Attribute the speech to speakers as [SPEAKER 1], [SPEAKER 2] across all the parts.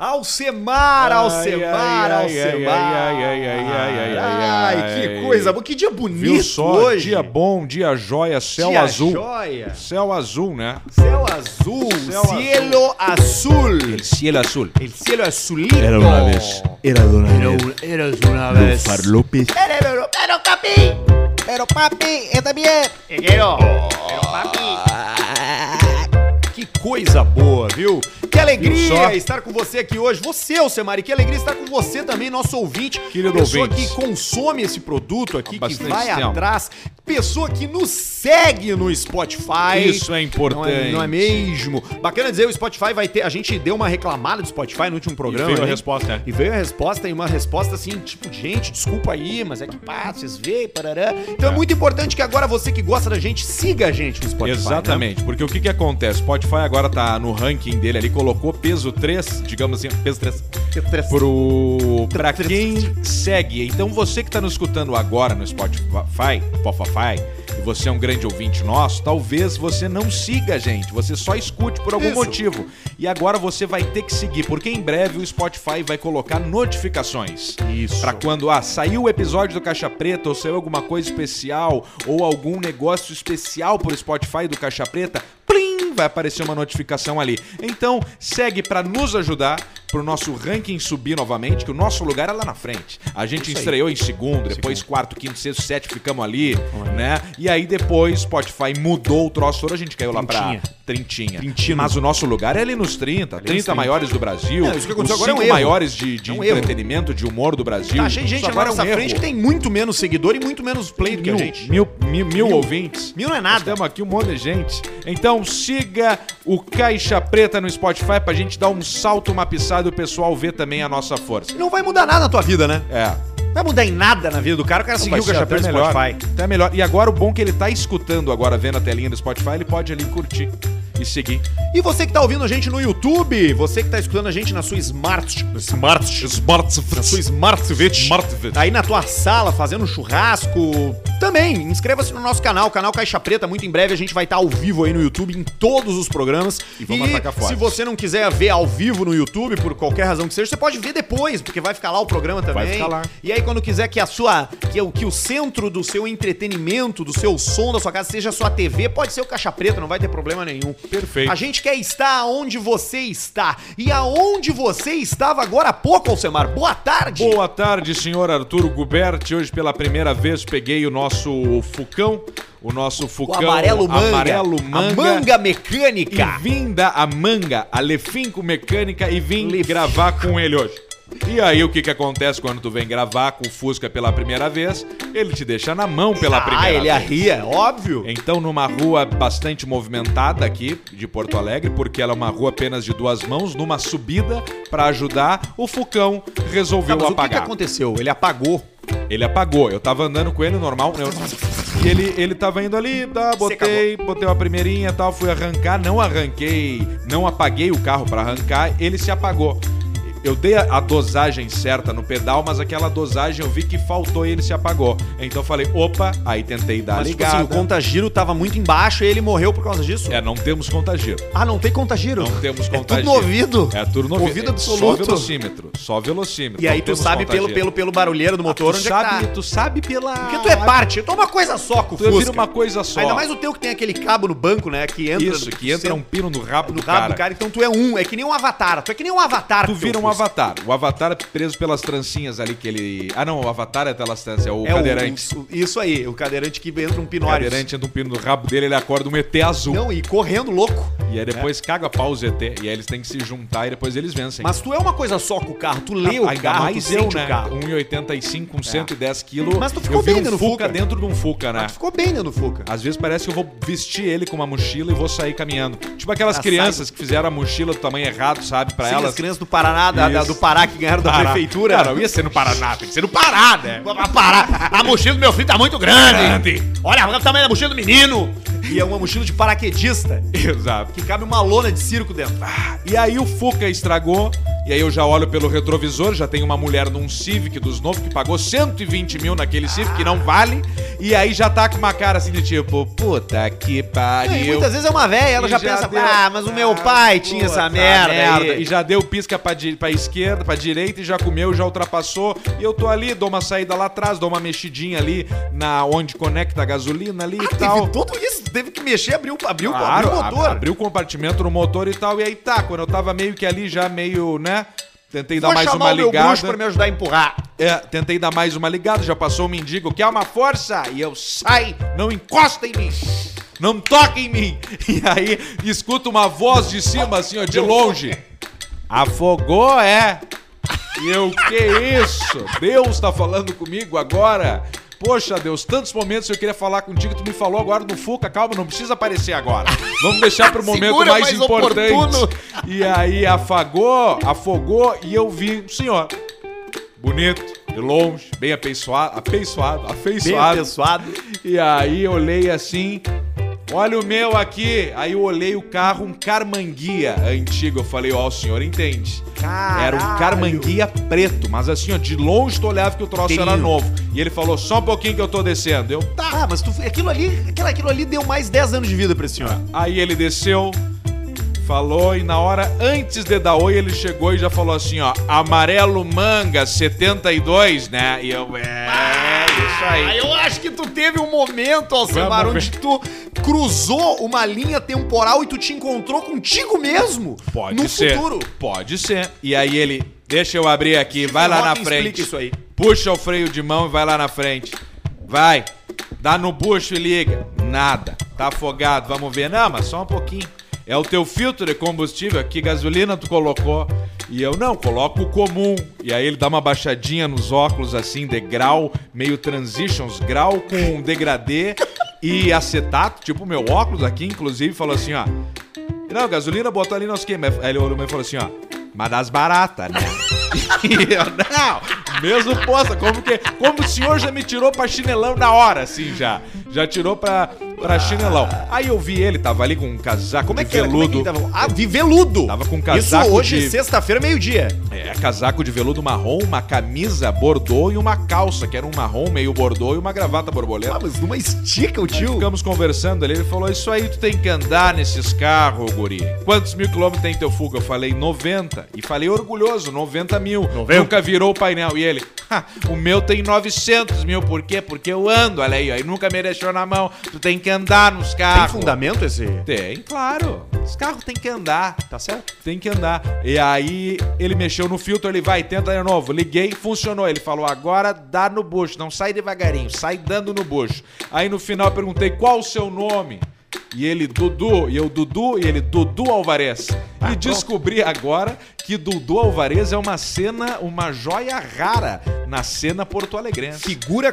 [SPEAKER 1] Alcemar, Alcemar,
[SPEAKER 2] ai, ai,
[SPEAKER 1] Alcemar.
[SPEAKER 2] ai, ai, ai, ai, ai, ai,
[SPEAKER 1] Ai,
[SPEAKER 2] ai.
[SPEAKER 1] que coisa boa. Que dia bonito
[SPEAKER 2] Viu só?
[SPEAKER 1] hoje.
[SPEAKER 2] Dia bom, dia joia, céu
[SPEAKER 1] Dia
[SPEAKER 2] azul.
[SPEAKER 1] joia.
[SPEAKER 2] Céu azul, né?
[SPEAKER 1] Céu azul.
[SPEAKER 2] Céu
[SPEAKER 1] cielo azul.
[SPEAKER 2] Cielo azul.
[SPEAKER 1] El cielo azulito.
[SPEAKER 3] Era una vez, era de una vez,
[SPEAKER 1] um, Eras una
[SPEAKER 2] um
[SPEAKER 1] vez.
[SPEAKER 3] Lufar López,
[SPEAKER 1] Pero, pero papi. Pero papi, é eu também. Quero. Pero papi. Que coisa boa, viu? Que
[SPEAKER 2] Viu
[SPEAKER 1] alegria
[SPEAKER 2] só?
[SPEAKER 1] estar com você aqui hoje. Você, Alcemari, que alegria estar com você também, nosso ouvinte.
[SPEAKER 2] Querido
[SPEAKER 1] pessoa
[SPEAKER 2] ouvinte.
[SPEAKER 1] que consome esse produto aqui, que
[SPEAKER 2] bastante
[SPEAKER 1] vai
[SPEAKER 2] tempo.
[SPEAKER 1] atrás. Pessoa que nos segue no Spotify.
[SPEAKER 2] Isso é importante.
[SPEAKER 1] Não é, não é mesmo? Bacana dizer, o Spotify vai ter... A gente deu uma reclamada do Spotify no último programa.
[SPEAKER 2] veio a
[SPEAKER 1] né?
[SPEAKER 2] resposta, né?
[SPEAKER 1] E veio a resposta, e uma resposta assim, tipo, gente, desculpa aí, mas é que pá, vocês veem, parará. Então é. muito importante que agora você que gosta da gente, siga a gente no Spotify. né?
[SPEAKER 2] Exatamente, porque o que que acontece? Spotify agora tá no ranking dele ali, colocou peso 3, digamos assim, peso 3 pro para quem segue. Então você que tá nos escutando agora no Spotify, Spotify, e você é um grande ouvinte nosso, talvez você não siga a gente, você só escute por algum
[SPEAKER 1] Isso.
[SPEAKER 2] motivo. E agora você vai ter que seguir, porque em breve o Spotify vai colocar notificações.
[SPEAKER 1] Isso.
[SPEAKER 2] Pra quando ah, saiu o episódio do Caixa Preta, ou saiu alguma coisa especial, ou algum negócio especial pro Spotify do Caixa Preta, plim, vai aparecer uma notificação ali. Então, segue pra nos ajudar pro nosso ranking subir novamente, que o nosso lugar é lá na frente. A gente
[SPEAKER 1] Isso aí.
[SPEAKER 2] estreou em segundo, depois quarto, quinto, sexto, sétimo, ficamos ali, né? E aí depois Spotify mudou o troço, todo a gente caiu lá pra
[SPEAKER 1] Trintinha.
[SPEAKER 2] trintinha.
[SPEAKER 1] Trintino.
[SPEAKER 2] Mas o nosso lugar é ali nos 30, 30
[SPEAKER 1] nos 30.
[SPEAKER 2] maiores do Brasil,
[SPEAKER 1] Não, isso que
[SPEAKER 2] os
[SPEAKER 1] aconteceu agora é um
[SPEAKER 2] cinco
[SPEAKER 1] erro.
[SPEAKER 2] maiores de, de
[SPEAKER 1] É um erro.
[SPEAKER 2] entretenimento, de humor do Brasil.
[SPEAKER 1] Tá cheio de gente
[SPEAKER 2] Isso
[SPEAKER 1] na
[SPEAKER 2] agora
[SPEAKER 1] nossa
[SPEAKER 2] é um
[SPEAKER 1] frente que
[SPEAKER 2] erro.
[SPEAKER 1] tem muito menos seguidor e muito menos play do que a
[SPEAKER 2] mil,
[SPEAKER 1] gente.
[SPEAKER 2] Mil, mil, mil ouvintes.
[SPEAKER 1] Mil não é
[SPEAKER 2] Nós
[SPEAKER 1] nada.
[SPEAKER 2] temos aqui um monte de gente. Então siga o Caixa Preta no Spotify pra gente dar um salto, uma pisada e o pessoal ver também a nossa força.
[SPEAKER 1] Não vai mudar nada na tua vida, né?
[SPEAKER 2] É.
[SPEAKER 1] Não vai mudar em nada na vida do cara, o cara seguiu
[SPEAKER 2] vai
[SPEAKER 1] o
[SPEAKER 2] ser
[SPEAKER 1] Caixa Preta no Spotify.
[SPEAKER 2] Até melhor. E agora o bom é que ele tá escutando agora, vendo a telinha do Spotify, ele pode ali curtir e seguir.
[SPEAKER 1] E você que tá ouvindo a gente no YouTube, você que tá escutando a gente na sua Smart. Smart.
[SPEAKER 2] Smart
[SPEAKER 1] Na sua Smart TV. Aí na tua sala, fazendo um churrasco. Também, inscreva-se no nosso canal, canal Caixa Preta. Muito em breve a gente vai estar ao vivo aí no YouTube em todos os programas.
[SPEAKER 2] E vamos atacar forte.
[SPEAKER 1] se você não quiser ver ao vivo no YouTube, por qualquer razão que seja, você pode ver depois, porque vai ficar lá o programa também.
[SPEAKER 2] ficar lá.
[SPEAKER 1] E aí quando quiser que a sua, que o, que o centro do seu entretenimento, do seu som da sua casa seja a sua TV, pode ser o Caixa Preta, não vai ter problema nenhum.
[SPEAKER 2] Perfeito.
[SPEAKER 1] A gente quer estar onde você está. E aonde você estava agora há pouco, Alcemar. Boa tarde.
[SPEAKER 2] Boa tarde, senhor Arturo Guberti. Hoje, pela primeira vez, peguei o nosso Fucão, o nosso
[SPEAKER 1] O
[SPEAKER 2] Fucão
[SPEAKER 1] amarelo manga.
[SPEAKER 2] amarelo manga.
[SPEAKER 1] A manga
[SPEAKER 2] E
[SPEAKER 1] mecânica.
[SPEAKER 2] vim da a manga, a Lefinco Mecânica, e vim
[SPEAKER 1] Lefinco.
[SPEAKER 2] gravar com ele hoje. E aí, o que que acontece quando tu vem gravar com o Fusca pela primeira vez? Ele te deixa na mão pela
[SPEAKER 1] ah,
[SPEAKER 2] primeira
[SPEAKER 1] ele
[SPEAKER 2] vez.
[SPEAKER 1] arria, óbvio.
[SPEAKER 2] Então, numa rua bastante movimentada aqui de Porto Alegre, porque ela é uma rua apenas de duas mãos, numa subida pra ajudar, o Fucão resolveu
[SPEAKER 1] Tá, mas o que, que
[SPEAKER 2] apagar.
[SPEAKER 1] aconteceu? Ele apagou.
[SPEAKER 2] Ele apagou. Eu tava andando com ele normal. eu- E ele, ele tava indo ali, tá, botei, botei uma primeirinha e tal, fui arrancar, não arranquei, não apaguei o carro pra arrancar, ele se apagou. Eu dei a, a dosagem certa no pedal, mas aquela dosagem eu vi que faltou e ele se apagou. Então eu falei, opa, aí tentei dar a
[SPEAKER 1] Mas, tipo
[SPEAKER 2] ligada.
[SPEAKER 1] assim, o contagiro tava muito embaixo e ele morreu por causa disso?
[SPEAKER 2] É, não temos contagiro.
[SPEAKER 1] Ah, não tem contagiro?
[SPEAKER 2] Não temos
[SPEAKER 1] É tudo
[SPEAKER 2] contagiro.
[SPEAKER 1] no ouvido.
[SPEAKER 2] É tudo no ouvido.
[SPEAKER 1] Ouvido
[SPEAKER 2] É Só
[SPEAKER 1] absoluto.
[SPEAKER 2] velocímetro, só velocímetro.
[SPEAKER 1] E aí
[SPEAKER 2] Não
[SPEAKER 1] tu
[SPEAKER 2] temos
[SPEAKER 1] sabe pelo,
[SPEAKER 2] contagiro. Ah,
[SPEAKER 1] pelo, pelo barulheiro do motor
[SPEAKER 2] tu
[SPEAKER 1] onde
[SPEAKER 2] sabe,
[SPEAKER 1] é que tá.
[SPEAKER 2] tu sabe pela...
[SPEAKER 1] Porque tu é parte, tu é uma coisa só com o
[SPEAKER 2] Tu vira
[SPEAKER 1] Fusca.
[SPEAKER 2] uma coisa só.
[SPEAKER 1] Ainda mais o teu que tem aquele cabo no banco, né? Que entra,
[SPEAKER 2] Isso, que entra um pino no rabo
[SPEAKER 1] no
[SPEAKER 2] do
[SPEAKER 1] rabo
[SPEAKER 2] cara.
[SPEAKER 1] do cara, então tu é um, é que nem um avatar, tu é que nem um avatar.
[SPEAKER 2] Tu
[SPEAKER 1] com teu
[SPEAKER 2] vira um
[SPEAKER 1] Fusca.
[SPEAKER 2] avatar. O avatar é preso pelas trancinhas ali que ele. Ah, não, o avatar é pelas trancinhas, é o
[SPEAKER 1] É o-
[SPEAKER 2] cadeirante.
[SPEAKER 1] o- isso aí, o cadeirante que entra um
[SPEAKER 2] O
[SPEAKER 1] pinório.
[SPEAKER 2] cadeirante entra um pino no rabo dele, ele acorda um ET azul.
[SPEAKER 1] Não, e correndo louco.
[SPEAKER 2] E aí depois caga pau os ET. E aí eles têm que se juntar e depois eles vencem.
[SPEAKER 1] Mas tu é uma coisa só com o carro, tu lê o
[SPEAKER 2] Ah, Ainda
[SPEAKER 1] carro,
[SPEAKER 2] mais
[SPEAKER 1] tu
[SPEAKER 2] eu,
[SPEAKER 1] sente
[SPEAKER 2] né?
[SPEAKER 1] o carro. É.
[SPEAKER 2] 1,85 com 110 quilos.
[SPEAKER 1] Mas tu ficou
[SPEAKER 2] eu vi
[SPEAKER 1] bem
[SPEAKER 2] um
[SPEAKER 1] dentro do
[SPEAKER 2] Fuca
[SPEAKER 1] Fuca.
[SPEAKER 2] dentro de um Fuca, né?
[SPEAKER 1] Mas tu ficou bem dentro do Fuca.
[SPEAKER 2] Às vezes parece que eu vou vestir ele com uma mochila e vou sair caminhando. Tipo aquelas
[SPEAKER 1] Ah,
[SPEAKER 2] crianças que fizeram a mochila do tamanho errado, sabe? Pra
[SPEAKER 1] Sim,
[SPEAKER 2] elas.
[SPEAKER 1] as crianças do Paraná, da, da-
[SPEAKER 2] Isso.
[SPEAKER 1] do Pará que ganharam da
[SPEAKER 2] Pará.
[SPEAKER 1] prefeitura.
[SPEAKER 2] Cara, eu ia ser no Paraná, tem que ser no Pará, né?
[SPEAKER 1] Pará. A mochila do meu filho tá muito grande. Olha o tamanho da mochila do menino. E é uma mochila de paraquedista,
[SPEAKER 2] Exato.
[SPEAKER 1] que cabe uma lona de circo dentro.
[SPEAKER 2] E aí o Fuca estragou, E aí eu já olho pelo retrovisor, já tem uma mulher num Civic dos novos que pagou 120 mil naquele Civic, que não vale. E aí já tá com uma cara assim de tipo, puta que
[SPEAKER 1] E
[SPEAKER 2] pariu.
[SPEAKER 1] muitas vezes é uma véia, ela
[SPEAKER 2] E
[SPEAKER 1] já, pensa,
[SPEAKER 2] deu-
[SPEAKER 1] ah, mas o meu pai tinha
[SPEAKER 2] puta
[SPEAKER 1] essa merda. aí."
[SPEAKER 2] E já deu pisca pra, di- pra esquerda, pra direita, e já comeu, já ultrapassou. E eu tô ali, dou uma saída lá atrás, dou uma mexidinha ali na onde conecta a gasolina ali e
[SPEAKER 1] Ah,
[SPEAKER 2] tal.
[SPEAKER 1] teve tudo isso, teve que mexer, abrir o, abrir o-
[SPEAKER 2] Claro,
[SPEAKER 1] abrir o motor.
[SPEAKER 2] ab- Abriu o compartimento no motor e tal. E aí tá, quando eu tava meio que ali, já meio, né? Tentei dar
[SPEAKER 1] Vou
[SPEAKER 2] mais
[SPEAKER 1] chamar
[SPEAKER 2] uma
[SPEAKER 1] o meu bruxo pra
[SPEAKER 2] ligada.
[SPEAKER 1] me ajudar a empurrar.
[SPEAKER 2] É, tentei dar mais uma ligada, já passou o mendigo, que é uma força, e eu sai, não encosta em mim, não toca em mim. E aí escuto uma voz de cima, assim, ó, de longe. Afogou, é? E eu, que isso? Deus tá falando comigo agora? Poxa, Deus, tantos momentos eu queria falar contigo, tu me falou agora do Fuca, calma, não precisa aparecer agora. Vamos deixar pro momento
[SPEAKER 1] Segura,
[SPEAKER 2] mais,
[SPEAKER 1] mais
[SPEAKER 2] importante.
[SPEAKER 1] oportuno.
[SPEAKER 2] E aí afagou, afogou e eu vi, um senhor, bonito, de longe, bem apessoado, apessoado,
[SPEAKER 1] Bem
[SPEAKER 2] afeiçoado.
[SPEAKER 1] abençoado.
[SPEAKER 2] E aí eu olhei assim, olha o meu aqui. Aí eu olhei o carro, um Carmanguia antigo. Eu falei, ó, o senhor entende. Era um
[SPEAKER 1] Caralho.
[SPEAKER 2] Carmanguia preto, mas assim, ó, de longe tu olhava que o troço era
[SPEAKER 1] Inteirinho.
[SPEAKER 2] novo. E ele falou, só um pouquinho que eu tô descendo. Eu,
[SPEAKER 1] Tá, ah, mas tu, aquilo, ali, aquilo, aquilo ali deu mais 10 anos de vida pra esse senhor.
[SPEAKER 2] Aí ele desceu, falou e na hora antes de dar oi ele chegou e já falou assim, ó, amarelo manga 72, né? E eu, é, isso
[SPEAKER 1] Ah,
[SPEAKER 2] aí.
[SPEAKER 1] eu acho que tu teve um momento, Alcemar,
[SPEAKER 2] Vamos
[SPEAKER 1] onde tu cruzou uma linha temporal e tu te encontrou contigo mesmo.
[SPEAKER 2] Pode
[SPEAKER 1] no
[SPEAKER 2] ser.
[SPEAKER 1] futuro.
[SPEAKER 2] Pode ser. E aí ele, deixa eu abrir aqui, vai lá na
[SPEAKER 1] Rock explica
[SPEAKER 2] frente.
[SPEAKER 1] isso aí.
[SPEAKER 2] Puxa o freio de mão e vai lá na frente. Vai. Dá no bucho e liga. Nada. Tá afogado. Vamos ver. Não, mas só um pouquinho. É o teu filtro de combustível. Que gasolina tu colocou? E eu não, coloco o comum. E aí ele dá uma baixadinha nos óculos assim, degrau, meio transitions, grau com um degradê e acetato, tipo o meu óculos aqui, inclusive, falou assim, ó. Não, gasolina botou ali nós queima. Aí ele olhou pra mim e falou assim, ó. Mas das baratas, né? E eu, não, mesmo posta, como que. Como o senhor já me tirou pra chinelão na hora, assim, já. Já tirou pra, pra chinelão. Aí eu vi ele, tava ali com um casaco
[SPEAKER 1] Como é
[SPEAKER 2] de
[SPEAKER 1] que era? Como é que
[SPEAKER 2] veludo.
[SPEAKER 1] ele tava? Ah, vi veludo.
[SPEAKER 2] Tava com um casaco
[SPEAKER 1] Isso hoje,
[SPEAKER 2] de-
[SPEAKER 1] sexta-feira, meio-dia.
[SPEAKER 2] É, casaco de veludo marrom, uma camisa bordô e uma calça, que era um marrom meio bordô e uma gravata borboleta.
[SPEAKER 1] Ah, mas numa estica o tio.
[SPEAKER 2] Ficamos conversando ali, ele falou: Isso aí tu tem que andar nesses carros, guri. Quantos mil quilômetros tem teu Fuga? Eu falei: 90. E falei orgulhoso: 90 mil.
[SPEAKER 1] 90.
[SPEAKER 2] Nunca virou o painel. E ele: "Ha, O meu tem 900 mil. Por quê? Porque eu ando, olha aí, ó, e nunca me deixou na mão. Tu tem que andar nos
[SPEAKER 1] Tem
[SPEAKER 2] carros.
[SPEAKER 1] fundamento esse?
[SPEAKER 2] Tem, claro. Os carros tem que andar.
[SPEAKER 1] Tá certo?
[SPEAKER 2] Tem que andar. E aí ele mexeu no filtro, ele vai, tenta de novo. Liguei, funcionou. Ele falou: agora dá no bucho, não sai devagarinho, sai dando no bucho. Aí no final eu perguntei qual o seu nome. E ele, Dudu, e eu, Dudu, e ele, Dudu Alvarez. e descobri agora que Dudu Alvarez é uma cena, uma joia rara na cena porto-alegrense.
[SPEAKER 1] Figura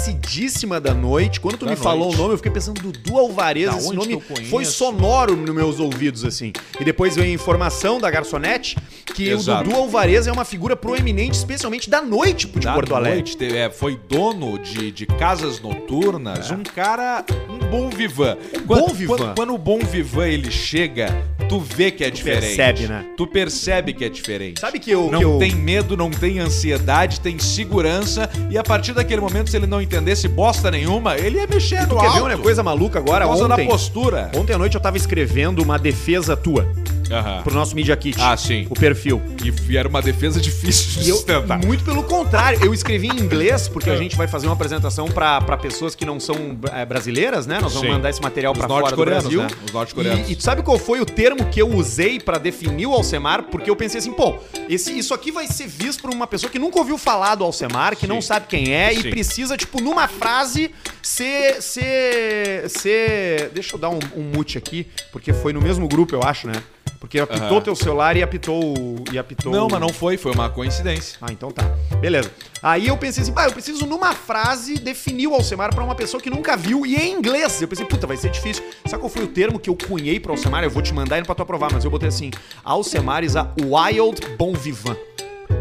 [SPEAKER 1] conhecidíssima da noite. Quando tu
[SPEAKER 2] Da
[SPEAKER 1] me falou o
[SPEAKER 2] noite.
[SPEAKER 1] nome, eu fiquei pensando Dudu Alvarez.
[SPEAKER 2] Da
[SPEAKER 1] Esse
[SPEAKER 2] onde
[SPEAKER 1] nome
[SPEAKER 2] que eu conheço?
[SPEAKER 1] foi sonoro nos meus ouvidos, assim. E depois veio a informação da garçonete que
[SPEAKER 2] Exato.
[SPEAKER 1] o Dudu Alvarez é uma figura proeminente, especialmente da noite de
[SPEAKER 2] da
[SPEAKER 1] Porto Alegre.
[SPEAKER 2] noite, teve- é, foi dono de, de casas noturnas, um cara, um bom vivan.
[SPEAKER 1] É. Um bom vivan.
[SPEAKER 2] Quando, quando o bom vivan ele chega, tu vê que é diferente.
[SPEAKER 1] percebe, né?
[SPEAKER 2] Tu percebe que é diferente.
[SPEAKER 1] Sabe que eu.
[SPEAKER 2] não
[SPEAKER 1] que eu-
[SPEAKER 2] tem medo, não tem ansiedade, tem segurança. E a partir daquele momento, se ele não entendesse bosta nenhuma, ele ia mexer
[SPEAKER 1] Tu
[SPEAKER 2] no
[SPEAKER 1] quer
[SPEAKER 2] alto.
[SPEAKER 1] ver uma coisa maluca agora?
[SPEAKER 2] Por causa da
[SPEAKER 1] Ontem,
[SPEAKER 2] postura.
[SPEAKER 1] ontem à noite eu tava escrevendo uma defesa tua
[SPEAKER 2] Aham.
[SPEAKER 1] pro nosso Media Kit.
[SPEAKER 2] Tá. Ah, sim.
[SPEAKER 1] O perfil.
[SPEAKER 2] E era uma defesa difícil
[SPEAKER 1] E
[SPEAKER 2] de
[SPEAKER 1] eu-
[SPEAKER 2] sustentar.
[SPEAKER 1] muito pelo contrário, eu escrevi em inglês, porque
[SPEAKER 2] É.
[SPEAKER 1] a gente vai fazer uma apresentação pra pra pessoas que não são é, brasileiras, né? Nós vamos
[SPEAKER 2] Sim.
[SPEAKER 1] mandar esse material
[SPEAKER 2] Os
[SPEAKER 1] pra fora do
[SPEAKER 2] norte-coreanos,
[SPEAKER 1] Brasil.
[SPEAKER 2] né? Os norte-coreanos.
[SPEAKER 1] E, e tu sabe qual foi o termo que eu usei pra definir o Alcemar? Porque eu pensei assim, pô, esse, isso aqui vai ser visto por uma pessoa que nunca ouviu falar do Alcemar, que não
[SPEAKER 2] Sim.
[SPEAKER 1] sabe quem é
[SPEAKER 2] Sim.
[SPEAKER 1] e precisa, tipo, numa frase, ser, ser, ser... Deixa eu dar um, um mute aqui, porque foi no mesmo grupo, eu acho, né? Porque apitou
[SPEAKER 2] Aham.
[SPEAKER 1] teu celular e apitou... E apitou
[SPEAKER 2] Não, mas não foi, foi uma coincidência.
[SPEAKER 1] ah, então tá. Beleza. Aí eu pensei assim, pá, eu preciso numa frase definir o Alcemar pra uma pessoa que nunca viu e é em inglês. Eu pensei, puta, vai ser difícil. Sabe qual foi o termo que eu cunhei pro Alcemar? Eu vou te mandar ele pra tu aprovar, mas eu botei assim: Alcemar is a wild bon vivant.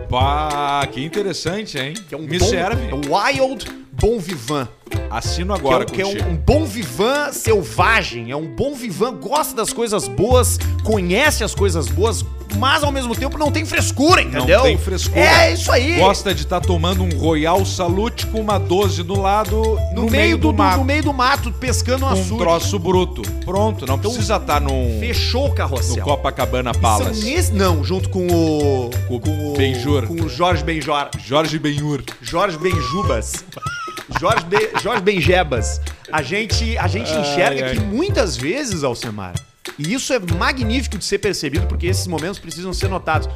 [SPEAKER 2] Pá, que interessante, hein?
[SPEAKER 1] Que é um
[SPEAKER 2] Me
[SPEAKER 1] bom,
[SPEAKER 2] serve.
[SPEAKER 1] é um Wild bon vivant.
[SPEAKER 2] Assino agora
[SPEAKER 1] que é, um- que é
[SPEAKER 2] contigo.
[SPEAKER 1] um, um bom vivan selvagem, é um bom vivan, gosta das coisas boas, conhece as coisas boas, mas ao mesmo tempo não tem frescura, entendeu?
[SPEAKER 2] tem frescura.
[SPEAKER 1] É isso aí.
[SPEAKER 2] Gosta de estar tomando um Royal Salute com uma 12 do lado
[SPEAKER 1] no, meio, do,
[SPEAKER 2] mato.
[SPEAKER 1] no meio do mato, Então, pescando um
[SPEAKER 2] um
[SPEAKER 1] açude.
[SPEAKER 2] troço bruto. Pronto, não precisa estar num
[SPEAKER 1] Fechou o
[SPEAKER 2] no
[SPEAKER 1] carrossel.
[SPEAKER 2] Copacabana
[SPEAKER 1] São
[SPEAKER 2] Palace.
[SPEAKER 1] nesse- não, junto com o.
[SPEAKER 2] Com Benjur.
[SPEAKER 1] Com o Jorge Benjor.
[SPEAKER 2] Jorge Benhur.
[SPEAKER 1] Jorge Benjubas. Jorge, Be- Jorge Benjebas. A gente, a gente enxerga
[SPEAKER 2] ai.
[SPEAKER 1] que muitas vezes, Alcemar, e isso é magnífico de ser percebido, porque esses momentos precisam ser notados.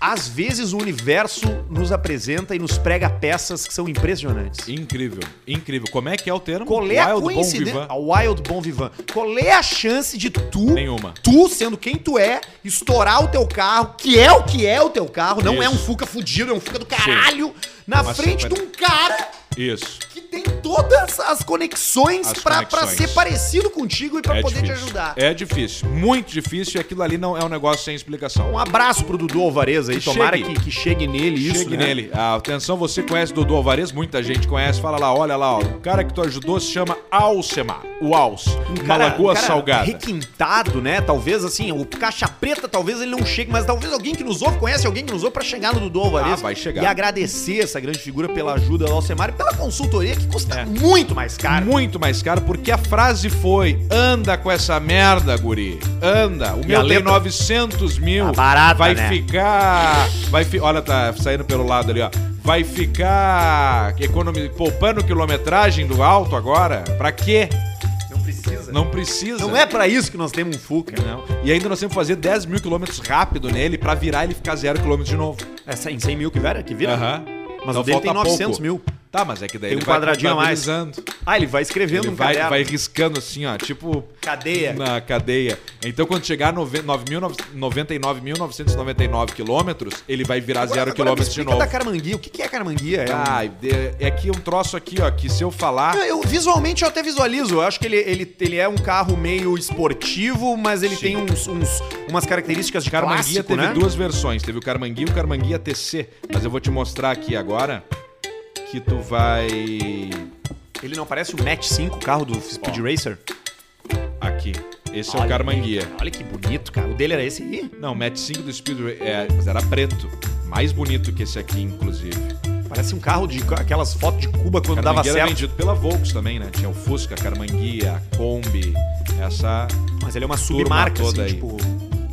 [SPEAKER 1] Às vezes o universo nos apresenta e nos prega peças que são impressionantes.
[SPEAKER 2] Incrível, incrível. Como é que é o termo?
[SPEAKER 1] Qual é a
[SPEAKER 2] Wild Bon
[SPEAKER 1] coincidência?
[SPEAKER 2] Vivant.
[SPEAKER 1] A Wild Bon Vivant. Qual é a chance de tu,
[SPEAKER 2] Nenhuma.
[SPEAKER 1] tu sendo quem tu é, estourar o teu carro, que é o que é o teu carro, não é
[SPEAKER 2] Isso. É
[SPEAKER 1] um Fuca fudido, é um Fuca do caralho, na
[SPEAKER 2] Uma
[SPEAKER 1] frente
[SPEAKER 2] super-
[SPEAKER 1] de um cara
[SPEAKER 2] Isso.
[SPEAKER 1] que tem todas as conexões
[SPEAKER 2] As
[SPEAKER 1] pra, pra
[SPEAKER 2] conexões.
[SPEAKER 1] ser parecido contigo e pra
[SPEAKER 2] é
[SPEAKER 1] poder
[SPEAKER 2] difícil.
[SPEAKER 1] te ajudar.
[SPEAKER 2] É difícil, muito difícil. E aquilo ali não é um negócio sem explicação.
[SPEAKER 1] Um abraço pro Dudu Alvarez aí,
[SPEAKER 2] Que
[SPEAKER 1] tomara
[SPEAKER 2] chegue.
[SPEAKER 1] Que, que chegue nele isso,
[SPEAKER 2] Chegue
[SPEAKER 1] né?
[SPEAKER 2] nele. Ah, atenção, você conhece Dudu Alvarez? Muita gente conhece. Fala lá, olha lá, ó. O cara que tu ajudou se chama Alcemar. O Alce.
[SPEAKER 1] Um
[SPEAKER 2] Uma
[SPEAKER 1] cara,
[SPEAKER 2] lagoa
[SPEAKER 1] um cara
[SPEAKER 2] salgada.
[SPEAKER 1] requintado, né? Talvez assim, o caixa preta talvez ele não chegue, mas talvez alguém que nos ouve, conhece alguém que nos ouve pra chegar no Dudu Alvarez.
[SPEAKER 2] Ah, vai chegar.
[SPEAKER 1] E agradecer essa grande figura pela ajuda do Alcemar e pela consultoria que custa muito mais caro.
[SPEAKER 2] Muito mais caro, porque a frase foi: anda com essa merda, guri. Anda. O meu
[SPEAKER 1] a
[SPEAKER 2] tem
[SPEAKER 1] letra?
[SPEAKER 2] 900 mil.
[SPEAKER 1] Tá barata,
[SPEAKER 2] vai
[SPEAKER 1] né?
[SPEAKER 2] ficar. Vai fi... Olha, tá saindo pelo lado ali, ó. Vai ficar economi... poupando quilometragem do alto agora? Pra quê?
[SPEAKER 1] Não precisa. Não,
[SPEAKER 2] Não precisa.
[SPEAKER 1] é pra isso que nós temos um Fuca.
[SPEAKER 2] Não. E ainda nós temos que fazer 10 mil quilômetros rápido nele pra virar ele ficar zero quilômetros de novo.
[SPEAKER 1] É 100, 100 mil que vira? Que vira?
[SPEAKER 2] Aham.
[SPEAKER 1] Mas
[SPEAKER 2] Então
[SPEAKER 1] o dele tem
[SPEAKER 2] falta
[SPEAKER 1] 900
[SPEAKER 2] pouco.
[SPEAKER 1] mil.
[SPEAKER 2] Tá, mas é que daí
[SPEAKER 1] Tem um
[SPEAKER 2] ele vai
[SPEAKER 1] quadradinho a mais.
[SPEAKER 2] contabilizando.
[SPEAKER 1] Ah, ele vai escrevendo
[SPEAKER 2] Ele
[SPEAKER 1] no
[SPEAKER 2] vai,
[SPEAKER 1] caderno.
[SPEAKER 2] vai riscando assim, ó, tipo
[SPEAKER 1] Cadeia.
[SPEAKER 2] na cadeia. Então quando chegar a nove- nove mil nove- 99.999 quilômetros, ele vai virar
[SPEAKER 1] Agora-
[SPEAKER 2] zero
[SPEAKER 1] agora
[SPEAKER 2] quilômetros
[SPEAKER 1] me
[SPEAKER 2] de
[SPEAKER 1] explica
[SPEAKER 2] novo.
[SPEAKER 1] da carmanguia. O que que é carmanguia? É um-
[SPEAKER 2] Ah, é- é que um troço aqui, ó, que se eu falar...
[SPEAKER 1] Ah, Eu, eu- visualmente eu até visualizo. Eu acho que ele, ele, ele é um carro meio esportivo, mas ele
[SPEAKER 2] Sim.
[SPEAKER 1] tem uns, uns- umas características de
[SPEAKER 2] Carmanguia
[SPEAKER 1] clássico,
[SPEAKER 2] teve
[SPEAKER 1] né?
[SPEAKER 2] duas versões. Teve o Carmanguia e o Carmanguia TC. Mas eu vou te mostrar aqui agora que tu vai...
[SPEAKER 1] Ele não parece o Match 5, o carro do Speed Racer?
[SPEAKER 2] Aqui. Esse é
[SPEAKER 1] Olha
[SPEAKER 2] o Carmanguia.
[SPEAKER 1] que- Olha que bonito, cara. O dele era esse aí?
[SPEAKER 2] Não, Match 5 do Speedway. É, mas era preto. Mais bonito que esse aqui, inclusive.
[SPEAKER 1] Parece um carro de aquelas fotos de Cuba quando dava
[SPEAKER 2] Carmanguia era
[SPEAKER 1] certo.
[SPEAKER 2] vendido pela Volks também, né? Tinha o Fusca, a Carmanguia, a Kombi. Essa
[SPEAKER 1] Mas ele é uma
[SPEAKER 2] Turma
[SPEAKER 1] submarca, assim,
[SPEAKER 2] toda aí.
[SPEAKER 1] tipo.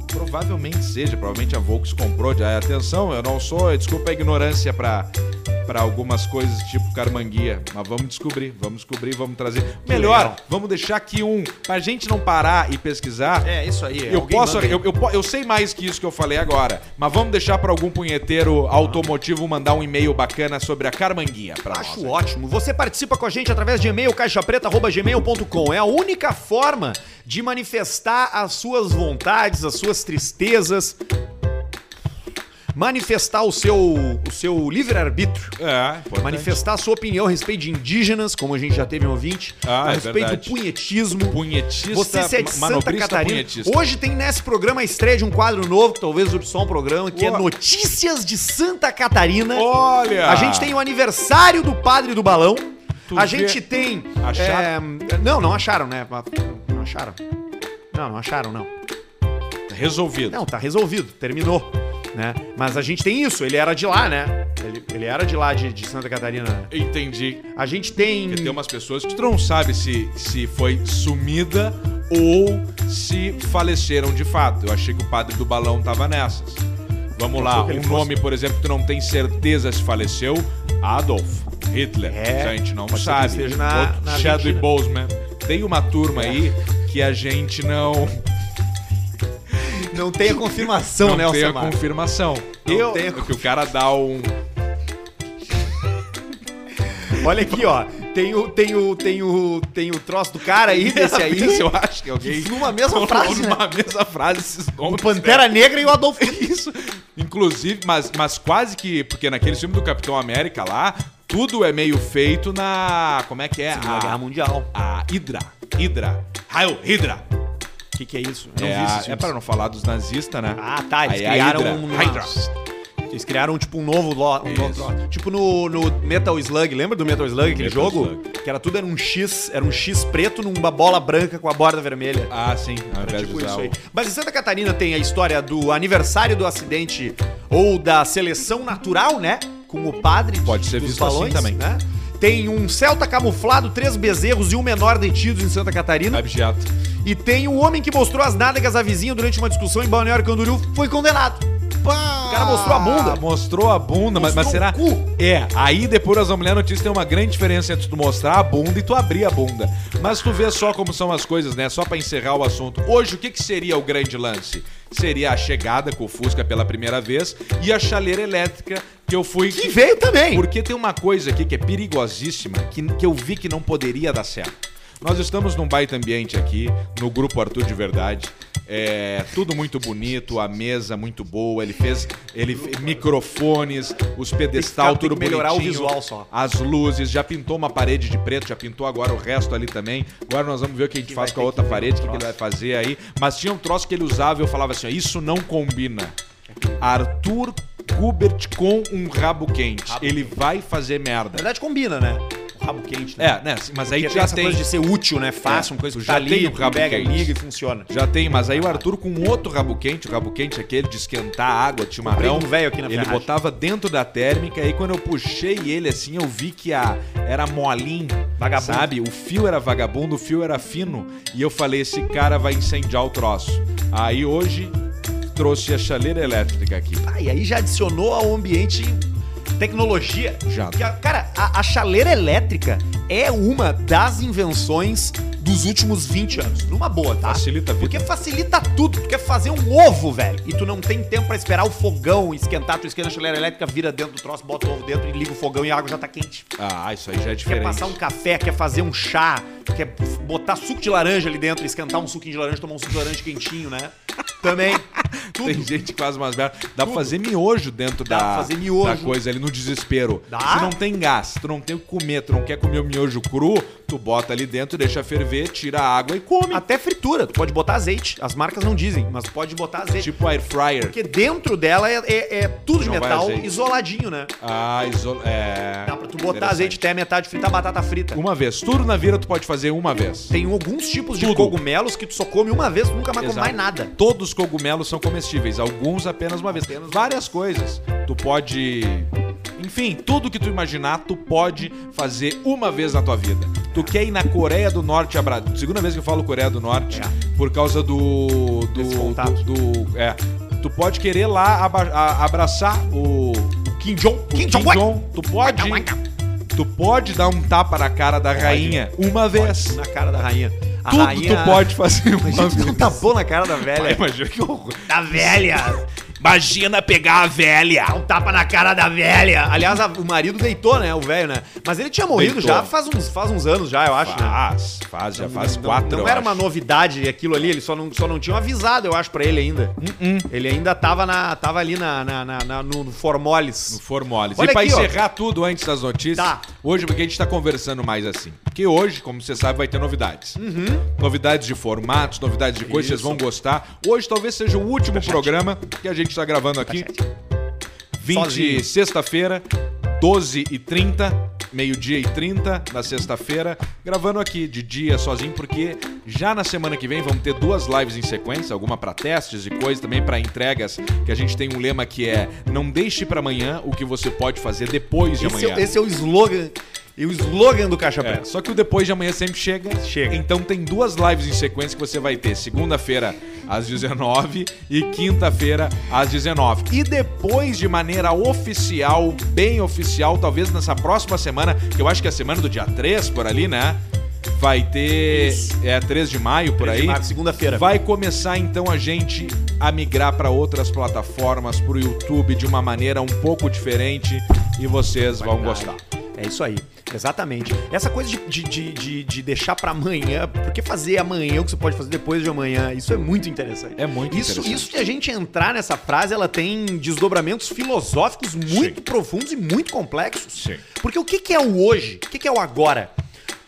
[SPEAKER 2] provavelmente seja. Provavelmente a Volks comprou. Já. Atenção, eu não sou... Desculpa a ignorância pra... Pra algumas coisas tipo carmanguia. Mas vamos descobrir, vamos descobrir, vamos trazer. Melhor,
[SPEAKER 1] legal.
[SPEAKER 2] vamos deixar aqui um. Pra gente não parar e pesquisar,
[SPEAKER 1] É, isso aí.
[SPEAKER 2] Eu
[SPEAKER 1] alguém
[SPEAKER 2] posso,
[SPEAKER 1] manda aí.
[SPEAKER 2] eu, eu, po- eu sei mais que isso que eu falei agora, mas vamos deixar pra algum punheteiro automotivo mandar um e-mail bacana sobre a carmanguinha pra
[SPEAKER 1] Acho
[SPEAKER 2] nós.
[SPEAKER 1] ótimo. Você participa com a gente através de e-mail caixapreta@gmail.com. É a única forma de manifestar as suas vontades, as suas tristezas, manifestar o seu o seu livre arbítrio.
[SPEAKER 2] É, importante.
[SPEAKER 1] Manifestar a sua opinião a respeito de indígenas, como a gente já teve um ouvinte,
[SPEAKER 2] Ah,
[SPEAKER 1] a
[SPEAKER 2] é
[SPEAKER 1] respeito do
[SPEAKER 2] verdade.
[SPEAKER 1] punhetismo.
[SPEAKER 2] punhetista,
[SPEAKER 1] Você se é de
[SPEAKER 2] ma-
[SPEAKER 1] Santa
[SPEAKER 2] manobrista
[SPEAKER 1] Catarina.
[SPEAKER 2] punhetista.
[SPEAKER 1] Hoje tem nesse programa a estreia de um quadro novo, que talvez dure só um programa, que é
[SPEAKER 2] Boa.
[SPEAKER 1] Notícias de Santa Catarina.
[SPEAKER 2] Olha!
[SPEAKER 1] A gente tem o aniversário do padre do balão.
[SPEAKER 2] Ah. Tu
[SPEAKER 1] a
[SPEAKER 2] vê-
[SPEAKER 1] gente tem.
[SPEAKER 2] Acharam?
[SPEAKER 1] é, não, não acharam, né? Mas- Não acharam. Não, não acharam, não.
[SPEAKER 2] resolvido.
[SPEAKER 1] Não, tá resolvido, terminou. Né? Mas a gente tem isso, ele era de lá, né? Ele, ele era de lá, de, de Santa Catarina. né?
[SPEAKER 2] Entendi.
[SPEAKER 1] A gente tem.
[SPEAKER 2] Porque tem umas pessoas que tu não sabe se se foi sumida ou se faleceram de fato. Eu achei que o padre do balão tava nessas. Vamos lá,
[SPEAKER 1] que ele
[SPEAKER 2] um
[SPEAKER 1] fosse.
[SPEAKER 2] nome, por exemplo, que tu não tem certeza se faleceu, Adolf Hitler.
[SPEAKER 1] É,
[SPEAKER 2] a gente não
[SPEAKER 1] pode ser que
[SPEAKER 2] sabe.
[SPEAKER 1] esteja na-
[SPEAKER 2] Outro,
[SPEAKER 1] na
[SPEAKER 2] Chadwick
[SPEAKER 1] Argentina. É.
[SPEAKER 2] Boseman. Tem uma turma aí que a gente não
[SPEAKER 1] Não tem a confirmação,
[SPEAKER 2] não
[SPEAKER 1] né,
[SPEAKER 2] tem a
[SPEAKER 1] Alcemar?
[SPEAKER 2] confirmação.
[SPEAKER 1] Não
[SPEAKER 2] eu
[SPEAKER 1] tem a
[SPEAKER 2] que o cara dá um
[SPEAKER 1] Olha aqui, ó. Tem o, tem, o, tem, o, tem o troço do cara aí, desse aí.
[SPEAKER 2] eu acho que alguém
[SPEAKER 1] Numa mesma frase, né?
[SPEAKER 2] numa mesma frase esses
[SPEAKER 1] O
[SPEAKER 2] nomes. né?
[SPEAKER 1] Pantera Negra e o Adolfo
[SPEAKER 2] Isso. Inclusive, mas, mas quase que. Porque naquele filme do Capitão América lá, tudo é meio feito na. Como é que é?
[SPEAKER 1] Segunda Guerra
[SPEAKER 2] A,
[SPEAKER 1] Mundial.
[SPEAKER 2] a Hydra. Hydra. Raio, Hydra.
[SPEAKER 1] O que, que é isso? Eu
[SPEAKER 2] é,
[SPEAKER 1] não vi
[SPEAKER 2] a-
[SPEAKER 1] esses
[SPEAKER 2] é
[SPEAKER 1] filmes.
[SPEAKER 2] para não falar dos nazistas, né?
[SPEAKER 1] Ah, tá. Eles
[SPEAKER 2] Aí a
[SPEAKER 1] criaram
[SPEAKER 2] Hydra.
[SPEAKER 1] um.
[SPEAKER 2] Hydra.
[SPEAKER 1] Eles criaram, tipo, um novo lo- um novo
[SPEAKER 2] Isso.
[SPEAKER 1] troço. Tipo no, no Metal Slug, lembra do Metal Slug, aquele
[SPEAKER 2] Metal
[SPEAKER 1] jogo?
[SPEAKER 2] Slug.
[SPEAKER 1] Que era tudo, era um X, era um X preto numa bola branca com a borda vermelha.
[SPEAKER 2] Ah, sim. Ao
[SPEAKER 1] Era
[SPEAKER 2] invés
[SPEAKER 1] tipo
[SPEAKER 2] de usar
[SPEAKER 1] isso
[SPEAKER 2] o-
[SPEAKER 1] aí. Mas em Santa Catarina tem a história do aniversário do acidente ou da seleção natural, né? Com o padre.
[SPEAKER 2] Pode ser
[SPEAKER 1] dos
[SPEAKER 2] visto assim também.
[SPEAKER 1] Né? Tem um Celta camuflado, três bezerros e um menor detidos em Santa Catarina.
[SPEAKER 2] Abjeto.
[SPEAKER 1] E tem o homem que mostrou as nádegas à vizinha durante uma discussão em Balneário Camboriú foi condenado.
[SPEAKER 2] O
[SPEAKER 1] cara mostrou a bunda.
[SPEAKER 2] Ah, Mostrou a bunda, mas, mas
[SPEAKER 1] Mostrou
[SPEAKER 2] será?
[SPEAKER 1] o cu.
[SPEAKER 2] É, aí depois as mulheres notícias tem uma grande diferença entre tu mostrar a bunda e tu abrir a bunda. Mas tu vê só como são as coisas, né? Só pra encerrar o assunto. Hoje, o que, que seria o grande lance? Seria a chegada com o Fusca pela primeira vez e a chaleira elétrica que eu fui.
[SPEAKER 1] Que veio também.
[SPEAKER 2] Porque tem uma coisa aqui que é perigosíssima, que, que eu vi que não poderia dar certo. Nós estamos num baita ambiente aqui, no grupo Arthur de Verdade. É, tudo muito bonito, a mesa muito boa, ele fez ele fe- microfones, os
[SPEAKER 1] Tem
[SPEAKER 2] pedestal,
[SPEAKER 1] que
[SPEAKER 2] tudo
[SPEAKER 1] melhorar o
[SPEAKER 2] bonitinho,
[SPEAKER 1] visual só.
[SPEAKER 2] As luzes, já pintou uma parede de preto, já pintou agora o resto ali também. Agora nós vamos ver o que a gente faz
[SPEAKER 1] vai
[SPEAKER 2] com a
[SPEAKER 1] ter
[SPEAKER 2] outra
[SPEAKER 1] que ver um
[SPEAKER 2] parede, o que, que ele
[SPEAKER 1] troço.
[SPEAKER 2] vai fazer aí. Mas tinha um troço que ele usava e eu falava assim: ó, isso não combina. Arthur Kubert com um rabo quente.
[SPEAKER 1] Rabo
[SPEAKER 2] ele vai fazer
[SPEAKER 1] Na
[SPEAKER 2] merda.
[SPEAKER 1] verdade, combina, né? O rabo quente, né?
[SPEAKER 2] É, né? assim, Mas aí
[SPEAKER 1] Porque tem
[SPEAKER 2] já
[SPEAKER 1] essa
[SPEAKER 2] tem.
[SPEAKER 1] coisa de ser útil, né? Fácil,
[SPEAKER 2] É.
[SPEAKER 1] uma coisa que
[SPEAKER 2] Já
[SPEAKER 1] tá
[SPEAKER 2] tem o
[SPEAKER 1] tu
[SPEAKER 2] rabo
[SPEAKER 1] pega,
[SPEAKER 2] quente.
[SPEAKER 1] liga e funciona.
[SPEAKER 2] Já tem, mas aí o Arthur com outro rabo quente, o rabo quente é aquele de esquentar a água, timarrão.
[SPEAKER 1] Comprei um velho aqui na
[SPEAKER 2] Ele
[SPEAKER 1] ferragem.
[SPEAKER 2] botava dentro da térmica e quando eu puxei ele assim, eu vi que a era molinho,
[SPEAKER 1] Vagabundo.
[SPEAKER 2] sabe? O fio era vagabundo, o fio era fino e eu falei esse cara vai incendiar o troço. Aí hoje trouxe a chaleira elétrica aqui.
[SPEAKER 1] Ah, e aí já adicionou ao ambiente tecnologia.
[SPEAKER 2] Já.
[SPEAKER 1] Que a- cara, a, a chaleira elétrica é uma das invenções dos últimos 20 anos. Numa boa, tá?
[SPEAKER 2] Facilita a vida.
[SPEAKER 1] Porque facilita tudo. Tu quer fazer um ovo, velho, e tu não tem tempo pra esperar o fogão esquentar. Tu esquenta a chaleira elétrica, vira dentro do troço, bota o ovo dentro e liga o fogão e a água já tá quente.
[SPEAKER 2] Ah, isso aí já é
[SPEAKER 1] Quer
[SPEAKER 2] diferente.
[SPEAKER 1] passar um café, quer fazer um chá, quer botar suco de laranja ali dentro, esquentar um suquinho de laranja, tomar um suco de laranja quentinho, né? Também. Tudo.
[SPEAKER 2] Tem gente que faz umas merdas. Dá pra fazer miojo dentro
[SPEAKER 1] Dá
[SPEAKER 2] da,
[SPEAKER 1] pra fazer miojo.
[SPEAKER 2] da coisa ali no desespero.
[SPEAKER 1] Dá.
[SPEAKER 2] Se não tem gás, tu não tem o que comer, tu não quer comer o miojo cru, tu bota ali dentro, deixa ferver, tira a água e come.
[SPEAKER 1] Até fritura, tu pode botar azeite. As marcas não dizem, mas pode botar azeite.
[SPEAKER 2] Tipo air fryer.
[SPEAKER 1] Porque dentro dela é, é- é tudo de
[SPEAKER 2] Não vai
[SPEAKER 1] metal,
[SPEAKER 2] azeite.
[SPEAKER 1] isoladinho, né?
[SPEAKER 2] Ah, iso... é.
[SPEAKER 1] Dá pra tu botar azeite até a metade, fritar batata frita.
[SPEAKER 2] Uma vez. Tudo na vida tu pode fazer uma vez.
[SPEAKER 1] Tem alguns tipos de
[SPEAKER 2] Tudo.
[SPEAKER 1] cogumelos que tu só come uma vez, tu nunca mais come
[SPEAKER 2] Exato.
[SPEAKER 1] mais nada.
[SPEAKER 2] Todos os cogumelos são comestíveis, alguns apenas uma vez. Várias coisas. Tu pode. Enfim, tudo que tu imaginar, tu pode fazer uma vez na tua vida. Tu quer ir na Coreia do Norte, a Bra- segunda vez que eu falo Coreia do Norte,
[SPEAKER 1] É.
[SPEAKER 2] por causa do.
[SPEAKER 1] Desse
[SPEAKER 2] do,
[SPEAKER 1] contato.
[SPEAKER 2] do, do- É. Tu pode querer lá aba- a- abraçar o. o Kim Jong. o Kim
[SPEAKER 1] Jong-un.
[SPEAKER 2] Jong. Tu pode. Tu pode dar um tapa na cara da rainha uma vez.
[SPEAKER 1] Na cara da rainha. A
[SPEAKER 2] Tudo
[SPEAKER 1] rainha...
[SPEAKER 2] tu pode fazer uma
[SPEAKER 1] Imagina
[SPEAKER 2] vez.
[SPEAKER 1] tu dar um tapão na cara da
[SPEAKER 2] Pai,
[SPEAKER 1] velha.
[SPEAKER 2] Imagina que horror.
[SPEAKER 1] Da velha. Imagina pegar a velha. Um tapa na cara da velha. Aliás, a- o marido deitou, né? O velho, né? Mas ele tinha morrido
[SPEAKER 2] Deitou.
[SPEAKER 1] já faz uns, faz uns anos já, eu acho, né?
[SPEAKER 2] Faz, faz, já faz
[SPEAKER 1] Não-
[SPEAKER 2] quatro.
[SPEAKER 1] Não,
[SPEAKER 2] eu
[SPEAKER 1] era
[SPEAKER 2] acho.
[SPEAKER 1] uma novidade aquilo ali, eles só não, só não tinham avisado, eu acho, pra ele ainda.
[SPEAKER 2] Uh-uh.
[SPEAKER 1] Ele ainda tava, na, tava ali na, na- na- na- no, no
[SPEAKER 2] No
[SPEAKER 1] Formoles.
[SPEAKER 2] Formoles.
[SPEAKER 1] Olha
[SPEAKER 2] e pra
[SPEAKER 1] aqui, ó.
[SPEAKER 2] encerrar tudo antes das notícias,
[SPEAKER 1] Tá.
[SPEAKER 2] hoje porque a gente tá conversando mais assim. Porque hoje, como você sabe, vai ter novidades.
[SPEAKER 1] Uhum.
[SPEAKER 2] Novidades de formatos, novidades de coisas, vocês vão gostar. Hoje talvez seja o
[SPEAKER 1] Tá
[SPEAKER 2] último programa que a gente tá gravando aqui. 20,
[SPEAKER 1] Sozinho.
[SPEAKER 2] sexta-feira, 12 e 30 meio-dia e 30 na sexta-feira, gravando aqui de dia sozinho, porque já na semana que vem vamos ter duas lives em sequência, alguma pra testes e coisa também pra entregas, que a gente tem um lema que é não deixe pra amanhã o que você pode fazer depois de
[SPEAKER 1] Esse,
[SPEAKER 2] amanhã.
[SPEAKER 1] é, esse é o slogan. E o slogan do Caixa
[SPEAKER 2] É,
[SPEAKER 1] Preta.
[SPEAKER 2] só que o depois de amanhã sempre chega.
[SPEAKER 1] Chega.
[SPEAKER 2] Então tem duas lives em sequência que você vai ter. Segunda-feira às 19 e quinta-feira às 19. E depois de maneira oficial, bem oficial, talvez nessa próxima semana, que eu acho que é a semana do dia 3 por ali, né? Vai ter
[SPEAKER 1] Isso.
[SPEAKER 2] é 3 de maio por
[SPEAKER 1] 3 de
[SPEAKER 2] aí.
[SPEAKER 1] março, segunda-feira.
[SPEAKER 2] Vai começar então a gente a migrar para outras plataformas, pro YouTube de uma maneira um pouco diferente e vocês vão
[SPEAKER 1] Qualidade.
[SPEAKER 2] gostar.
[SPEAKER 1] É isso aí, exatamente. Essa coisa de, de, de, de- de deixar pra amanhã, por que fazer amanhã o que você pode fazer depois de amanhã? Isso é muito interessante.
[SPEAKER 2] É muito
[SPEAKER 1] isso,
[SPEAKER 2] interessante.
[SPEAKER 1] Isso de a gente entrar nessa frase, ela tem desdobramentos filosóficos muito profundos e muito complexos.
[SPEAKER 2] Sim.
[SPEAKER 1] Porque o que, que é o hoje? O que, que é o agora?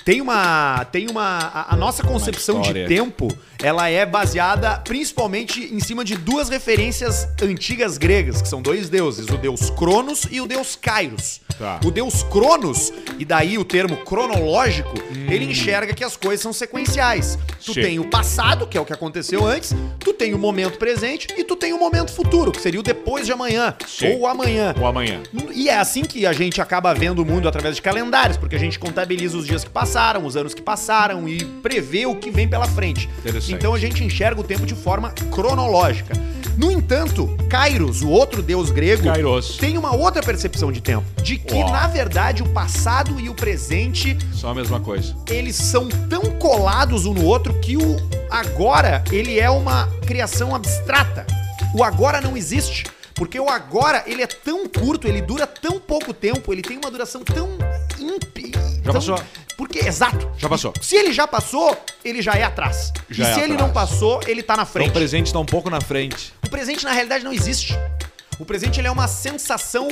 [SPEAKER 1] Tem uma. Tem uma. A, a nossa concepção de
[SPEAKER 2] história.
[SPEAKER 1] tempo, ela é baseada principalmente em cima de duas referências antigas gregas, que são dois deuses, o deus Cronos e o deus Kairos.
[SPEAKER 2] Tá.
[SPEAKER 1] O deus Cronos, e daí o termo cronológico, ele enxerga que as coisas são sequenciais. Tu
[SPEAKER 2] Hum. Chega.
[SPEAKER 1] tem o passado, que é o que aconteceu antes, tu tem o momento presente e tu tem o momento futuro, que seria o depois de amanhã.
[SPEAKER 2] Chega.
[SPEAKER 1] Ou o amanhã.
[SPEAKER 2] O amanhã.
[SPEAKER 1] E é assim que a gente acaba vendo o mundo através de calendários, porque a gente contabiliza os dias que passaram, os anos que passaram e prevê o que vem pela frente.
[SPEAKER 2] Interessante.
[SPEAKER 1] Então a gente enxerga o tempo de forma cronológica. No entanto, Kairos, o outro deus grego,
[SPEAKER 2] Kairos.
[SPEAKER 1] tem uma outra percepção de tempo, de que
[SPEAKER 2] Uau.
[SPEAKER 1] na verdade o passado e o presente
[SPEAKER 2] Só a mesma coisa.
[SPEAKER 1] eles são tão colados um no outro que o agora ele é uma criação abstrata. O agora não existe, porque o agora ele é tão curto, ele dura tão pouco tempo, ele tem uma duração tão imp...
[SPEAKER 2] Já
[SPEAKER 1] tão-
[SPEAKER 2] passou.
[SPEAKER 1] Porque exato.
[SPEAKER 2] Já passou.
[SPEAKER 1] Se ele já passou, ele já é atrás.
[SPEAKER 2] Já
[SPEAKER 1] e
[SPEAKER 2] é
[SPEAKER 1] se ele
[SPEAKER 2] atrás.
[SPEAKER 1] não passou, ele tá na
[SPEAKER 2] Então
[SPEAKER 1] frente.
[SPEAKER 2] o presente tá um pouco na frente.
[SPEAKER 1] O presente na realidade não existe. O presente ele é uma sensação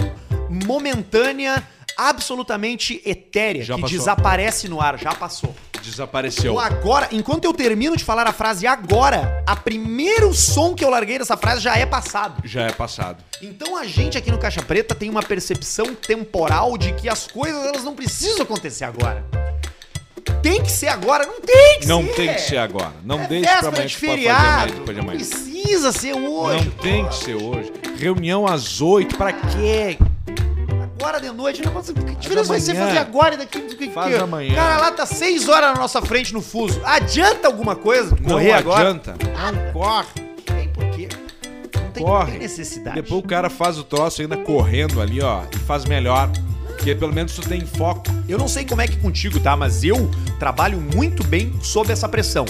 [SPEAKER 1] momentânea, absolutamente etérea,
[SPEAKER 2] Já
[SPEAKER 1] que
[SPEAKER 2] passou.
[SPEAKER 1] desaparece no ar, já passou.
[SPEAKER 2] Desapareceu.
[SPEAKER 1] O agora, enquanto eu termino de falar a frase agora, a primeiro som que eu larguei dessa frase já é passado.
[SPEAKER 2] Já é passado.
[SPEAKER 1] Então a gente aqui no Caixa Preta tem uma percepção temporal de que as coisas elas não precisam acontecer agora. Tem que ser agora, não tem que
[SPEAKER 2] Não
[SPEAKER 1] ser.
[SPEAKER 2] tem que ser agora. Não
[SPEAKER 1] É
[SPEAKER 2] deixe pra
[SPEAKER 1] véspera
[SPEAKER 2] amanhã.
[SPEAKER 1] de
[SPEAKER 2] que tu pode fazer amanhã,
[SPEAKER 1] feriado.
[SPEAKER 2] depois de
[SPEAKER 1] não
[SPEAKER 2] amanhã.
[SPEAKER 1] precisa ser hoje.
[SPEAKER 2] Não tem que ser hoje. Reunião às oito, pra quê?
[SPEAKER 1] Agora de noite, não consigo. Que diferença vai ser
[SPEAKER 2] amanhã.
[SPEAKER 1] fazer agora e daqui? do que-
[SPEAKER 2] Faz
[SPEAKER 1] que-
[SPEAKER 2] amanhã.
[SPEAKER 1] O cara lá tá seis horas na nossa frente no fuso. Adianta alguma coisa?
[SPEAKER 2] Não
[SPEAKER 1] Correr agora?
[SPEAKER 2] adianta. Não corre.
[SPEAKER 1] Tem por quê? Não tem, não
[SPEAKER 2] Corre.
[SPEAKER 1] tem necessidade.
[SPEAKER 2] Depois o cara faz o troço ainda correndo ali, ó, e faz melhor. Porque pelo menos tu tem foco.
[SPEAKER 1] Eu não sei como é que contigo, tá? Mas eu trabalho muito bem sob essa pressão.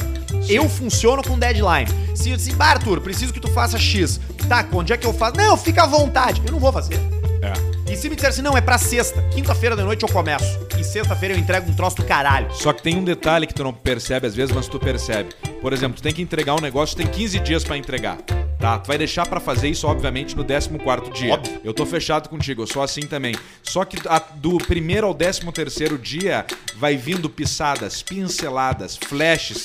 [SPEAKER 1] Eu funciono com deadline. Se eu disser, "Bah, Arthur, preciso que tu faça X. Tá, onde é que eu faço? Não, fica à vontade. Eu não vou fazer.
[SPEAKER 2] É.
[SPEAKER 1] E se me disser assim, não, é pra sexta. Quinta-feira de noite eu começo. E sexta-feira eu entrego um troço do caralho.
[SPEAKER 2] Só que tem um detalhe que tu não percebe às vezes, mas tu percebe. Por exemplo, tu tem que entregar um negócio, tu tem 15 dias pra entregar. Tá, tu vai deixar pra fazer isso, obviamente, no 14 dia.
[SPEAKER 1] Óbvio.
[SPEAKER 2] Eu tô fechado contigo, eu sou assim também. Só que a- do primeiro ao 13 dia vai vindo pisadas, pinceladas, flashes,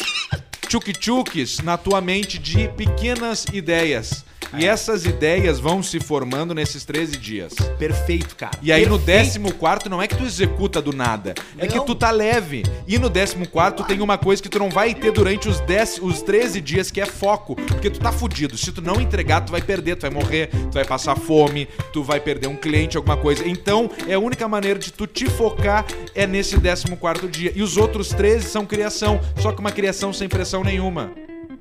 [SPEAKER 2] tchuk-tchuks na tua mente de pequenas ideias. E essas ideias vão se formando nesses 13 dias.
[SPEAKER 1] Perfeito, cara.
[SPEAKER 2] E aí
[SPEAKER 1] Perfeito.
[SPEAKER 2] no 14 não é que tu executa do nada, é
[SPEAKER 1] Não.
[SPEAKER 2] que tu tá leve. E no 14 tu tem uma coisa que tu não vai ter durante os 10, os 13 dias que é foco, porque tu tá fudido. Se tu não entregar, tu vai perder, tu vai morrer, tu vai passar fome, tu vai perder um cliente, alguma coisa. Então, é a única maneira de tu te focar é nesse 14 dia. E os outros 13 são criação, só que uma criação sem pressão nenhuma.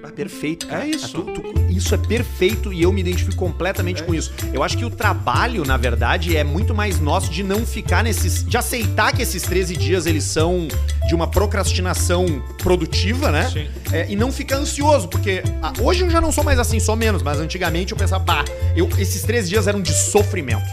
[SPEAKER 1] Ah, perfeito. cara.
[SPEAKER 2] É isso. É
[SPEAKER 1] Ah, tu- tu- isso é perfeito e eu me identifico completamente com isso. Eu acho que o trabalho, na verdade, é muito mais nosso de não ficar nesses. de aceitar que esses 13 dias eles são de uma procrastinação produtiva, né?
[SPEAKER 2] Sim.
[SPEAKER 1] É, e não ficar ansioso, porque ah, hoje eu já não sou mais assim, só menos, mas antigamente eu pensava, bah, eu, esses 13 dias eram de sofrimento.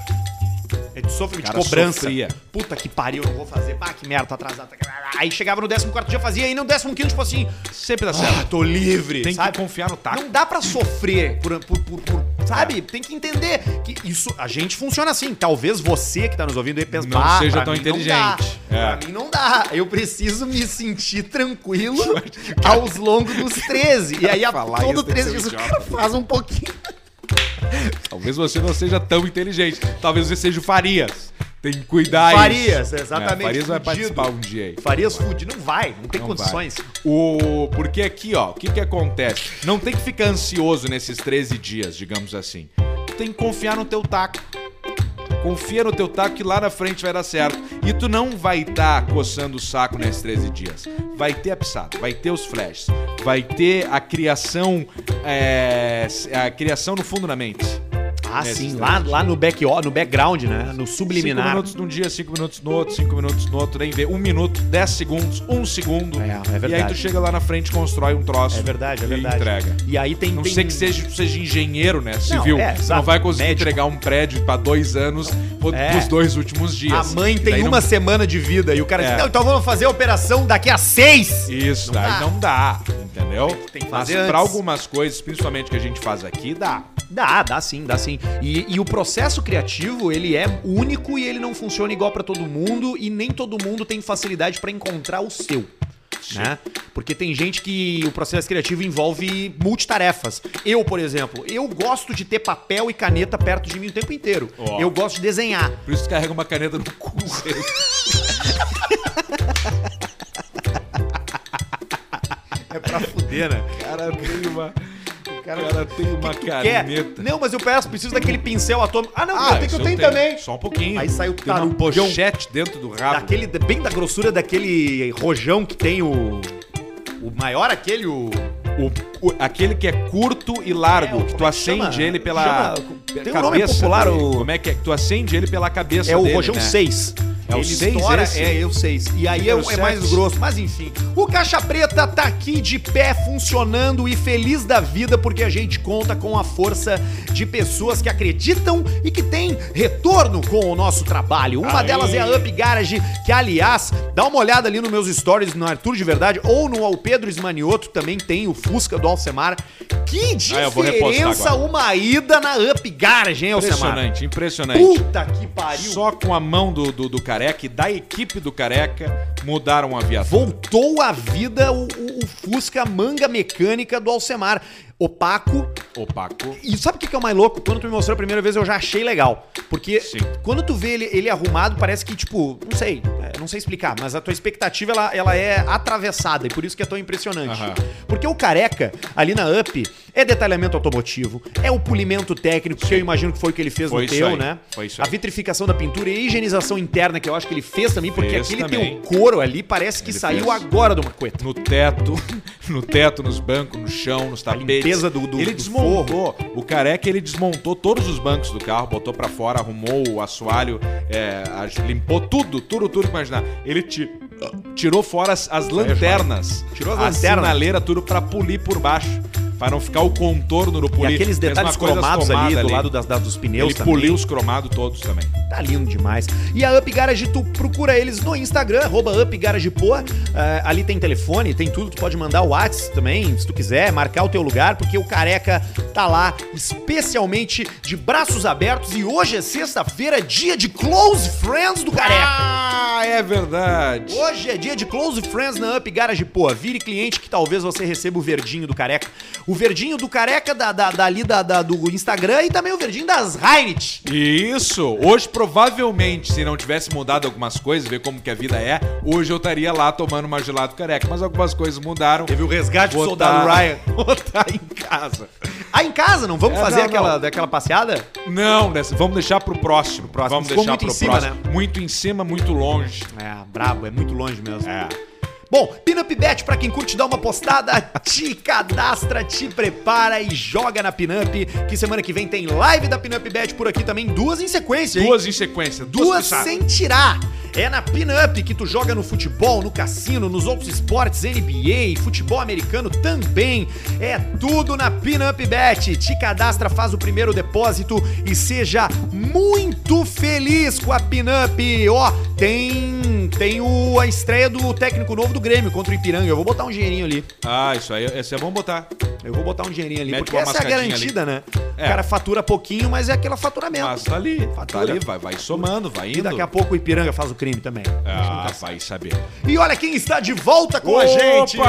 [SPEAKER 1] É de sofrimento,
[SPEAKER 2] Cara,
[SPEAKER 1] de cobrança.
[SPEAKER 2] sofria.
[SPEAKER 1] Puta que pariu, eu não vou fazer. Bah, que merda, tô atrasado. Aí chegava no 14 dia, fazia, e no 15, tipo assim,
[SPEAKER 2] Sempre dá certo.
[SPEAKER 1] ah, tô livre,
[SPEAKER 2] tem
[SPEAKER 1] sabe?
[SPEAKER 2] que confiar no taco.
[SPEAKER 1] Não dá pra sofrer por, por- por- por- sabe? Tem que entender que isso, a gente funciona assim. Talvez você que tá nos ouvindo aí pense,
[SPEAKER 2] Não
[SPEAKER 1] "Bah,
[SPEAKER 2] seja
[SPEAKER 1] pra
[SPEAKER 2] tão
[SPEAKER 1] mim
[SPEAKER 2] inteligente."
[SPEAKER 1] dá.
[SPEAKER 2] É.
[SPEAKER 1] Pra mim não dá. Eu preciso me sentir tranquilo aos longos dos 13. E aí, a,
[SPEAKER 2] Falar
[SPEAKER 1] todo
[SPEAKER 2] isso tem
[SPEAKER 1] 13
[SPEAKER 2] que
[SPEAKER 1] dias,
[SPEAKER 2] ser
[SPEAKER 1] o
[SPEAKER 2] um
[SPEAKER 1] cara faz um pouquinho.
[SPEAKER 2] Talvez você não seja tão inteligente. Talvez você seja o Farias. Tem que cuidar isso.
[SPEAKER 1] Farias, exatamente,
[SPEAKER 2] É, Farias vai
[SPEAKER 1] fudido.
[SPEAKER 2] participar um dia aí.
[SPEAKER 1] Farias Food, não vai, não tem
[SPEAKER 2] Não
[SPEAKER 1] condições.
[SPEAKER 2] vai. O... Porque aqui, ó, o que que acontece? Não tem que ficar ansioso nesses 13 dias, digamos assim. Tu tem que confiar no teu taco. Confia no teu taco que lá na frente vai dar certo. E tu não vai estar coçando o saco nesses 13 dias. Vai ter a pisada, vai ter os flashes, vai ter a criação, é, a criação no fundo da mente.
[SPEAKER 1] Ah,
[SPEAKER 2] Nesses
[SPEAKER 1] sim,
[SPEAKER 2] 13
[SPEAKER 1] lá, lá no, back, no background, né? No
[SPEAKER 2] É Cinco
[SPEAKER 1] subliminar.
[SPEAKER 2] minutos num dia, cinco minutos no outro, cinco minutos no outro, nem vê. Um minuto, dez segundos, um segundo.
[SPEAKER 1] É, é
[SPEAKER 2] E aí
[SPEAKER 1] verdade.
[SPEAKER 2] tu chega lá na frente, constrói um troço.
[SPEAKER 1] É verdade, é
[SPEAKER 2] e
[SPEAKER 1] verdade.
[SPEAKER 2] entrega.
[SPEAKER 1] E aí tem.
[SPEAKER 2] Não
[SPEAKER 1] tem... um
[SPEAKER 2] sei que seja, tu seja engenheiro, né? Civil.
[SPEAKER 1] é,
[SPEAKER 2] tu não
[SPEAKER 1] exato.
[SPEAKER 2] vai conseguir
[SPEAKER 1] Médico.
[SPEAKER 2] entregar um prédio pra dois anos por,
[SPEAKER 1] É.
[SPEAKER 2] pros dois últimos
[SPEAKER 1] A
[SPEAKER 2] dias.
[SPEAKER 1] mãe
[SPEAKER 2] E
[SPEAKER 1] tem
[SPEAKER 2] daí não-
[SPEAKER 1] uma semana de vida e o cara
[SPEAKER 2] É.
[SPEAKER 1] diz, não, então vamos fazer a operação daqui a seis.
[SPEAKER 2] Isso,
[SPEAKER 1] Não
[SPEAKER 2] daí
[SPEAKER 1] dá.
[SPEAKER 2] não dá, entendeu?
[SPEAKER 1] Tem que
[SPEAKER 2] Mas
[SPEAKER 1] fazer antes.
[SPEAKER 2] pra algumas coisas, principalmente que a gente faz aqui, dá.
[SPEAKER 1] Dá, dá sim, dá sim. E, e o processo criativo, ele é único e ele não funciona igual pra todo mundo e nem todo mundo tem facilidade pra encontrar o seu. Né? Porque tem gente que o processo criativo envolve multitarefas. Eu, por exemplo, eu gosto de ter papel e caneta perto de mim o tempo inteiro.
[SPEAKER 2] Ó.
[SPEAKER 1] Eu gosto de desenhar.
[SPEAKER 2] Por isso carrega uma caneta no cu.
[SPEAKER 1] É pra fuder, né?
[SPEAKER 2] cara tem uma. O cara, tem uma caneta.
[SPEAKER 1] Quer? Não, mas eu peço, preciso daquele pincel atômico. Ah, não, tem que
[SPEAKER 2] isso
[SPEAKER 1] eu tenho também.
[SPEAKER 2] Só um pouquinho.
[SPEAKER 1] Aí sai o
[SPEAKER 2] Tem uma
[SPEAKER 1] tarugão.
[SPEAKER 2] pochete dentro do rabo.
[SPEAKER 1] Daquele, bem da grossura daquele rojão que tem o. O maior aquele, o.
[SPEAKER 2] O- o- aquele que é curto e largo,
[SPEAKER 1] É,
[SPEAKER 2] que
[SPEAKER 1] como
[SPEAKER 2] tu
[SPEAKER 1] é que
[SPEAKER 2] acende
[SPEAKER 1] chama?
[SPEAKER 2] ele pela.
[SPEAKER 1] Chama-
[SPEAKER 2] pe-
[SPEAKER 1] tem um nome popular,
[SPEAKER 2] dele.
[SPEAKER 1] o-
[SPEAKER 2] Como é que é? Que tu acende ele pela cabeça.
[SPEAKER 1] É o
[SPEAKER 2] dele,
[SPEAKER 1] rojão
[SPEAKER 2] né?
[SPEAKER 1] 6.
[SPEAKER 2] É o
[SPEAKER 1] Ele
[SPEAKER 2] seis
[SPEAKER 1] estoura,
[SPEAKER 2] esse?
[SPEAKER 1] é, eu 6. E aí é,
[SPEAKER 2] Número
[SPEAKER 1] o- é mais
[SPEAKER 2] sete.
[SPEAKER 1] grosso. Mas enfim, o Caixa Preta tá aqui de pé, funcionando e feliz da vida, porque a gente conta com a força de pessoas que acreditam e que têm retorno com o nosso trabalho. Uma
[SPEAKER 2] Aí.
[SPEAKER 1] delas é a Up Garage, que aliás, dá uma olhada ali nos meus stories no Arthur de Verdade ou no ao Pedro Esmanioto, também tem o Fusca do Alcemar. Que
[SPEAKER 2] Ah, eu vou repostar
[SPEAKER 1] diferença
[SPEAKER 2] agora.
[SPEAKER 1] uma ida na Up Garage, hein, Alcemar?
[SPEAKER 2] Impressionante, impressionante.
[SPEAKER 1] Puta que pariu!
[SPEAKER 2] Só com a mão do, do, do careca e da equipe do careca mudaram a viatura.
[SPEAKER 1] Voltou à vida o, o- o Fusca manga mecânica do Alcemar. Opaco.
[SPEAKER 2] Opaco.
[SPEAKER 1] E sabe o que que é o mais louco? Quando tu me mostrou a primeira vez, eu já achei legal. Porque
[SPEAKER 2] Sim.
[SPEAKER 1] quando tu vê ele, ele arrumado, parece que, tipo, não sei, é, não sei explicar, mas a tua expectativa ela, ela é atravessada e por isso que é tão impressionante.
[SPEAKER 2] Aham.
[SPEAKER 1] Porque o careca, ali na UP, é detalhamento automotivo, é o polimento técnico, que eu imagino que foi o que ele fez
[SPEAKER 2] Foi
[SPEAKER 1] no
[SPEAKER 2] isso
[SPEAKER 1] teu,
[SPEAKER 2] aí.
[SPEAKER 1] né?
[SPEAKER 2] Foi isso
[SPEAKER 1] a
[SPEAKER 2] aí.
[SPEAKER 1] vitrificação da pintura e a higienização interna, que eu acho que ele fez também, porque
[SPEAKER 2] Fez
[SPEAKER 1] aquele
[SPEAKER 2] também.
[SPEAKER 1] teu couro ali parece que
[SPEAKER 2] Ele
[SPEAKER 1] saiu
[SPEAKER 2] fez.
[SPEAKER 1] agora do macueta.
[SPEAKER 2] No teto, no teto, nos bancos, no chão, nos tapetes.
[SPEAKER 1] limpeza do- do-
[SPEAKER 2] ele
[SPEAKER 1] do
[SPEAKER 2] desmontou. O careca ele desmontou todos os bancos do carro, botou pra fora, arrumou o assoalho, é, as- limpou tudo, tudo, tudo que imaginar. Ele ti- tirou fora as, as lanternas,
[SPEAKER 1] É, Tirou as
[SPEAKER 2] a
[SPEAKER 1] lanternas.
[SPEAKER 2] sinaleira, tudo pra polir por baixo, pra não ficar o contorno do polir.
[SPEAKER 1] E aqueles
[SPEAKER 2] Fez
[SPEAKER 1] detalhes
[SPEAKER 2] uma coisa
[SPEAKER 1] cromados ali,
[SPEAKER 2] tomada
[SPEAKER 1] do lado das, das- dos pneus
[SPEAKER 2] Ele
[SPEAKER 1] também.
[SPEAKER 2] poliu os cromados todos também.
[SPEAKER 1] Tá lindo demais. E a Up Garage, tu procura eles no Instagram, arroba Up Garage Poa. Ah, ali tem telefone, tem tudo. Tu pode mandar o WhatsApp também, se tu quiser, marcar o teu lugar, porque o Careca tá lá especialmente de braços abertos. E hoje é sexta-feira, dia de Close Friends do Careca.
[SPEAKER 2] Ah, é verdade.
[SPEAKER 1] Hoje é dia de Close Friends na Up Garage Poa. Vire cliente que talvez você receba o verdinho do careca. O verdinho do careca da, da, dali da, da- do Instagram e também o verdinho das Heinrich.
[SPEAKER 2] Isso! Hoje, provavelmente, se não tivesse mudado algumas coisas, ver como que a vida é, hoje eu estaria lá tomando uma gelado careca. Mas algumas coisas mudaram.
[SPEAKER 1] Teve o resgate do
[SPEAKER 2] Botar-
[SPEAKER 1] soldado Ryan. Botar em casa. tá- Ah, em casa? Não vamos
[SPEAKER 2] É,
[SPEAKER 1] fazer
[SPEAKER 2] não,
[SPEAKER 1] aquela,
[SPEAKER 2] não.
[SPEAKER 1] daquela passeada?
[SPEAKER 2] Não, né, vamos deixar pro próximo.
[SPEAKER 1] próximo.
[SPEAKER 2] Vamos
[SPEAKER 1] Ficou
[SPEAKER 2] deixar
[SPEAKER 1] muito
[SPEAKER 2] pro
[SPEAKER 1] em cima, né?
[SPEAKER 2] próximo. Muito em cima, muito longe.
[SPEAKER 1] É, brabo, é muito longe mesmo. É. Bom, Pinup Bet, pra quem curte dar uma postada, te cadastra, te prepara e joga na Pinup, que semana que vem tem live da Pinup Bet por aqui também, duas em sequência, hein?
[SPEAKER 2] Duas em sequência. Duas,
[SPEAKER 1] duas
[SPEAKER 2] pisadas.
[SPEAKER 1] sem tirar. É na Pinup que tu joga no futebol, no cassino, nos outros esportes, NBA, futebol americano também. É tudo na Pinup Bet. Te cadastra, faz o primeiro depósito e seja muito feliz com a Pinup. Ó, tem tem o, a estreia do técnico novo do Grêmio contra o Ipiranga. Eu vou botar um dinheirinho ali.
[SPEAKER 2] Ah, isso aí. Esse é bom botar.
[SPEAKER 1] Eu vou botar um dinheirinho ali,
[SPEAKER 2] Mete
[SPEAKER 1] porque
[SPEAKER 2] uma
[SPEAKER 1] essa é a
[SPEAKER 2] mascadinha
[SPEAKER 1] garantida, né?
[SPEAKER 2] É.
[SPEAKER 1] O cara fatura pouquinho, mas é aquela faturamento.
[SPEAKER 2] Mas tá ali. Tá
[SPEAKER 1] Fatura.
[SPEAKER 2] ali, vai, vai somando, vai indo.
[SPEAKER 1] e daqui a pouco o Ipiranga faz o crime também. tá
[SPEAKER 2] Ah, vai saber.
[SPEAKER 1] E olha quem está de volta com a
[SPEAKER 2] Opa!
[SPEAKER 1] gente! Por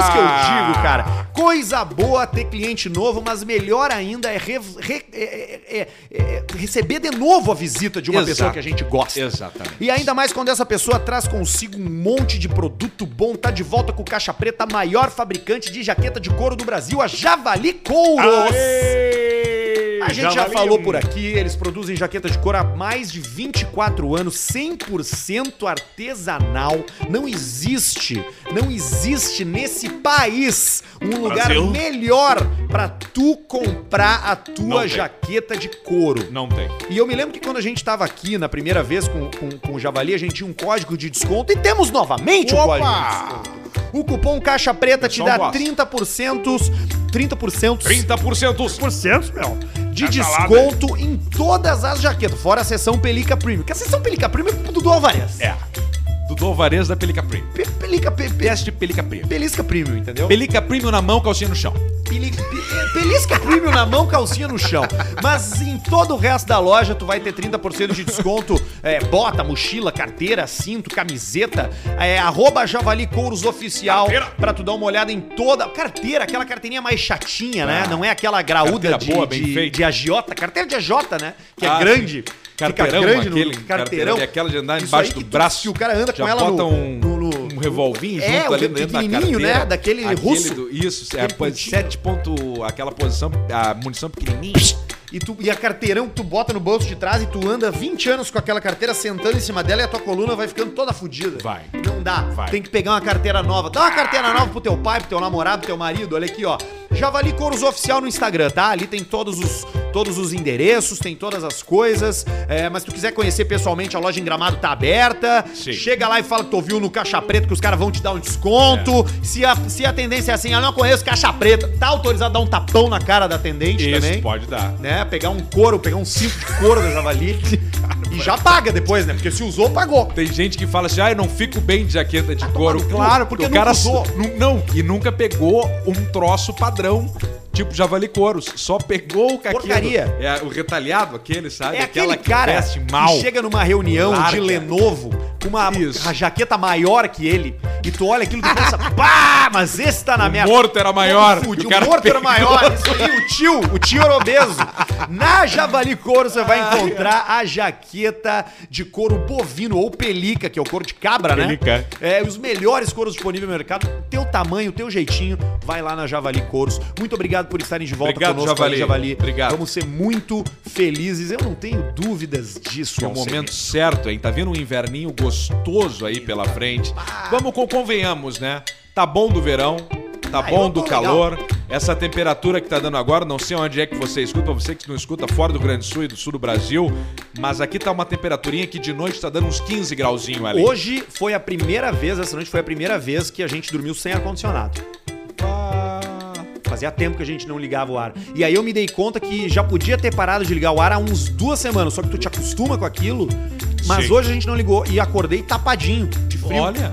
[SPEAKER 1] isso que eu digo, cara, coisa boa ter cliente novo, mas melhor ainda é, re- re- é- é- é- é receber de novo a visita de uma
[SPEAKER 2] Exato.
[SPEAKER 1] pessoa que a gente gosta.
[SPEAKER 2] Exatamente.
[SPEAKER 1] E ainda mais quando essa pessoa traz consigo um monte de produto bom, tá de volta com o Caixa Preta, a maior fabricante de jaqueta de couro do Brasil, a Javali Couros.
[SPEAKER 2] Aê!
[SPEAKER 1] A gente já
[SPEAKER 2] valeu. um.
[SPEAKER 1] falou por aqui, eles produzem jaqueta de couro há mais de 24 anos, 100% artesanal. Não existe, não existe nesse país um lugar
[SPEAKER 2] Brasil?
[SPEAKER 1] melhor pra tu comprar a
[SPEAKER 2] Não
[SPEAKER 1] tua
[SPEAKER 2] tem.
[SPEAKER 1] jaqueta de couro.
[SPEAKER 2] Não tem.
[SPEAKER 1] E eu me lembro que quando a gente tava aqui na primeira vez com, com, com o Javali, a gente tinha um código de desconto e temos novamente o
[SPEAKER 2] Opa! É um
[SPEAKER 1] código de desconto. O cupom Caixa Preta te
[SPEAKER 2] Pessoal
[SPEAKER 1] dá
[SPEAKER 2] gosta.
[SPEAKER 1] 30%, 30%,
[SPEAKER 2] 30%.
[SPEAKER 1] 10%, meu. De
[SPEAKER 2] Tá calado,
[SPEAKER 1] desconto em todas as jaquetas, fora a sessão Pelica Premium. Que a sessão Pelica Premium é do Dudu Alvarez.
[SPEAKER 2] É. Dudu Alvarez da Pelica Premium.
[SPEAKER 1] Pe- Pelica, pe, pe,
[SPEAKER 2] Teste Pelica Premium.
[SPEAKER 1] Pelisca Premium, entendeu?
[SPEAKER 2] Pelica Premium na mão, calcinha no chão.
[SPEAKER 1] pili- pi- Pelisca premium na mão, calcinha no chão. Mas em todo o resto da loja tu vai ter 30% de desconto. É, bota, mochila, carteira, cinto, camiseta. É, arroba Javali Couros Oficial.
[SPEAKER 2] Carteira.
[SPEAKER 1] Pra tu dar uma olhada em toda. Carteira, aquela carteirinha mais chatinha, né?
[SPEAKER 2] Ah.
[SPEAKER 1] Não é aquela graúda
[SPEAKER 2] Carteira
[SPEAKER 1] de,
[SPEAKER 2] boa, bem
[SPEAKER 1] de,
[SPEAKER 2] feita.
[SPEAKER 1] de agiota. Carteira de agiota, né? Que
[SPEAKER 2] Ah,
[SPEAKER 1] é grande.
[SPEAKER 2] sim.
[SPEAKER 1] Fica
[SPEAKER 2] Carteirão,
[SPEAKER 1] grande no-
[SPEAKER 2] aquele carteirão, que é aquela de andar embaixo
[SPEAKER 1] aí que
[SPEAKER 2] do braço,
[SPEAKER 1] Se o cara anda
[SPEAKER 2] Já
[SPEAKER 1] com ela
[SPEAKER 2] bota
[SPEAKER 1] no,
[SPEAKER 2] um-
[SPEAKER 1] no- no-
[SPEAKER 2] um revolvinho
[SPEAKER 1] É,
[SPEAKER 2] junto
[SPEAKER 1] o
[SPEAKER 2] ali dentro da
[SPEAKER 1] pequenininho,
[SPEAKER 2] carteira.
[SPEAKER 1] né? Daquele russo.
[SPEAKER 2] do- isso, é a
[SPEAKER 1] Aquele
[SPEAKER 2] po-
[SPEAKER 1] pontinho.
[SPEAKER 2] sete ponto, aquela posição, a munição pequenininha.
[SPEAKER 1] E, tu, e a carteirão que tu bota no bolso de trás e tu anda 20 anos com aquela carteira sentando em cima dela e a tua coluna vai ficando toda fodida.
[SPEAKER 2] Vai.
[SPEAKER 1] Não dá.
[SPEAKER 2] Vai.
[SPEAKER 1] Tem que pegar uma carteira nova. Dá uma carteira nova pro teu pai, pro teu namorado, pro teu marido. Olha aqui, ó. Javali Couros Oficial no Instagram, tá? Ali tem todos os, todos os endereços, tem todas as coisas. É, mas se tu quiser conhecer pessoalmente, a loja em Gramado tá aberta.
[SPEAKER 2] Sim.
[SPEAKER 1] Chega lá e fala que tu ouviu no Caixa Preta que os caras vão te dar um desconto. Se, a, se a tendência é assim, eu não conheço Caixa Preta, tá autorizado a dar um tapão na cara da atendente
[SPEAKER 2] Isso,
[SPEAKER 1] também
[SPEAKER 2] pode dar.
[SPEAKER 1] né? Pegar um couro, pegar um cinto de couro da javali e já paga depois, né? Porque se usou, pagou.
[SPEAKER 2] Tem gente que fala assim, ah, eu não fico bem de jaqueta de couro.
[SPEAKER 1] no cu.
[SPEAKER 2] Claro, porque
[SPEAKER 1] Ah, Porque
[SPEAKER 2] o cara
[SPEAKER 1] nunca usou.
[SPEAKER 2] nu- Não, e nunca pegou um troço padrão, tipo javali couros. Só pegou o caquinho.
[SPEAKER 1] Porcaria.
[SPEAKER 2] do- É o retalhado aquele, sabe?
[SPEAKER 1] É aquele cara
[SPEAKER 2] veste mal.
[SPEAKER 1] que chega numa reunião
[SPEAKER 2] Larga.
[SPEAKER 1] de Lenovo com uma
[SPEAKER 2] Isso.
[SPEAKER 1] a jaqueta maior que ele e tu olha aquilo e tu pensa, pá, mas esse tá na
[SPEAKER 2] O
[SPEAKER 1] minha...
[SPEAKER 2] morto era maior.
[SPEAKER 1] Fude,
[SPEAKER 2] que
[SPEAKER 1] o,
[SPEAKER 2] cara
[SPEAKER 1] morto era
[SPEAKER 2] pegou.
[SPEAKER 1] maior. Isso aí, o tio, o tio era obeso. Na Javali Couro você vai encontrar a jaqueta de couro bovino ou pelica, que é o couro de cabra, né?
[SPEAKER 2] Pelica.
[SPEAKER 1] É, os melhores couros disponíveis no mercado. Teu tamanho, teu jeitinho, vai lá na Javali Couros. Muito obrigado por estarem de volta
[SPEAKER 2] Obrigado, Javali.
[SPEAKER 1] aí,
[SPEAKER 2] Obrigado.
[SPEAKER 1] Vamos ser muito felizes. Eu não tenho dúvidas disso.
[SPEAKER 2] É o
[SPEAKER 1] Alcemar.
[SPEAKER 2] momento certo, hein? Tá vindo um inverninho gostoso aí pela frente. Vamos, con- convenhamos, né? Tá bom do verão, tá
[SPEAKER 1] Ah, eu
[SPEAKER 2] bom do
[SPEAKER 1] tô
[SPEAKER 2] calor. Essa temperatura que tá dando agora, não sei onde é que você escuta, você que não escuta fora do Rio Grande do Sul e do sul do Brasil, mas aqui tá uma temperaturinha que de noite tá dando uns 15 grauzinhos ali.
[SPEAKER 1] Hoje foi a primeira vez, essa noite foi a primeira vez que a gente dormiu sem ar-condicionado.
[SPEAKER 2] Ah,
[SPEAKER 1] Fazia tempo que a gente não ligava o ar. E aí eu me dei conta que já podia ter parado de ligar o ar há uns duas semanas, só que tu te acostuma com aquilo. Mas
[SPEAKER 2] Sim.
[SPEAKER 1] hoje a gente não ligou e acordei tapadinho, de frio.
[SPEAKER 2] Olha,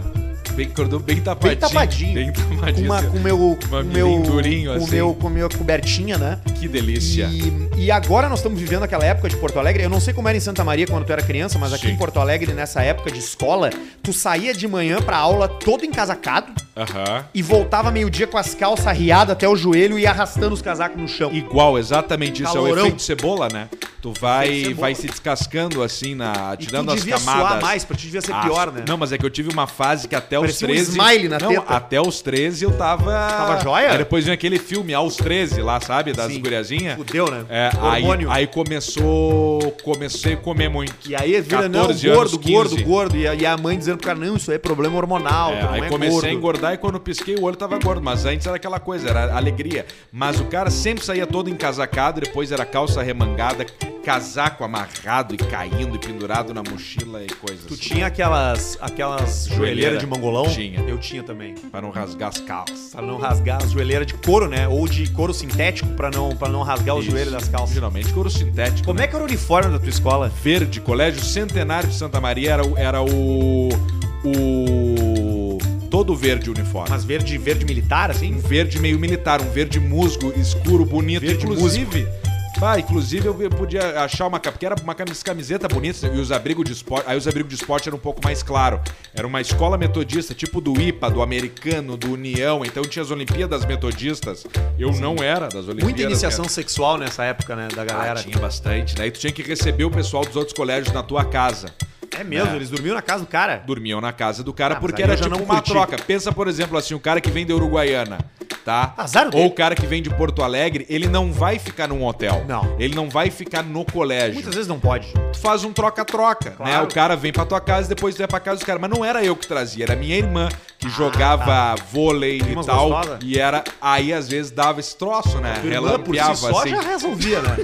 [SPEAKER 2] bem, acordou bem tapadinho.
[SPEAKER 1] bem tapadinho.
[SPEAKER 2] Bem
[SPEAKER 1] Com,
[SPEAKER 2] tapadinho.
[SPEAKER 1] uma, com meu,
[SPEAKER 2] Uma
[SPEAKER 1] com meu,
[SPEAKER 2] milindurinho,
[SPEAKER 1] com
[SPEAKER 2] assim.
[SPEAKER 1] meu, com meu cobertinha, né?
[SPEAKER 2] Que delícia.
[SPEAKER 1] E, e agora nós estamos vivendo aquela época de Porto Alegre. Eu não sei como era em Santa Maria quando tu era criança, mas aqui
[SPEAKER 2] Sim.
[SPEAKER 1] em Porto Alegre, nessa época de escola, tu saía de manhã pra aula todo encasacado
[SPEAKER 2] Aham.
[SPEAKER 1] e voltava meio-dia com as calças arriadas até o joelho e arrastando os casacos no chão.
[SPEAKER 2] Igual, exatamente isso. É o
[SPEAKER 1] Calorão.
[SPEAKER 2] efeito cebola, né? Tu
[SPEAKER 1] Efeito
[SPEAKER 2] vai,
[SPEAKER 1] cebola.
[SPEAKER 2] vai se descascando assim, na,
[SPEAKER 1] E
[SPEAKER 2] tirando
[SPEAKER 1] tu
[SPEAKER 2] as
[SPEAKER 1] devia
[SPEAKER 2] camadas.
[SPEAKER 1] suar mais, pra ti devia ser
[SPEAKER 2] Ah,
[SPEAKER 1] pior, né?
[SPEAKER 2] Não, mas é que eu tive uma fase que até os
[SPEAKER 1] Parecia um
[SPEAKER 2] 13.
[SPEAKER 1] smile na
[SPEAKER 2] não,
[SPEAKER 1] teta.
[SPEAKER 2] até os 13 eu tava.
[SPEAKER 1] Tava joia?
[SPEAKER 2] Aí depois vinha aquele filme aos 13 lá, sabe? Das
[SPEAKER 1] Sim.
[SPEAKER 2] guriazinhas.
[SPEAKER 1] Fudeu, né?
[SPEAKER 2] É, aí,
[SPEAKER 1] Hormônio.
[SPEAKER 2] aí começou. Comecei a comer muito.
[SPEAKER 1] E aí vira, não,
[SPEAKER 2] 14
[SPEAKER 1] gordo,
[SPEAKER 2] anos,
[SPEAKER 1] gordo,
[SPEAKER 2] 15.
[SPEAKER 1] gordo. E a, e a mãe dizendo pro cara, não, isso aí é problema hormonal.
[SPEAKER 2] É,
[SPEAKER 1] tu não
[SPEAKER 2] aí
[SPEAKER 1] é
[SPEAKER 2] comecei
[SPEAKER 1] gordo.
[SPEAKER 2] a engordar e quando pisquei o olho tava gordo, mas antes era aquela coisa, era alegria. Mas o cara sempre saía todo encasacado, depois era calça remangada, casaco amarrado e caindo e pendurado na mochila e coisas assim,
[SPEAKER 1] Tu tinha aquelas, aquelas joelheiras de mangolão?
[SPEAKER 2] Tinha.
[SPEAKER 1] Eu tinha também.
[SPEAKER 2] Pra não rasgar as calças.
[SPEAKER 1] Pra não rasgar as joelheiras de couro, né? Ou de couro sintético pra não, pra não rasgar os
[SPEAKER 2] Isso.
[SPEAKER 1] joelhos das calças.
[SPEAKER 2] Geralmente couro sintético.
[SPEAKER 1] Como é que era o uniforme da tua escola?
[SPEAKER 2] Verde, Colégio Centenário de Santa Maria era, o- era o. o. todo verde o uniforme.
[SPEAKER 1] Mas verde, verde militar,
[SPEAKER 2] um
[SPEAKER 1] assim?
[SPEAKER 2] verde meio militar, um verde musgo, escuro, bonito.
[SPEAKER 1] Verde
[SPEAKER 2] inclusive, pá, inclusive eu eu podia achar uma camiseta, porque era uma camis- camiseta bonita e os abrigos de esporte. Aí os abrigos de esporte eram um pouco mais claro. Era uma escola metodista, tipo do IPA, do americano, do União. Então tinha as Olimpíadas Metodistas. Eu não era das Olimpíadas.
[SPEAKER 1] Muita iniciação
[SPEAKER 2] cara.
[SPEAKER 1] sexual nessa época, né? Da
[SPEAKER 2] Ah,
[SPEAKER 1] galera.
[SPEAKER 2] tinha bastante, né? E tu tinha que receber o pessoal dos outros colégios na tua casa
[SPEAKER 1] é mesmo,
[SPEAKER 2] É.
[SPEAKER 1] eles dormiam na casa do cara.
[SPEAKER 2] dormiam na casa do cara
[SPEAKER 1] Ah, mas aí
[SPEAKER 2] porque era
[SPEAKER 1] eu já
[SPEAKER 2] tipo
[SPEAKER 1] não
[SPEAKER 2] uma
[SPEAKER 1] curti.
[SPEAKER 2] troca. Pensa, por exemplo, assim, o cara que vem de Uruguaiana, tá?
[SPEAKER 1] Azar
[SPEAKER 2] Ou
[SPEAKER 1] dele.
[SPEAKER 2] o cara que vem de Porto Alegre, ele não vai ficar num hotel.
[SPEAKER 1] Não.
[SPEAKER 2] Ele não vai ficar no colégio.
[SPEAKER 1] Muitas vezes não pode.
[SPEAKER 2] Tu faz um troca-troca, né?
[SPEAKER 1] Claro.
[SPEAKER 2] O cara vem pra tua casa, depois tu vai pra casa dos caras. Mas não era eu que trazia, era minha irmã
[SPEAKER 1] Ah,
[SPEAKER 2] que jogava
[SPEAKER 1] tá.
[SPEAKER 2] vôlei e
[SPEAKER 1] umas
[SPEAKER 2] tal.
[SPEAKER 1] gostosas.
[SPEAKER 2] E era... Aí, às vezes, dava esse troço, né?
[SPEAKER 1] Tua irmã, por si
[SPEAKER 2] Relampeava,
[SPEAKER 1] só,
[SPEAKER 2] assim.
[SPEAKER 1] já resolvia, né?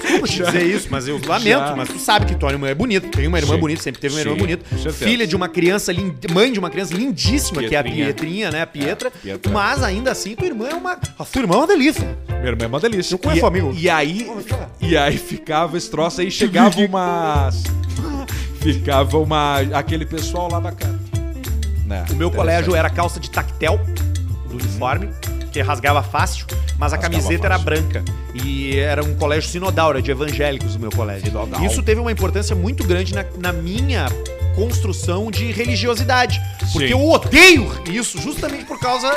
[SPEAKER 1] Desculpa te dizer isso, mas eu lamento.
[SPEAKER 2] Já.
[SPEAKER 1] Mas tu sabe que tua irmã é bonita. Tem uma irmã
[SPEAKER 2] Sim.
[SPEAKER 1] bonita, sempre teve uma irmã
[SPEAKER 2] Sim,
[SPEAKER 1] bonita.
[SPEAKER 2] com certeza.
[SPEAKER 1] Filha de uma criança, lin- mãe de uma criança lindíssima, que é a
[SPEAKER 2] Pietrinha.
[SPEAKER 1] Pietrinha, né? A Pietra.
[SPEAKER 2] É, Pietra.
[SPEAKER 1] Mas ainda assim, tua irmã é uma... A tua irmã é uma delícia.
[SPEAKER 2] Minha irmã é uma delícia.
[SPEAKER 1] Eu conheço
[SPEAKER 2] e,
[SPEAKER 1] um amigo.
[SPEAKER 2] E aí, e aí ficava esse troço, aí chegava uma... ficava uma... Aquele pessoal lá bacana. Né?
[SPEAKER 1] O meu
[SPEAKER 2] Interessante. Uhum.
[SPEAKER 1] colégio era calça de tactel, do uniforme, que rasgava fácil. Mas a camiseta era branca. E era um colégio sinodal, era de evangélicos o meu colégio.
[SPEAKER 2] Sinodal.
[SPEAKER 1] Isso teve uma importância muito grande na, na minha construção de religiosidade. Porque
[SPEAKER 2] Sim.
[SPEAKER 1] eu odeio isso justamente por causa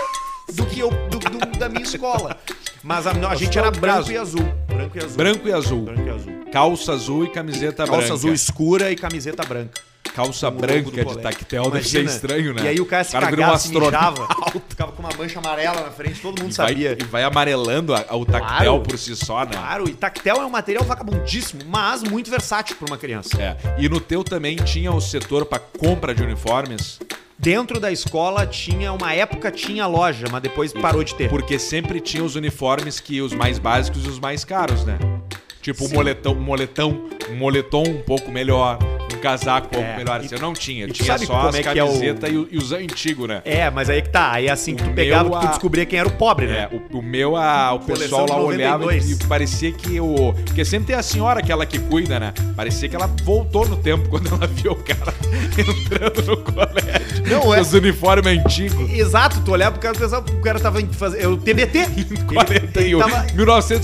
[SPEAKER 1] do que eu. do- do- da minha escola. Mas a, a gente era branco e azul. Branco e azul.
[SPEAKER 2] um Branco e azul.
[SPEAKER 1] Branco e azul.
[SPEAKER 2] Calça azul e camiseta
[SPEAKER 1] Calça
[SPEAKER 2] branca.
[SPEAKER 1] azul escura e camiseta branca.
[SPEAKER 2] Calça
[SPEAKER 1] O logo do
[SPEAKER 2] branca é de
[SPEAKER 1] colégio.
[SPEAKER 2] tactel deve ser
[SPEAKER 1] Imagina.
[SPEAKER 2] estranho, né?
[SPEAKER 1] E aí o cara se
[SPEAKER 2] vira um
[SPEAKER 1] cagava, se
[SPEAKER 2] astrônomo.
[SPEAKER 1] mijava, ficava com uma mancha amarela na frente, todo mundo
[SPEAKER 2] E vai,
[SPEAKER 1] sabia.
[SPEAKER 2] e vai amarelando a- a- o tactel
[SPEAKER 1] Claro.
[SPEAKER 2] por si só, né?
[SPEAKER 1] Claro, e tactel é um material vagabundíssimo, mas muito versátil pra uma criança.
[SPEAKER 2] É. E no teu também tinha o setor pra compra de uniformes,
[SPEAKER 1] Dentro da escola tinha, uma época tinha loja, mas depois parou de ter.
[SPEAKER 2] porque sempre tinha os uniformes que os mais básicos e os mais caros, né? Tipo um moletão, um moletão, um moletom um pouco melhor, um casaco um pouco
[SPEAKER 1] É.
[SPEAKER 2] melhor.
[SPEAKER 1] E-
[SPEAKER 2] Isso eu não tinha.
[SPEAKER 1] e tu
[SPEAKER 2] Tinha
[SPEAKER 1] sabe
[SPEAKER 2] só
[SPEAKER 1] como
[SPEAKER 2] as
[SPEAKER 1] é que é o-
[SPEAKER 2] camisetas e o- e, os antigos, né?
[SPEAKER 1] É, mas aí que tá. Aí assim que
[SPEAKER 2] O
[SPEAKER 1] tu pegava,
[SPEAKER 2] meu,
[SPEAKER 1] tu
[SPEAKER 2] a-
[SPEAKER 1] descobria quem era o pobre,
[SPEAKER 2] É,
[SPEAKER 1] né?
[SPEAKER 2] o, o meu, a- o
[SPEAKER 1] Coleção
[SPEAKER 2] pessoal lá
[SPEAKER 1] de
[SPEAKER 2] olhava e
[SPEAKER 1] 92.
[SPEAKER 2] parecia que o. Porque sempre tem a senhora, aquela que cuida, né? Parecia que ela voltou no tempo quando ela viu o cara entrando no colégio.
[SPEAKER 1] Não, é-
[SPEAKER 2] Os uniformes antigos.
[SPEAKER 1] Exato, tu olhava pro cara e pensava que o cara tava fazendo. O TBT. Ele
[SPEAKER 2] 41,
[SPEAKER 1] tava-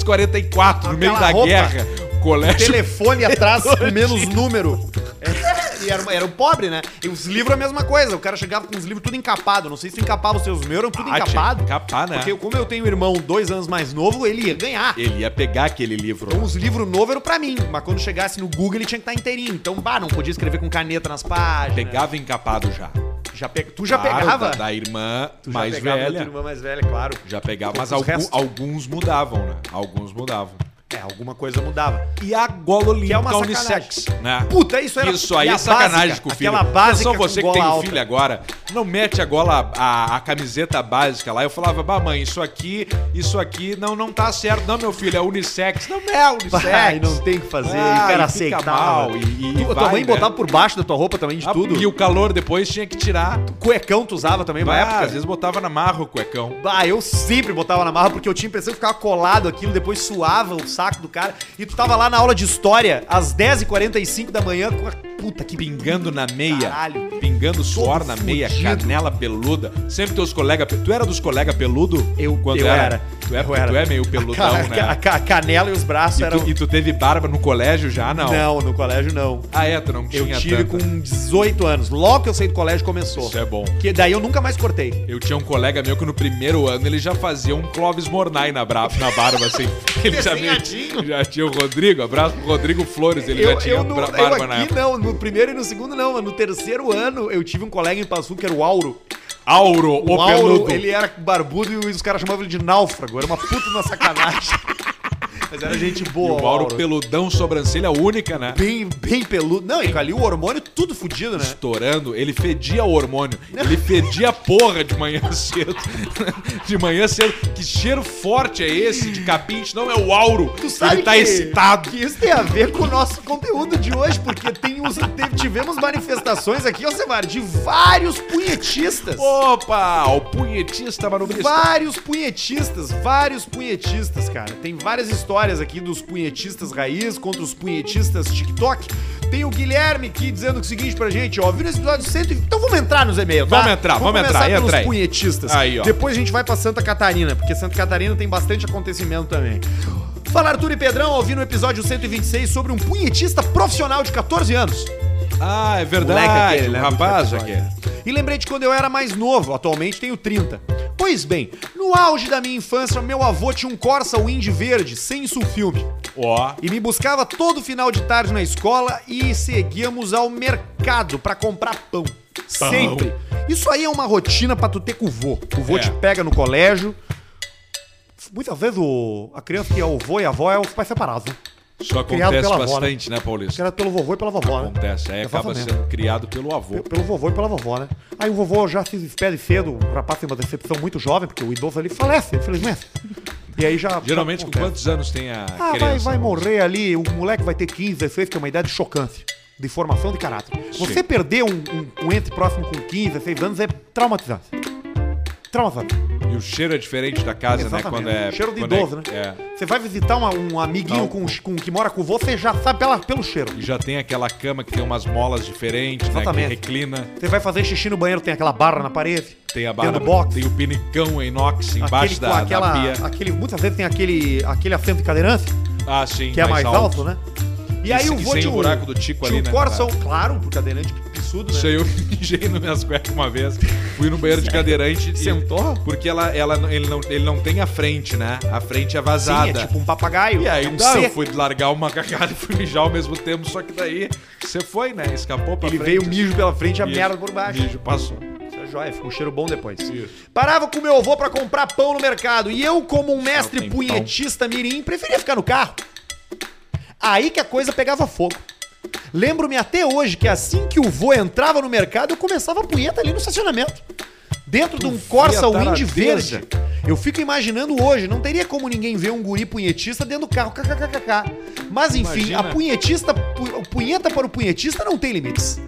[SPEAKER 2] 1944, no meio da
[SPEAKER 1] Aquela roupa.
[SPEAKER 2] guerra. Colégio.
[SPEAKER 1] telefone atrás com menos número. É, e era, era o pobre, né? E os livros a mesma coisa. O cara chegava com os livros tudo encapado. Não sei se tu encapava os seus meus, eram tudo
[SPEAKER 2] Ah, tinha que
[SPEAKER 1] encapado.
[SPEAKER 2] encapar, né?
[SPEAKER 1] Porque eu- como eu tenho um irmão dois anos mais novo, ele ia ganhar.
[SPEAKER 2] Ele ia pegar aquele livro.
[SPEAKER 1] Então os livros novos eram pra mim. Mas quando chegasse no Google, ele tinha que estar inteirinho. Então, bah, não podia escrever com caneta nas páginas.
[SPEAKER 2] Pegava encapado já.
[SPEAKER 1] Já pe- Tu já
[SPEAKER 2] Claro,
[SPEAKER 1] pegava?
[SPEAKER 2] Da, da irmã
[SPEAKER 1] Tu já
[SPEAKER 2] mais
[SPEAKER 1] pegava da
[SPEAKER 2] velha.
[SPEAKER 1] tua irmã mais velha, claro.
[SPEAKER 2] Já pegava, mas
[SPEAKER 1] Os
[SPEAKER 2] algu-
[SPEAKER 1] restos.
[SPEAKER 2] alguns mudavam, né? Alguns mudavam.
[SPEAKER 1] É, alguma coisa mudava.
[SPEAKER 2] e a gola olímpica
[SPEAKER 1] Que é uma
[SPEAKER 2] unissex, né?
[SPEAKER 1] Puta, isso era-
[SPEAKER 2] Isso aí
[SPEAKER 1] e
[SPEAKER 2] é
[SPEAKER 1] a
[SPEAKER 2] sacanagem
[SPEAKER 1] básica,
[SPEAKER 2] com o filho.
[SPEAKER 1] aquela básica
[SPEAKER 2] Só você
[SPEAKER 1] com
[SPEAKER 2] que tem
[SPEAKER 1] gola
[SPEAKER 2] um
[SPEAKER 1] alta.
[SPEAKER 2] filho agora, não mete a gola a, a camiseta básica lá. Eu falava: "Bah, mãe, isso aqui, isso aqui não não tá certo, não, meu filho, é unissex". Não é unissex.
[SPEAKER 1] Pai, não tem o que fazer.
[SPEAKER 2] Ah,
[SPEAKER 1] e o cara
[SPEAKER 2] e fica
[SPEAKER 1] aceitava.
[SPEAKER 2] mal, e- e-
[SPEAKER 1] Tu-
[SPEAKER 2] e
[SPEAKER 1] tua
[SPEAKER 2] vai,
[SPEAKER 1] mãe
[SPEAKER 2] né?
[SPEAKER 1] botava por baixo da tua roupa também, de
[SPEAKER 2] Ah,
[SPEAKER 1] tudo.
[SPEAKER 2] E o calor depois tinha que tirar.
[SPEAKER 1] cuecão tu usava também na
[SPEAKER 2] Bah,
[SPEAKER 1] época?
[SPEAKER 2] às vezes botava na marra o cuecão.
[SPEAKER 1] Bah, Ah, eu sempre botava na marra porque eu tinha a impressão que ficava colado aquilo, depois suava o saco do cara. E tu tava lá na aula de história, às 10h45 da manhã, com a puta que
[SPEAKER 2] Pingando na meia,
[SPEAKER 1] Caralho.
[SPEAKER 2] pingando suor na meia,
[SPEAKER 1] fudido.
[SPEAKER 2] canela peluda. Sempre teus colegas. Tu era dos colegas peludo?
[SPEAKER 1] Eu-
[SPEAKER 2] quando
[SPEAKER 1] eu era.
[SPEAKER 2] Tu é,
[SPEAKER 1] Eu
[SPEAKER 2] porque
[SPEAKER 1] era.
[SPEAKER 2] tu é meio peludão,
[SPEAKER 1] a,
[SPEAKER 2] né?
[SPEAKER 1] ca- a ca- a canela e os braços
[SPEAKER 2] E tu,
[SPEAKER 1] eram.
[SPEAKER 2] e tu teve barba no colégio já? Não.
[SPEAKER 1] um Não, no colégio não.
[SPEAKER 2] Ah, é, tu não
[SPEAKER 1] Eu
[SPEAKER 2] tinha
[SPEAKER 1] tive
[SPEAKER 2] tanta.
[SPEAKER 1] com 18 anos. Logo que eu saí do colégio começou.
[SPEAKER 2] Isso é bom.
[SPEAKER 1] Que daí eu nunca mais cortei.
[SPEAKER 2] Eu tinha um colega meu que no primeiro ano ele já fazia um Clóvis Mornay na, bra... na barba, assim. Ele já, meio-
[SPEAKER 1] Desenhadinho.
[SPEAKER 2] já tinha o Rodrigo, abraço pro Rodrigo Flores, ele já tinha
[SPEAKER 1] não-
[SPEAKER 2] bra-
[SPEAKER 1] eu
[SPEAKER 2] barba na
[SPEAKER 1] aqui
[SPEAKER 2] época.
[SPEAKER 1] não, no primeiro e no segundo não, mas no terceiro ano eu tive um colega em Passo Fundo que era o Auro.
[SPEAKER 2] Auro,
[SPEAKER 1] O,
[SPEAKER 2] o,
[SPEAKER 1] Auro,
[SPEAKER 2] peludo.
[SPEAKER 1] ele é era barbudo e os caras chamavam ele de náufrago. Era uma puta na sacanagem. Mas era gente
[SPEAKER 2] E
[SPEAKER 1] boa.
[SPEAKER 2] o Auro peludão, sobrancelha única, né?
[SPEAKER 1] Bem, bem peludo. Não, e ali o hormônio tudo fudido, né?
[SPEAKER 2] Estourando, ele fedia hormônio. Ele fedia porra de manhã cedo. de manhã cedo. Que cheiro forte é esse de capim? Não, é o Auro. ele tá excitado.
[SPEAKER 1] Que isso tem a ver com o nosso conteúdo de hoje, porque tem uns, teve- tivemos manifestações aqui, ó, Semar, de vários punhetistas.
[SPEAKER 2] Opa, o punhetista manobrista.
[SPEAKER 1] Vários punhetistas, vários punhetistas, cara. Tem várias histórias aqui dos punhetistas raiz contra os punhetistas TikTok. Tem o Guilherme aqui dizendo o seguinte pra gente, ó, viu nesse episódio 100 e- Então vamos entrar nos e-mails, tá?
[SPEAKER 2] Vamos entrar, vamos
[SPEAKER 1] começar
[SPEAKER 2] entrar,
[SPEAKER 1] pelos
[SPEAKER 2] entra aí.
[SPEAKER 1] punhetistas.
[SPEAKER 2] Aí, ó.
[SPEAKER 1] Depois a gente vai pra Santa Catarina, porque Santa Catarina tem bastante acontecimento também. Fala Arthur e Pedrão, ao ouvir no episódio 126 sobre um punhetista profissional de 14 anos.
[SPEAKER 2] Ah, é
[SPEAKER 1] Moleque
[SPEAKER 2] verdade.
[SPEAKER 1] aquele, né?
[SPEAKER 2] o rapaz
[SPEAKER 1] Muito
[SPEAKER 2] aquele.
[SPEAKER 1] E lembrei de quando eu era mais novo, atualmente tenho 30. Pois bem, no auge da minha infância, meu avô tinha um Corsa Wind verde, sem sulfilme,
[SPEAKER 2] Ó.
[SPEAKER 1] e me buscava todo final de tarde na escola e seguíamos ao mercado pra comprar pão. Sempre. Isso aí é uma rotina pra tu ter com o vô. O vô
[SPEAKER 2] É.
[SPEAKER 1] te pega no colégio. Muitas vezes o, a criança que é o vô e a avó é os pais separados, né?
[SPEAKER 2] Isso
[SPEAKER 1] Criado
[SPEAKER 2] acontece
[SPEAKER 1] pela avó,
[SPEAKER 2] bastante, né,
[SPEAKER 1] Que
[SPEAKER 2] Paulista?
[SPEAKER 1] era pelo vovô e pela vovó, né?
[SPEAKER 2] Acontece. Aí
[SPEAKER 1] Eu
[SPEAKER 2] acaba
[SPEAKER 1] faço
[SPEAKER 2] sendo criado pelo avô.
[SPEAKER 1] Pe- Pelo vovô e pela vovó, né? Aí o vovô já se despede cedo, o rapaz tem uma decepção muito jovem, porque o idoso ali falece, infelizmente. E aí já.
[SPEAKER 2] Geralmente,
[SPEAKER 1] já
[SPEAKER 2] com
[SPEAKER 1] acontece.
[SPEAKER 2] quantos anos tem a
[SPEAKER 1] Ah, vai,
[SPEAKER 2] criança?
[SPEAKER 1] vai morrer ali, o moleque vai ter 15, 16, que é uma idade chocante. De formação de caráter. Você
[SPEAKER 2] Sim.
[SPEAKER 1] perder um, um, um ente próximo com 15, 16 anos é traumatizante. Traumatizante.
[SPEAKER 2] E E o cheiro é diferente da casa, né?
[SPEAKER 1] Exatamente.
[SPEAKER 2] Quando é.
[SPEAKER 1] Cheiro de
[SPEAKER 2] quando é-
[SPEAKER 1] idoso, né?
[SPEAKER 2] É.
[SPEAKER 1] Você vai visitar uma- um amiguinho
[SPEAKER 2] Não.
[SPEAKER 1] com, com- que mora com você, já sabe pela- pelo cheiro.
[SPEAKER 2] E já tem aquela cama que tem umas molas diferentes,
[SPEAKER 1] Exatamente.
[SPEAKER 2] né? Que reclina.
[SPEAKER 1] Você vai fazer xixi no banheiro, tem aquela barra na parede.
[SPEAKER 2] Tem a
[SPEAKER 1] Tem
[SPEAKER 2] barra,
[SPEAKER 1] no box.
[SPEAKER 2] tem o pinicão em inox embaixo
[SPEAKER 1] aquele,
[SPEAKER 2] da,
[SPEAKER 1] com aquela,
[SPEAKER 2] da pia.
[SPEAKER 1] aquele, muitas vezes tem aquele, aquele assento de cadeirante,
[SPEAKER 2] Ah, sim.
[SPEAKER 1] que é mais alto, né? E,
[SPEAKER 2] E
[SPEAKER 1] aí
[SPEAKER 2] se-
[SPEAKER 1] eu
[SPEAKER 2] e
[SPEAKER 1] vou
[SPEAKER 2] sem
[SPEAKER 1] de
[SPEAKER 2] o buraco do Tico
[SPEAKER 1] de
[SPEAKER 2] ali,
[SPEAKER 1] um
[SPEAKER 2] né,
[SPEAKER 1] Corsa, claro, pro cadeirante absurdo, né?
[SPEAKER 2] Isso aí eu mijei nas minhas cuecas uma vez. Fui no banheiro de cadeirante. e-
[SPEAKER 1] Sentou?
[SPEAKER 2] Porque ela, ela, ele, não, ele não tem a frente, né? A frente é
[SPEAKER 1] Sim, é
[SPEAKER 2] vazada.
[SPEAKER 1] tipo um papagaio.
[SPEAKER 2] E aí
[SPEAKER 1] é um
[SPEAKER 2] tá,
[SPEAKER 1] C.
[SPEAKER 2] eu fui largar uma cagada e fui mijar ao mesmo tempo, só que daí você foi, né? Escapou pra
[SPEAKER 1] Ele
[SPEAKER 2] frente.
[SPEAKER 1] veio mijo pela frente e a
[SPEAKER 2] Mijo.
[SPEAKER 1] merda por baixo.
[SPEAKER 2] Mijo, passou.
[SPEAKER 1] Isso é joia, fica um cheiro bom depois.
[SPEAKER 2] Isso.
[SPEAKER 1] Parava com meu avô pra comprar pão no mercado e eu, como um mestre
[SPEAKER 2] tem
[SPEAKER 1] punhetista mirim, preferia ficar no carro. Aí que a coisa pegava fogo. Lembro-me até hoje que assim que o vô entrava no mercado, eu começava a punheta ali no estacionamento. Dentro de um Corsa
[SPEAKER 2] via a
[SPEAKER 1] Wind
[SPEAKER 2] taradeira,
[SPEAKER 1] verde.
[SPEAKER 2] gente.
[SPEAKER 1] Eu fico imaginando hoje, não teria como ninguém ver um guri punhetista dentro do carro, kkkk. Mas enfim,
[SPEAKER 2] Imagina.
[SPEAKER 1] a punhetista, pu- punheta para o punhetista não tem limites.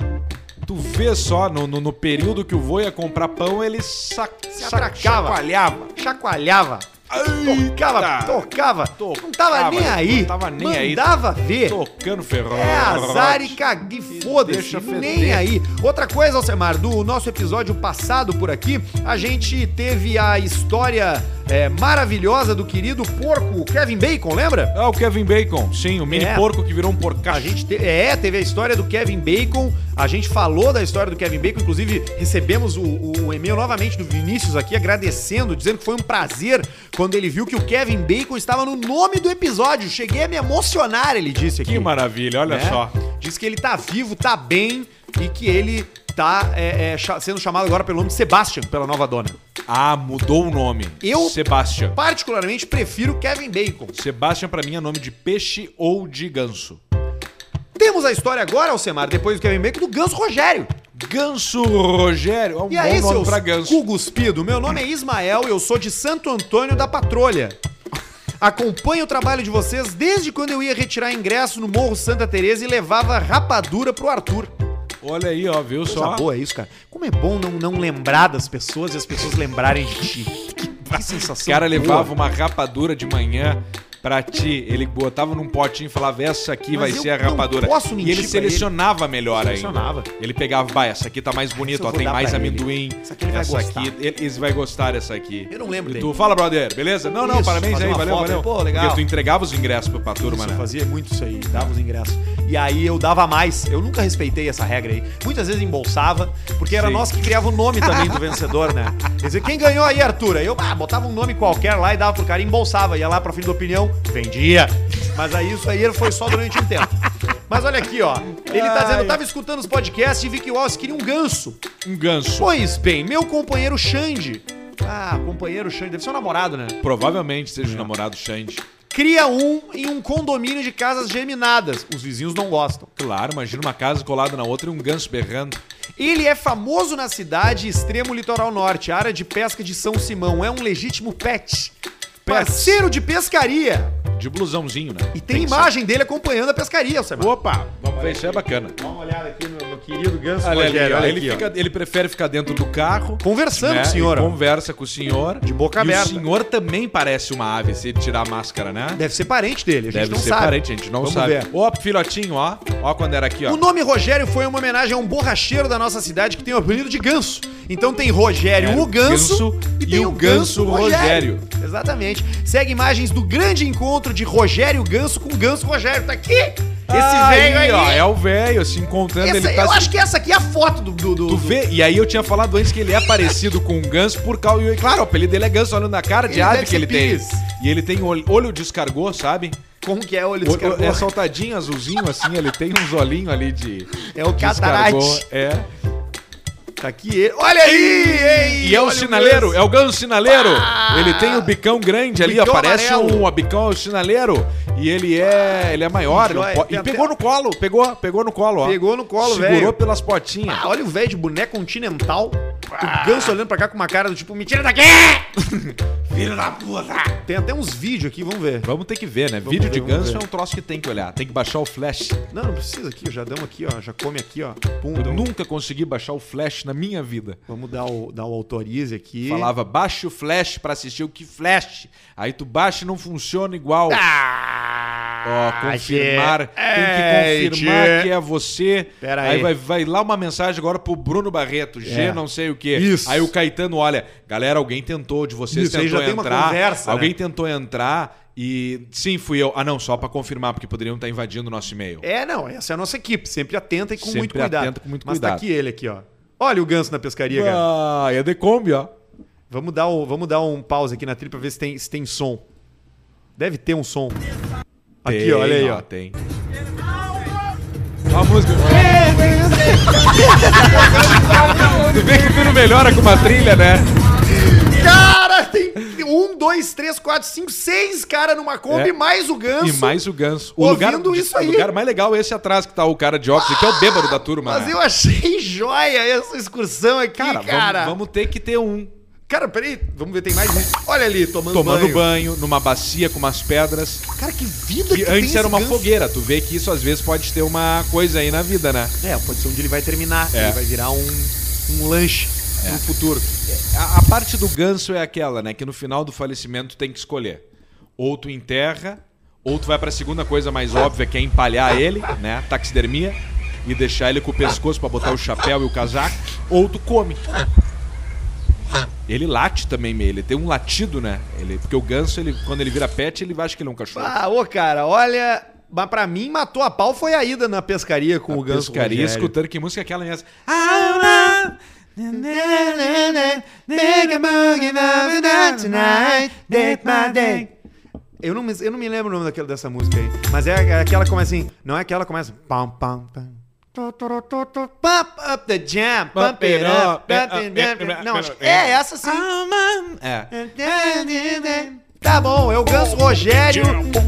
[SPEAKER 2] Tu vê só, no, no, no período que o vô ia comprar pão, ele sac,
[SPEAKER 1] Se
[SPEAKER 2] sac-
[SPEAKER 1] atracava.
[SPEAKER 2] chacoalhava.
[SPEAKER 1] chacoalhava, tocava,
[SPEAKER 2] Eita!
[SPEAKER 1] tocava,
[SPEAKER 2] Tocava,
[SPEAKER 1] não tava nem aí,
[SPEAKER 2] não tava nem aí.
[SPEAKER 1] mandava ver.
[SPEAKER 2] Tocando ferrão.
[SPEAKER 1] É azar e cague, foda-se,
[SPEAKER 2] deixa feder.
[SPEAKER 1] nem aí. Outra coisa, Alcemar, do nosso episódio passado por aqui, a gente teve a história é, maravilhosa do querido porco Kevin Bacon, lembra?
[SPEAKER 2] Ah, o Kevin Bacon. Sim, o mini
[SPEAKER 1] É.
[SPEAKER 2] porco que virou um porcacho.
[SPEAKER 1] A gente te- é, teve a história do Kevin Bacon. A gente falou da história do Kevin Bacon. Inclusive, recebemos o, o- o e-mail novamente do Vinícius aqui, agradecendo, dizendo que foi um prazer quando ele viu que o Kevin Bacon estava no nome do episódio. Cheguei a me emocionar, ele disse aqui.
[SPEAKER 2] Que maravilha, olha
[SPEAKER 1] né?
[SPEAKER 2] só.
[SPEAKER 1] Diz que ele tá vivo, tá bem e que ele tá é, é, cha- sendo chamado agora pelo nome de Sebastian, pela nova dona.
[SPEAKER 2] Ah, mudou o nome.
[SPEAKER 1] Eu-
[SPEAKER 2] Sebastian.
[SPEAKER 1] Particularmente, prefiro Kevin Bacon.
[SPEAKER 2] Sebastian pra mim é nome de peixe ou de ganso.
[SPEAKER 1] Temos a história agora, Alcemar, depois do Kevin Bacon, do Ganso Rogério.
[SPEAKER 2] Ganso Rogério. É um
[SPEAKER 1] E
[SPEAKER 2] bom
[SPEAKER 1] aí,
[SPEAKER 2] nome
[SPEAKER 1] seus
[SPEAKER 2] pra ganso.
[SPEAKER 1] cu guspido, meu nome é Ismael e eu sou de Santo Antônio da Patrulha. Acompanho o trabalho de vocês desde quando eu ia retirar ingresso no Morro Santa Teresa e levava rapadura pro Arthur.
[SPEAKER 2] Olha aí, ó, viu
[SPEAKER 1] Coisa
[SPEAKER 2] só?
[SPEAKER 1] boa é isso, cara. Como é bom não, não lembrar das pessoas e as pessoas lembrarem de ti. Que sensação
[SPEAKER 2] O cara
[SPEAKER 1] boa.
[SPEAKER 2] levava um uma rapadura de manhã pra ti. Ele botava num potinho e falava, essa aqui
[SPEAKER 1] Mas
[SPEAKER 2] vai
[SPEAKER 1] eu
[SPEAKER 2] ser a
[SPEAKER 1] não
[SPEAKER 2] rapadura.
[SPEAKER 1] posso
[SPEAKER 2] e
[SPEAKER 1] mentir
[SPEAKER 2] ele
[SPEAKER 1] pra
[SPEAKER 2] selecionava melhor
[SPEAKER 1] Selecionava.
[SPEAKER 2] ainda. Ele pegava, vai, essa aqui tá mais bonita,
[SPEAKER 1] eu
[SPEAKER 2] ó,
[SPEAKER 1] vou
[SPEAKER 2] tem
[SPEAKER 1] dar
[SPEAKER 2] mais
[SPEAKER 1] pra ele.
[SPEAKER 2] amendoim.
[SPEAKER 1] Essa aqui ele vai gostar.
[SPEAKER 2] aqui, ele, eles vai gostar dessa aqui.
[SPEAKER 1] Eu não lembro
[SPEAKER 2] E
[SPEAKER 1] dele.
[SPEAKER 2] tu, fala, brother, beleza? Não, não,
[SPEAKER 1] Isso,
[SPEAKER 2] parabéns
[SPEAKER 1] fazer
[SPEAKER 2] aí,
[SPEAKER 1] uma
[SPEAKER 2] valeu,
[SPEAKER 1] foto aí.
[SPEAKER 2] valeu.
[SPEAKER 1] Pô, legal.
[SPEAKER 2] Porque tu entregava os ingressos pra turma,
[SPEAKER 1] Isso, eu
[SPEAKER 2] né?
[SPEAKER 1] fazia muito isso aí, dava os ingressos. E aí eu dava mais, eu nunca respeitei essa regra aí. Muitas vezes embolsava, porque era
[SPEAKER 2] Sim.
[SPEAKER 1] nós que criava o nome também do vencedor, né? Quer dizer, quem ganhou aí, Arthur? Aí eu ah, botava um nome qualquer lá e dava pro cara, embolsava, ia lá pra filho da opinião, vendia. Mas aí isso aí foi só durante um tempo. Mas olha aqui, ó. Ele tá
[SPEAKER 2] Ai.
[SPEAKER 1] dizendo, eu tava escutando os podcasts e vi que o Alce queria um ganso.
[SPEAKER 2] Um ganso.
[SPEAKER 1] Pois bem, meu companheiro Xande. Ah, companheiro Xande, deve ser um namorado, né?
[SPEAKER 2] Provavelmente seja o namorado Xande.
[SPEAKER 1] Cria um em um condomínio de casas germinadas. Os vizinhos não gostam.
[SPEAKER 2] Claro, imagina uma casa colada na outra e um ganso berrando.
[SPEAKER 1] Ele é famoso na cidade extremo litoral norte, área de pesca de São Simão. É um legítimo pet. Parceiro de pescaria.
[SPEAKER 2] De blusãozinho, né?
[SPEAKER 1] E tem,
[SPEAKER 2] que
[SPEAKER 1] imagem dele acompanhando a pescaria, você
[SPEAKER 2] ser- Opa, vamos ver, isso é bacana.
[SPEAKER 1] Dá uma olhada aqui no, no querido Ganso
[SPEAKER 2] Olha ali,
[SPEAKER 1] Rogério,
[SPEAKER 2] ó,
[SPEAKER 1] olha
[SPEAKER 2] ele,
[SPEAKER 1] aqui, ó.
[SPEAKER 2] fica- ele prefere ficar dentro do carro.
[SPEAKER 1] Conversando
[SPEAKER 2] né,
[SPEAKER 1] com o senhor.
[SPEAKER 2] e
[SPEAKER 1] ó.
[SPEAKER 2] Conversa com o senhor.
[SPEAKER 1] De boca
[SPEAKER 2] e
[SPEAKER 1] aberta.
[SPEAKER 2] O senhor também parece uma ave se ele tirar a máscara, né?
[SPEAKER 1] Deve ser parente dele, a gente
[SPEAKER 2] Deve
[SPEAKER 1] não
[SPEAKER 2] ser
[SPEAKER 1] sabe.
[SPEAKER 2] parente, a gente não
[SPEAKER 1] Vamos
[SPEAKER 2] sabe.
[SPEAKER 1] ver.
[SPEAKER 2] Ó, filhotinho, ó. Ó quando era aqui, ó.
[SPEAKER 1] O nome Rogério foi uma homenagem a um borracheiro da nossa cidade que tem o apelido de Ganso. Então tem Rogério
[SPEAKER 2] Era
[SPEAKER 1] o Ganso,
[SPEAKER 2] Ganso e o Ganso Rogério.
[SPEAKER 1] Exatamente. Segue imagens do grande encontro de Rogério Ganso com Ganso Rogério. Tá aqui! Esse
[SPEAKER 2] Ah,
[SPEAKER 1] velho aí.
[SPEAKER 2] ó. É o velho se encontrando.
[SPEAKER 1] Essa-
[SPEAKER 2] ele tá
[SPEAKER 1] eu
[SPEAKER 2] se
[SPEAKER 1] acho que essa aqui é a foto do. do, do-
[SPEAKER 2] Tu
[SPEAKER 1] do-
[SPEAKER 2] vê? E aí eu tinha falado antes que ele é parecido com um ganso por causa. E claro, o apelido dele é ganso, olhando na cara de
[SPEAKER 1] Ele
[SPEAKER 2] ave
[SPEAKER 1] deve
[SPEAKER 2] que ele
[SPEAKER 1] ser pires.
[SPEAKER 2] tem. E ele tem olho, olho de escargot, sabe?
[SPEAKER 1] Como que é o olho
[SPEAKER 2] Olho-
[SPEAKER 1] desse cara?
[SPEAKER 2] É saltadinho, azulzinho, assim, ele tem uns olhinhos ali de.
[SPEAKER 1] É o
[SPEAKER 2] de
[SPEAKER 1] catarate.
[SPEAKER 2] escargot, É.
[SPEAKER 1] Tá aqui ele. Olha aí! ei,
[SPEAKER 2] E é o
[SPEAKER 1] olha
[SPEAKER 2] sinaleiro,
[SPEAKER 1] Ganso.
[SPEAKER 2] é o ganso sinaleiro.
[SPEAKER 1] Ah!
[SPEAKER 2] Ele tem o bicão grande ali,
[SPEAKER 1] Bicão
[SPEAKER 2] aparece
[SPEAKER 1] amarelo.
[SPEAKER 2] um ó, bicão sinaleiro. E ele é. Ele é maior.
[SPEAKER 1] Que
[SPEAKER 2] não
[SPEAKER 1] joia.
[SPEAKER 2] po-
[SPEAKER 1] Tem
[SPEAKER 2] E
[SPEAKER 1] até-
[SPEAKER 2] pegou no colo, pegou, pegou no colo, ó.
[SPEAKER 1] Pegou no colo,
[SPEAKER 2] Segurou
[SPEAKER 1] velho.
[SPEAKER 2] pelas potinhas.
[SPEAKER 1] Ah, olha o
[SPEAKER 2] Ah.
[SPEAKER 1] velho de boné continental. O Ganso olhando pra cá com uma cara do tipo, me tira daqui!
[SPEAKER 2] Filho da puta!
[SPEAKER 1] Tem até uns vídeos aqui, vamos ver.
[SPEAKER 2] Vamos ter que ver, né?
[SPEAKER 1] Vamos
[SPEAKER 2] Vídeo de
[SPEAKER 1] ver, vamos
[SPEAKER 2] ganso
[SPEAKER 1] ver.
[SPEAKER 2] é um troço que tem que olhar. Tem que baixar o flash.
[SPEAKER 1] Não, não precisa aqui, já damos aqui, ó. Já come aqui, ó. Pum,
[SPEAKER 2] Eu
[SPEAKER 1] dá um-
[SPEAKER 2] nunca consegui baixar o flash na minha vida.
[SPEAKER 1] Vamos dar o, dar o autorize aqui.
[SPEAKER 2] Falava, baixa o flash pra assistir o que flash. Aí tu baixa e não funciona igual. Ó,
[SPEAKER 1] Ah, tchê.
[SPEAKER 2] confirmar. Tem que confirmar
[SPEAKER 1] Ei, tchê.
[SPEAKER 2] que é você.
[SPEAKER 1] Pera aí.
[SPEAKER 2] aí vai, vai lá uma mensagem agora pro Bruno Barreto, G
[SPEAKER 1] É.
[SPEAKER 2] não sei o quê.
[SPEAKER 1] Isso.
[SPEAKER 2] Aí o Caetano olha, galera, alguém tentou de vocês,
[SPEAKER 1] Isso, aí
[SPEAKER 2] tentou
[SPEAKER 1] já tem uma
[SPEAKER 2] entrar.
[SPEAKER 1] conversa, né?
[SPEAKER 2] alguém tentou entrar e sim, fui eu. Ah, não, só pra confirmar porque poderiam estar invadindo o nosso e-mail.
[SPEAKER 1] É, não, essa é a nossa equipe, sempre atenta e com
[SPEAKER 2] Sempre
[SPEAKER 1] muito cuidado.
[SPEAKER 2] atenta, com muito
[SPEAKER 1] Mas tá
[SPEAKER 2] cuidado.
[SPEAKER 1] aqui ele aqui, ó. Olha o ganso na pescaria, cara.
[SPEAKER 2] Ah, é de Kombi, ó.
[SPEAKER 1] Vamos dar, o, vamos dar um pause aqui na trilha pra ver se tem, se tem som. Deve ter um som. Aqui,
[SPEAKER 2] Tem,
[SPEAKER 1] ó, olha aí, ó.
[SPEAKER 2] Tem. Ó a música. Tu vê que tudo melhora com uma trilha, né?
[SPEAKER 1] Cara, tem um, dois, três, quatro, cinco, seis cara numa Kombi,
[SPEAKER 2] É.
[SPEAKER 1] mais o ganso.
[SPEAKER 2] E mais o ganso. O
[SPEAKER 1] Ouvindo
[SPEAKER 2] lugar,
[SPEAKER 1] isso
[SPEAKER 2] o
[SPEAKER 1] aí.
[SPEAKER 2] lugar mais legal é esse atrás que tá o cara de óculos, que é o bêbado da turma.
[SPEAKER 1] Mas
[SPEAKER 2] né?
[SPEAKER 1] eu achei joia essa excursão aqui, cara.
[SPEAKER 2] cara, vamos- Vamos, ter que ter um.
[SPEAKER 1] Cara, peraí, vamos ver, tem mais gente. Olha ali, tomando,
[SPEAKER 2] Tomando banho.
[SPEAKER 1] banho.
[SPEAKER 2] numa bacia com umas pedras.
[SPEAKER 1] Cara, que vida
[SPEAKER 2] Que antes
[SPEAKER 1] esse
[SPEAKER 2] era uma
[SPEAKER 1] ganso.
[SPEAKER 2] fogueira. Tu vê que isso às vezes pode ter uma coisa aí na vida, né?
[SPEAKER 1] É, pode ser onde ele vai terminar.
[SPEAKER 2] É.
[SPEAKER 1] Ele vai virar um, um lanche no futuro.
[SPEAKER 2] É, A, a parte do ganso é aquela, né? Que no final do falecimento tu tem que escolher. Ou tu enterra, ou tu vai pra segunda coisa mais óbvia, que é empalhar ele, né? Taxidermia. E deixar ele com o pescoço pra botar o chapéu e o casaco. Ou tu come. Ele late também, meio. Ele tem um latido, né? Ele, porque o ganso, ele, quando ele vira pet, ele acha que ele é um cachorro.
[SPEAKER 1] Ah, ô, cara, olha. Mas pra mim, matou a pau foi a ida na pescaria com o ganso.
[SPEAKER 2] Pescaria
[SPEAKER 1] Rogério.
[SPEAKER 2] escutando que música é aquela mesmo. Ah,
[SPEAKER 1] Eu não, me, eu não me lembro o nome daquela, dessa música aí. Mas é aquela que começa assim. Não é aquela que começa. Pam, pam, pam. Tu, tu, tu, tu, tu. Pump up the jam. Pump it up. Pump it up. Não, acho que é essa sim.
[SPEAKER 2] É.
[SPEAKER 1] Tá bom, é o Ganso Rogério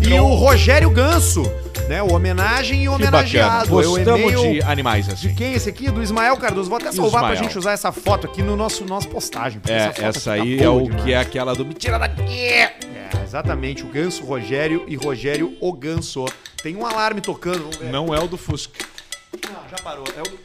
[SPEAKER 1] e o Rogério Ganso, né? O homenagem e o
[SPEAKER 2] Que bacana.
[SPEAKER 1] homenageado. É o
[SPEAKER 2] Gostamos
[SPEAKER 1] e-mail
[SPEAKER 2] de animais
[SPEAKER 1] de
[SPEAKER 2] assim.
[SPEAKER 1] quem é esse aqui? Do Ismael Cardoso. Vou até salvar pra
[SPEAKER 2] Ismael.
[SPEAKER 1] gente usar essa foto aqui no nosso nosso postagem. porque
[SPEAKER 2] É,
[SPEAKER 1] foto
[SPEAKER 2] essa
[SPEAKER 1] aqui
[SPEAKER 2] aí
[SPEAKER 1] tá
[SPEAKER 2] é
[SPEAKER 1] boa
[SPEAKER 2] o
[SPEAKER 1] demais.
[SPEAKER 2] que é aquela do mentira daqui.
[SPEAKER 1] É, exatamente, o Ganso Rogério e Rogério o Ganso. Tem um alarme tocando, vamos ver.
[SPEAKER 2] Não é o do Fusca.
[SPEAKER 1] Não, já parou. É o do...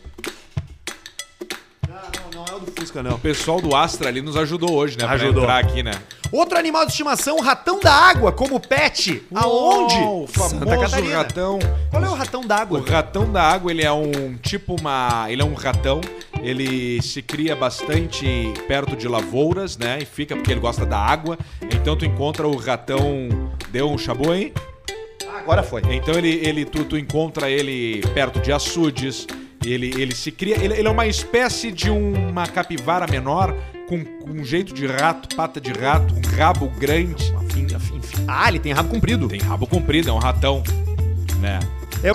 [SPEAKER 1] Não, não, não é o do Fusca, não.
[SPEAKER 2] O pessoal do Astra ali nos ajudou hoje, né?
[SPEAKER 1] Ajudou.
[SPEAKER 2] Pra entrar aqui, né?
[SPEAKER 1] Outro animal de estimação, o ratão da água, como pet. Aonde?
[SPEAKER 2] Uou, O famoso
[SPEAKER 1] Santa Catarina.
[SPEAKER 2] ratão.
[SPEAKER 1] Qual é o ratão
[SPEAKER 2] O
[SPEAKER 1] d'água?
[SPEAKER 2] ratão da água, ele é um tipo uma. Ele é um ratão. Ele se cria bastante perto de lavouras, né? E fica porque ele gosta da água. Então tu encontra o ratão. Deu um chabu aí?
[SPEAKER 1] Ah, Agora foi.
[SPEAKER 2] Então ele, ele tu, tu encontra ele perto de açudes. Ele, ele se cria. Ele, ele é uma espécie de uma capivara menor com, com um jeito de rato, pata de rato, um rabo grande.
[SPEAKER 1] Ah, ele tem rabo comprido.
[SPEAKER 2] Tem rabo comprido, é um ratão, né?
[SPEAKER 1] É-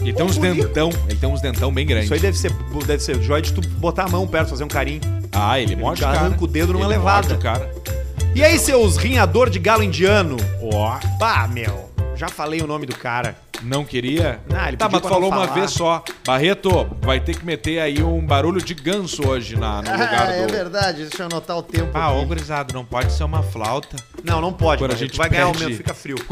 [SPEAKER 2] Ele tem uns
[SPEAKER 1] Olha.
[SPEAKER 2] dentão, ele tem uns dentão bem grandes.
[SPEAKER 1] Isso aí deve ser, deve ser joia de tu botar a mão perto, fazer um carinho.
[SPEAKER 2] Ah, ele morde o
[SPEAKER 1] já
[SPEAKER 2] cara.
[SPEAKER 1] arranca o dedo numa
[SPEAKER 2] Ele
[SPEAKER 1] levada.
[SPEAKER 2] morde o cara.
[SPEAKER 1] E aí, seus rinhador de galo indiano?
[SPEAKER 2] Ó,
[SPEAKER 1] Bah, meu. Já falei o nome do cara.
[SPEAKER 2] não queria?
[SPEAKER 1] Ah, ele
[SPEAKER 2] tá,
[SPEAKER 1] pediu pra
[SPEAKER 2] mas tu
[SPEAKER 1] não
[SPEAKER 2] falou uma
[SPEAKER 1] falar.
[SPEAKER 2] vez só. Barreto, vai ter que meter aí um barulho de ganso hoje na, no lugar do...
[SPEAKER 1] É, verdade. Deixa eu anotar o tempo.
[SPEAKER 2] Ah, ô gurizado, não pode ser uma flauta.
[SPEAKER 1] Não, não pode.
[SPEAKER 2] Agora a
[SPEAKER 1] Barreto,
[SPEAKER 2] gente
[SPEAKER 1] vai ganhar
[SPEAKER 2] perde.
[SPEAKER 1] aumento, fica frio.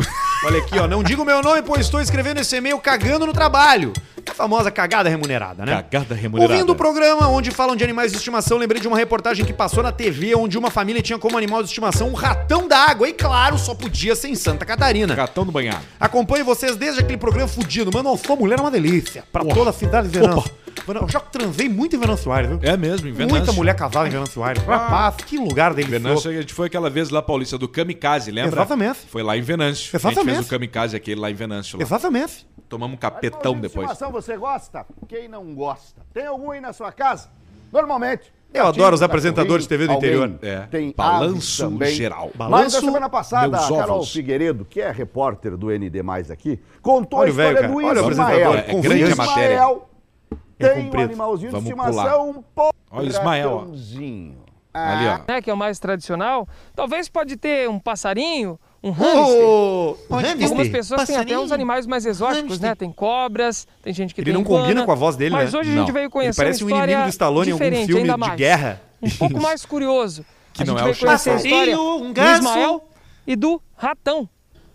[SPEAKER 1] Olha aqui, ó. Não diga o meu nome, pois estou escrevendo esse e-mail cagando no trabalho. É a famosa cagada remunerada, né?
[SPEAKER 2] Cagada remunerada.
[SPEAKER 1] Ouvindo o programa onde falam de animais de estimação, lembrei de uma reportagem que passou na TV onde uma família tinha como animal de estimação um ratão da água. E claro, só podia ser em Santa Catarina.
[SPEAKER 2] Gatão do banhado.
[SPEAKER 1] Acompanho vocês desde aquele programa fudido. Mano, Alfô, mulher é uma delícia. Pra toda a cidade de Venâncio. Mano, Eu já transei muito em Venâncio Soares, viu?
[SPEAKER 2] É mesmo, em Venâncio. Ah.
[SPEAKER 1] Muita mulher cavalo em Venâncio Soares. Rapaz, que lugar delicioso.
[SPEAKER 2] Venâncio, a gente foi aquela vez lá paulista do Kamikaze, lembra?
[SPEAKER 1] Exatamente.
[SPEAKER 2] Foi lá em Venâncio. A
[SPEAKER 1] Exatamente.
[SPEAKER 2] gente fez o Kamikaze aquele lá em Venâncio. Lá.
[SPEAKER 1] Exatamente.
[SPEAKER 2] Tomamos um capetão depois.
[SPEAKER 4] Estimação você gosta? Quem não gosta? Tem algum aí na sua casa? Normalmente.
[SPEAKER 1] Eu adoro os apresentadores de TV do
[SPEAKER 4] Alguém
[SPEAKER 1] interior.
[SPEAKER 2] É.
[SPEAKER 4] Tem
[SPEAKER 2] Balanço
[SPEAKER 4] aves também.
[SPEAKER 2] geral.
[SPEAKER 4] Mas
[SPEAKER 1] Balanço
[SPEAKER 4] na semana passada,
[SPEAKER 2] meus
[SPEAKER 4] a Carol
[SPEAKER 2] ovos.
[SPEAKER 4] Figueiredo, que é repórter do ND Mais aqui, contou
[SPEAKER 1] Olha
[SPEAKER 4] a
[SPEAKER 1] o velho,
[SPEAKER 4] história
[SPEAKER 1] cara.
[SPEAKER 4] do
[SPEAKER 1] Olha o
[SPEAKER 4] Ismael.
[SPEAKER 1] apresentador,
[SPEAKER 2] é grande a matéria.
[SPEAKER 4] Ismael
[SPEAKER 1] É
[SPEAKER 4] tem um
[SPEAKER 1] comprido.
[SPEAKER 4] animalzinho de
[SPEAKER 2] Vamos
[SPEAKER 4] estimação, um Ah,
[SPEAKER 2] Olha o Ismael, ó.
[SPEAKER 4] ratãozinho.
[SPEAKER 2] Ali, ó.
[SPEAKER 5] né, que é o mais tradicional, talvez pode ter um passarinho, um hamster.
[SPEAKER 1] Ô,
[SPEAKER 5] Algumas pessoas têm até os animais mais exóticos, né? Tem cobras, tem gente que
[SPEAKER 1] Ele
[SPEAKER 5] tem
[SPEAKER 1] não combina
[SPEAKER 5] iguana,
[SPEAKER 1] com a voz dele,
[SPEAKER 5] Mas
[SPEAKER 1] né?
[SPEAKER 5] hoje a
[SPEAKER 2] Não.
[SPEAKER 5] gente veio
[SPEAKER 1] Ele
[SPEAKER 5] conhecer
[SPEAKER 1] parece um
[SPEAKER 5] uma história
[SPEAKER 1] inimigo do Stallone em algum
[SPEAKER 5] diferente,
[SPEAKER 1] filme
[SPEAKER 5] ainda
[SPEAKER 1] de
[SPEAKER 5] mais.
[SPEAKER 1] guerra.
[SPEAKER 5] Um pouco mais curioso.
[SPEAKER 2] Que
[SPEAKER 5] A
[SPEAKER 2] não
[SPEAKER 5] gente
[SPEAKER 2] é
[SPEAKER 5] vai
[SPEAKER 2] o
[SPEAKER 5] conhecer a
[SPEAKER 2] Chester.
[SPEAKER 5] história
[SPEAKER 1] Passarinho, um
[SPEAKER 5] do
[SPEAKER 1] ganso.
[SPEAKER 5] Ismael e do ratão.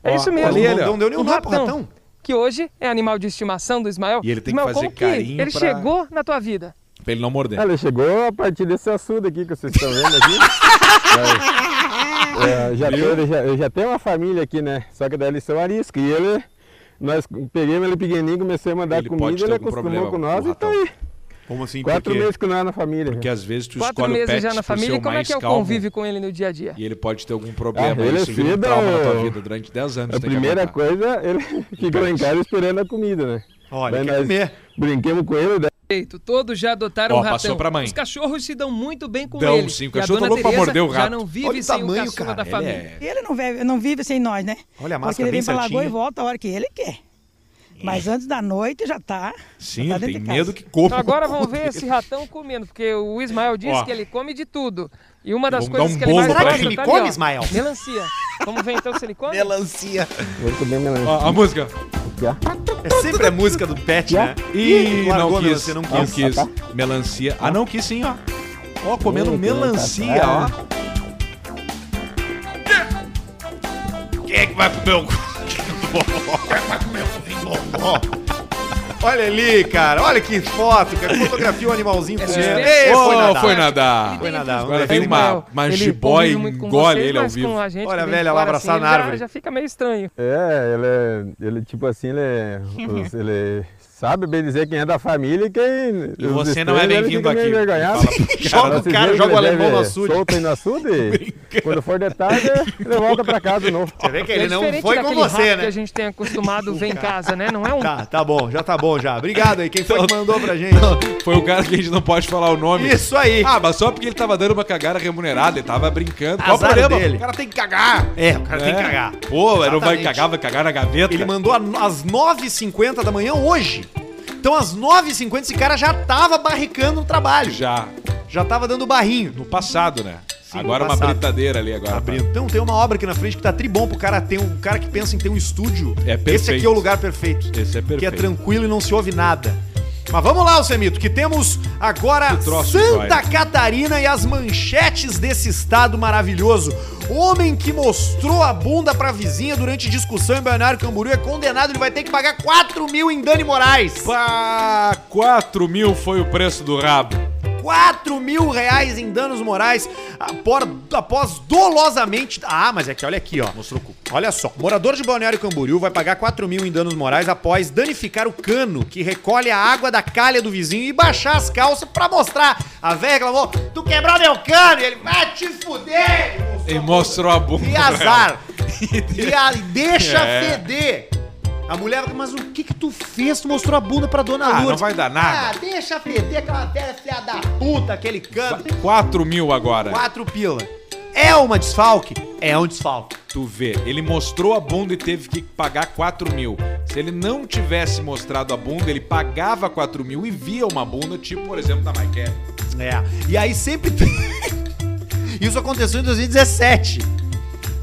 [SPEAKER 5] É
[SPEAKER 2] Ó,
[SPEAKER 5] isso mesmo.
[SPEAKER 2] olha ele, ó.
[SPEAKER 1] Não deu nem o
[SPEAKER 5] O
[SPEAKER 1] nome pro
[SPEAKER 5] ratão.
[SPEAKER 1] ratão.
[SPEAKER 5] Que hoje é animal de estimação do Ismael.
[SPEAKER 2] E ele tem que
[SPEAKER 5] Ismael,
[SPEAKER 2] fazer
[SPEAKER 5] como
[SPEAKER 2] carinho
[SPEAKER 5] Ele
[SPEAKER 2] pra-
[SPEAKER 5] chegou na tua vida.
[SPEAKER 2] Pra ele não morder.
[SPEAKER 6] Ela chegou a partir desse assunto aqui que vocês estão vendo aqui. É, é, já tem- ele já- eu já tenho uma família aqui, né? Só que daí eles são arisco. E ele, nós pegamos ele pequenininho, comecei a mandar
[SPEAKER 2] Ele pode
[SPEAKER 6] comida,
[SPEAKER 2] ter
[SPEAKER 6] ele
[SPEAKER 2] algum
[SPEAKER 6] acostumou
[SPEAKER 2] problema
[SPEAKER 6] com
[SPEAKER 2] com
[SPEAKER 6] nós
[SPEAKER 2] o
[SPEAKER 6] e tá
[SPEAKER 2] ratão.
[SPEAKER 6] aí.
[SPEAKER 1] Como assim?
[SPEAKER 6] Quatro
[SPEAKER 1] porque-
[SPEAKER 6] meses que não é na família.
[SPEAKER 2] Porque às vezes tu
[SPEAKER 5] Quatro
[SPEAKER 2] escolhe o
[SPEAKER 5] meses
[SPEAKER 2] pet
[SPEAKER 5] já
[SPEAKER 2] por
[SPEAKER 5] na família.
[SPEAKER 2] ser
[SPEAKER 5] E
[SPEAKER 2] o
[SPEAKER 5] como é
[SPEAKER 2] mais
[SPEAKER 5] que é o
[SPEAKER 2] calmo
[SPEAKER 5] convívio com ele no dia a dia?
[SPEAKER 2] e ele pode ter algum problema.
[SPEAKER 6] Ah, ele
[SPEAKER 2] isso vira um
[SPEAKER 6] fica-
[SPEAKER 2] trauma na tua vida durante 10 anos.
[SPEAKER 6] A
[SPEAKER 2] tem que
[SPEAKER 6] primeira
[SPEAKER 2] aguentar.
[SPEAKER 6] coisa, ele ficou em casa esperando a comida, né?
[SPEAKER 1] Olha,
[SPEAKER 6] Daí
[SPEAKER 1] quer
[SPEAKER 6] nós
[SPEAKER 1] comer.
[SPEAKER 6] Brinquemos com ele, né? daí
[SPEAKER 5] Perfeito, todos já adotaram
[SPEAKER 2] Ó,
[SPEAKER 5] o ratão.
[SPEAKER 2] passou pra mãe.
[SPEAKER 5] Os cachorros se dão muito bem com
[SPEAKER 2] Dão,
[SPEAKER 5] ele.
[SPEAKER 2] sim, o
[SPEAKER 5] E a
[SPEAKER 2] cachorro tá
[SPEAKER 5] dona
[SPEAKER 2] louco pra
[SPEAKER 5] Teresa
[SPEAKER 2] morder o
[SPEAKER 5] Já
[SPEAKER 2] rato.
[SPEAKER 5] não vive
[SPEAKER 1] Olha o
[SPEAKER 5] sem
[SPEAKER 1] tamanho,
[SPEAKER 5] o caçula
[SPEAKER 1] cara,
[SPEAKER 5] da
[SPEAKER 2] Ele
[SPEAKER 5] família.
[SPEAKER 2] é-
[SPEAKER 7] Ele não vive, não vive sem nós, né?
[SPEAKER 1] Olha a
[SPEAKER 7] Porque
[SPEAKER 1] máscara
[SPEAKER 7] ele
[SPEAKER 1] bem
[SPEAKER 7] vem pra lagoa e
[SPEAKER 1] certinha.
[SPEAKER 7] volta a hora que ele quer. Mas antes da noite já tá.
[SPEAKER 2] Sim,
[SPEAKER 7] já tá
[SPEAKER 2] ele tem
[SPEAKER 7] dentro de
[SPEAKER 2] medo
[SPEAKER 7] casa.
[SPEAKER 2] que coma.
[SPEAKER 5] Então agora vamos ver esse ratão comendo, porque o Ismael disse
[SPEAKER 2] Ó.
[SPEAKER 5] que ele come de tudo. E uma das
[SPEAKER 2] Vamos dar
[SPEAKER 5] coisas
[SPEAKER 2] um
[SPEAKER 5] que ele mais
[SPEAKER 2] bolo pra
[SPEAKER 5] gosta
[SPEAKER 2] ele.
[SPEAKER 5] tá
[SPEAKER 1] Ele come,
[SPEAKER 5] ali, ó,
[SPEAKER 1] Ismael?
[SPEAKER 5] Melancia. Vamos ver então se ele come?
[SPEAKER 1] Melancia.
[SPEAKER 6] ele comeu melancia.
[SPEAKER 2] Ó, a música.
[SPEAKER 1] É sempre a música do pet, né?
[SPEAKER 2] Ih,
[SPEAKER 1] Largou
[SPEAKER 2] não
[SPEAKER 1] a
[SPEAKER 2] quis,
[SPEAKER 1] melancia, não
[SPEAKER 2] não
[SPEAKER 1] quis.
[SPEAKER 2] quis. Melancia. Ah, não quis sim, ó. Ó, comendo
[SPEAKER 6] Ih, que
[SPEAKER 2] melancia, ó.
[SPEAKER 6] engraçado.
[SPEAKER 2] Quem é que vai pro meu...
[SPEAKER 1] Olha ali, cara. Olha que foto, cara. Fotografia o animalzinho comendo.
[SPEAKER 5] suspense.
[SPEAKER 1] Ei, foi
[SPEAKER 2] Oh,
[SPEAKER 1] nadar.
[SPEAKER 2] foi nadar.
[SPEAKER 1] Foi nadar.
[SPEAKER 2] Agora
[SPEAKER 1] Olha,
[SPEAKER 2] vem
[SPEAKER 5] Ismael,
[SPEAKER 2] uma, uma
[SPEAKER 5] ele
[SPEAKER 2] jiboia
[SPEAKER 5] convive muito com
[SPEAKER 2] engole
[SPEAKER 5] vocês,
[SPEAKER 2] ele ao
[SPEAKER 5] mas
[SPEAKER 2] vivo.
[SPEAKER 5] com a gente
[SPEAKER 1] Olha
[SPEAKER 5] que
[SPEAKER 1] a
[SPEAKER 5] vem de
[SPEAKER 1] velha lá
[SPEAKER 5] fora,
[SPEAKER 1] abraçar
[SPEAKER 5] assim,
[SPEAKER 1] na
[SPEAKER 5] ele já-
[SPEAKER 1] árvore.
[SPEAKER 5] Já fica meio estranho.
[SPEAKER 6] É, ele, é- ele tipo assim, ele, é- os- ele sabe bem dizer quem é da família e quem.
[SPEAKER 2] E
[SPEAKER 6] os
[SPEAKER 2] você não é
[SPEAKER 6] estranhos, ele
[SPEAKER 2] bem-vindo
[SPEAKER 6] fica meio
[SPEAKER 2] aqui.
[SPEAKER 6] envergonhado.
[SPEAKER 1] Joga o
[SPEAKER 2] Fala pro
[SPEAKER 6] Mas vocês
[SPEAKER 1] cara,
[SPEAKER 6] veem
[SPEAKER 1] joga
[SPEAKER 6] que
[SPEAKER 1] o
[SPEAKER 6] ele
[SPEAKER 1] alemão no
[SPEAKER 6] deve-
[SPEAKER 1] açude.
[SPEAKER 6] Solta aí no açude e quando for de tarde, ele volta pra casa de novo.
[SPEAKER 1] Você vê que ele
[SPEAKER 5] é
[SPEAKER 1] não
[SPEAKER 5] diferente
[SPEAKER 1] foi com
[SPEAKER 5] daquele
[SPEAKER 1] você,
[SPEAKER 5] rato que
[SPEAKER 1] né?
[SPEAKER 5] a gente tem acostumado ver em casa, né? Não é um
[SPEAKER 1] Tá, tá bom, já tá bom já. Obrigado aí, quem
[SPEAKER 2] Então
[SPEAKER 1] foi que mandou pra gente.
[SPEAKER 2] Foi o cara que a gente não pode falar o nome.
[SPEAKER 1] Isso aí.
[SPEAKER 2] Ah, mas só porque ele tava dando uma cagada remunerada, ele tava brincando. Qual o
[SPEAKER 1] Azar
[SPEAKER 2] problema?
[SPEAKER 1] dele.
[SPEAKER 2] O cara tem que cagar.
[SPEAKER 1] É, o cara tem que
[SPEAKER 2] É.
[SPEAKER 1] cagar.
[SPEAKER 2] Pô, ele não vai
[SPEAKER 1] Exatamente.
[SPEAKER 2] cagar, vai cagar na gaveta.
[SPEAKER 1] Ele mandou a- às 9h50 da manhã hoje. Então, às 9h50, esse cara já tava barricando o trabalho. Já,
[SPEAKER 2] Já.
[SPEAKER 1] já tava dando barrinho.
[SPEAKER 2] No passado, né?
[SPEAKER 1] Sim,
[SPEAKER 2] agora
[SPEAKER 1] no
[SPEAKER 2] uma
[SPEAKER 1] passado.
[SPEAKER 2] britadeira ali agora. tá.
[SPEAKER 1] Abrindo. Então tem uma obra aqui na frente que tá tribom pro cara ter um cara que pensa em ter um estúdio. Esse
[SPEAKER 2] É
[SPEAKER 1] aqui
[SPEAKER 2] perfeito.
[SPEAKER 1] é o lugar perfeito.
[SPEAKER 2] Esse é perfeito.
[SPEAKER 1] Que é tranquilo e não se ouve nada. Mas vamos lá, Alcemito, que temos agora
[SPEAKER 2] troço
[SPEAKER 1] Santa
[SPEAKER 2] dói.
[SPEAKER 1] Catarina e as manchetes desse estado maravilhoso. Homem que mostrou a bunda pra vizinha durante discussão em Balneário Camboriú é condenado, ele vai ter que pagar 4 mil em Dani Moraes.
[SPEAKER 2] Pá, 4 mil foi o preço do rabo.
[SPEAKER 1] 4 mil reais em danos morais após, após dolosamente. Ah, mas é que olha aqui, ó. Mostrou cu. Olha só. Morador de Balneário Camboriú vai pagar 4 mil em danos morais após danificar o cano que recolhe a água da calha do vizinho e baixar as calças pra mostrar. A velha reclamou: Tu quebrou meu cano! E ele vai te fuder!
[SPEAKER 2] E mostrou a bunda.
[SPEAKER 1] E azar. e, a- e deixa
[SPEAKER 2] É.
[SPEAKER 1] feder. A mulher, mas o que que tu fez? Tu mostrou a bunda pra dona
[SPEAKER 2] Ah,
[SPEAKER 1] Lourdes.
[SPEAKER 2] não vai dar
[SPEAKER 1] Ah,
[SPEAKER 2] nada.
[SPEAKER 1] deixa feder aquela velha filha da puta, aquele canto.
[SPEAKER 2] 4 mil agora.
[SPEAKER 1] Quatro pila. É uma desfalque? É um desfalque.
[SPEAKER 2] Tu vê, ele mostrou a bunda e teve que pagar 4 mil. Se ele não tivesse mostrado a bunda, ele pagava 4 mil e via uma bunda, tipo, por exemplo, da Mike
[SPEAKER 1] É. E aí sempre tem... Isso aconteceu em 2017.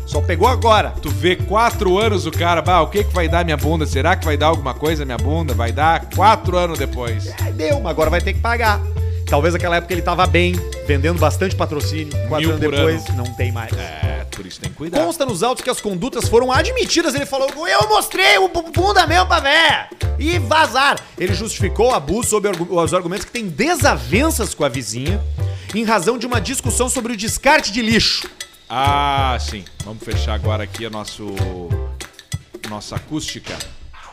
[SPEAKER 1] Só pegou agora.
[SPEAKER 2] Tu vê quatro anos o cara, bah, o que que vai dar minha bunda? Será que vai dar alguma coisa minha bunda? Vai dar quatro anos depois.
[SPEAKER 1] É, deu, mas agora vai ter que pagar. Talvez naquela época ele tava bem, vendendo bastante patrocínio. Quatro
[SPEAKER 2] Mil
[SPEAKER 1] anos
[SPEAKER 2] por
[SPEAKER 1] depois, não tem mais.
[SPEAKER 2] É, por isso tem que cuidar.
[SPEAKER 1] Consta nos autos que as condutas foram admitidas. Ele falou: Eu mostrei o bu- bunda meu pra véia! E vazar. Ele justificou o abuso sob argu- os argumentos que tem desavenças com a vizinha em razão de uma discussão sobre o descarte de lixo.
[SPEAKER 2] Ah, sim. Vamos fechar agora aqui a nosso nossa acústica.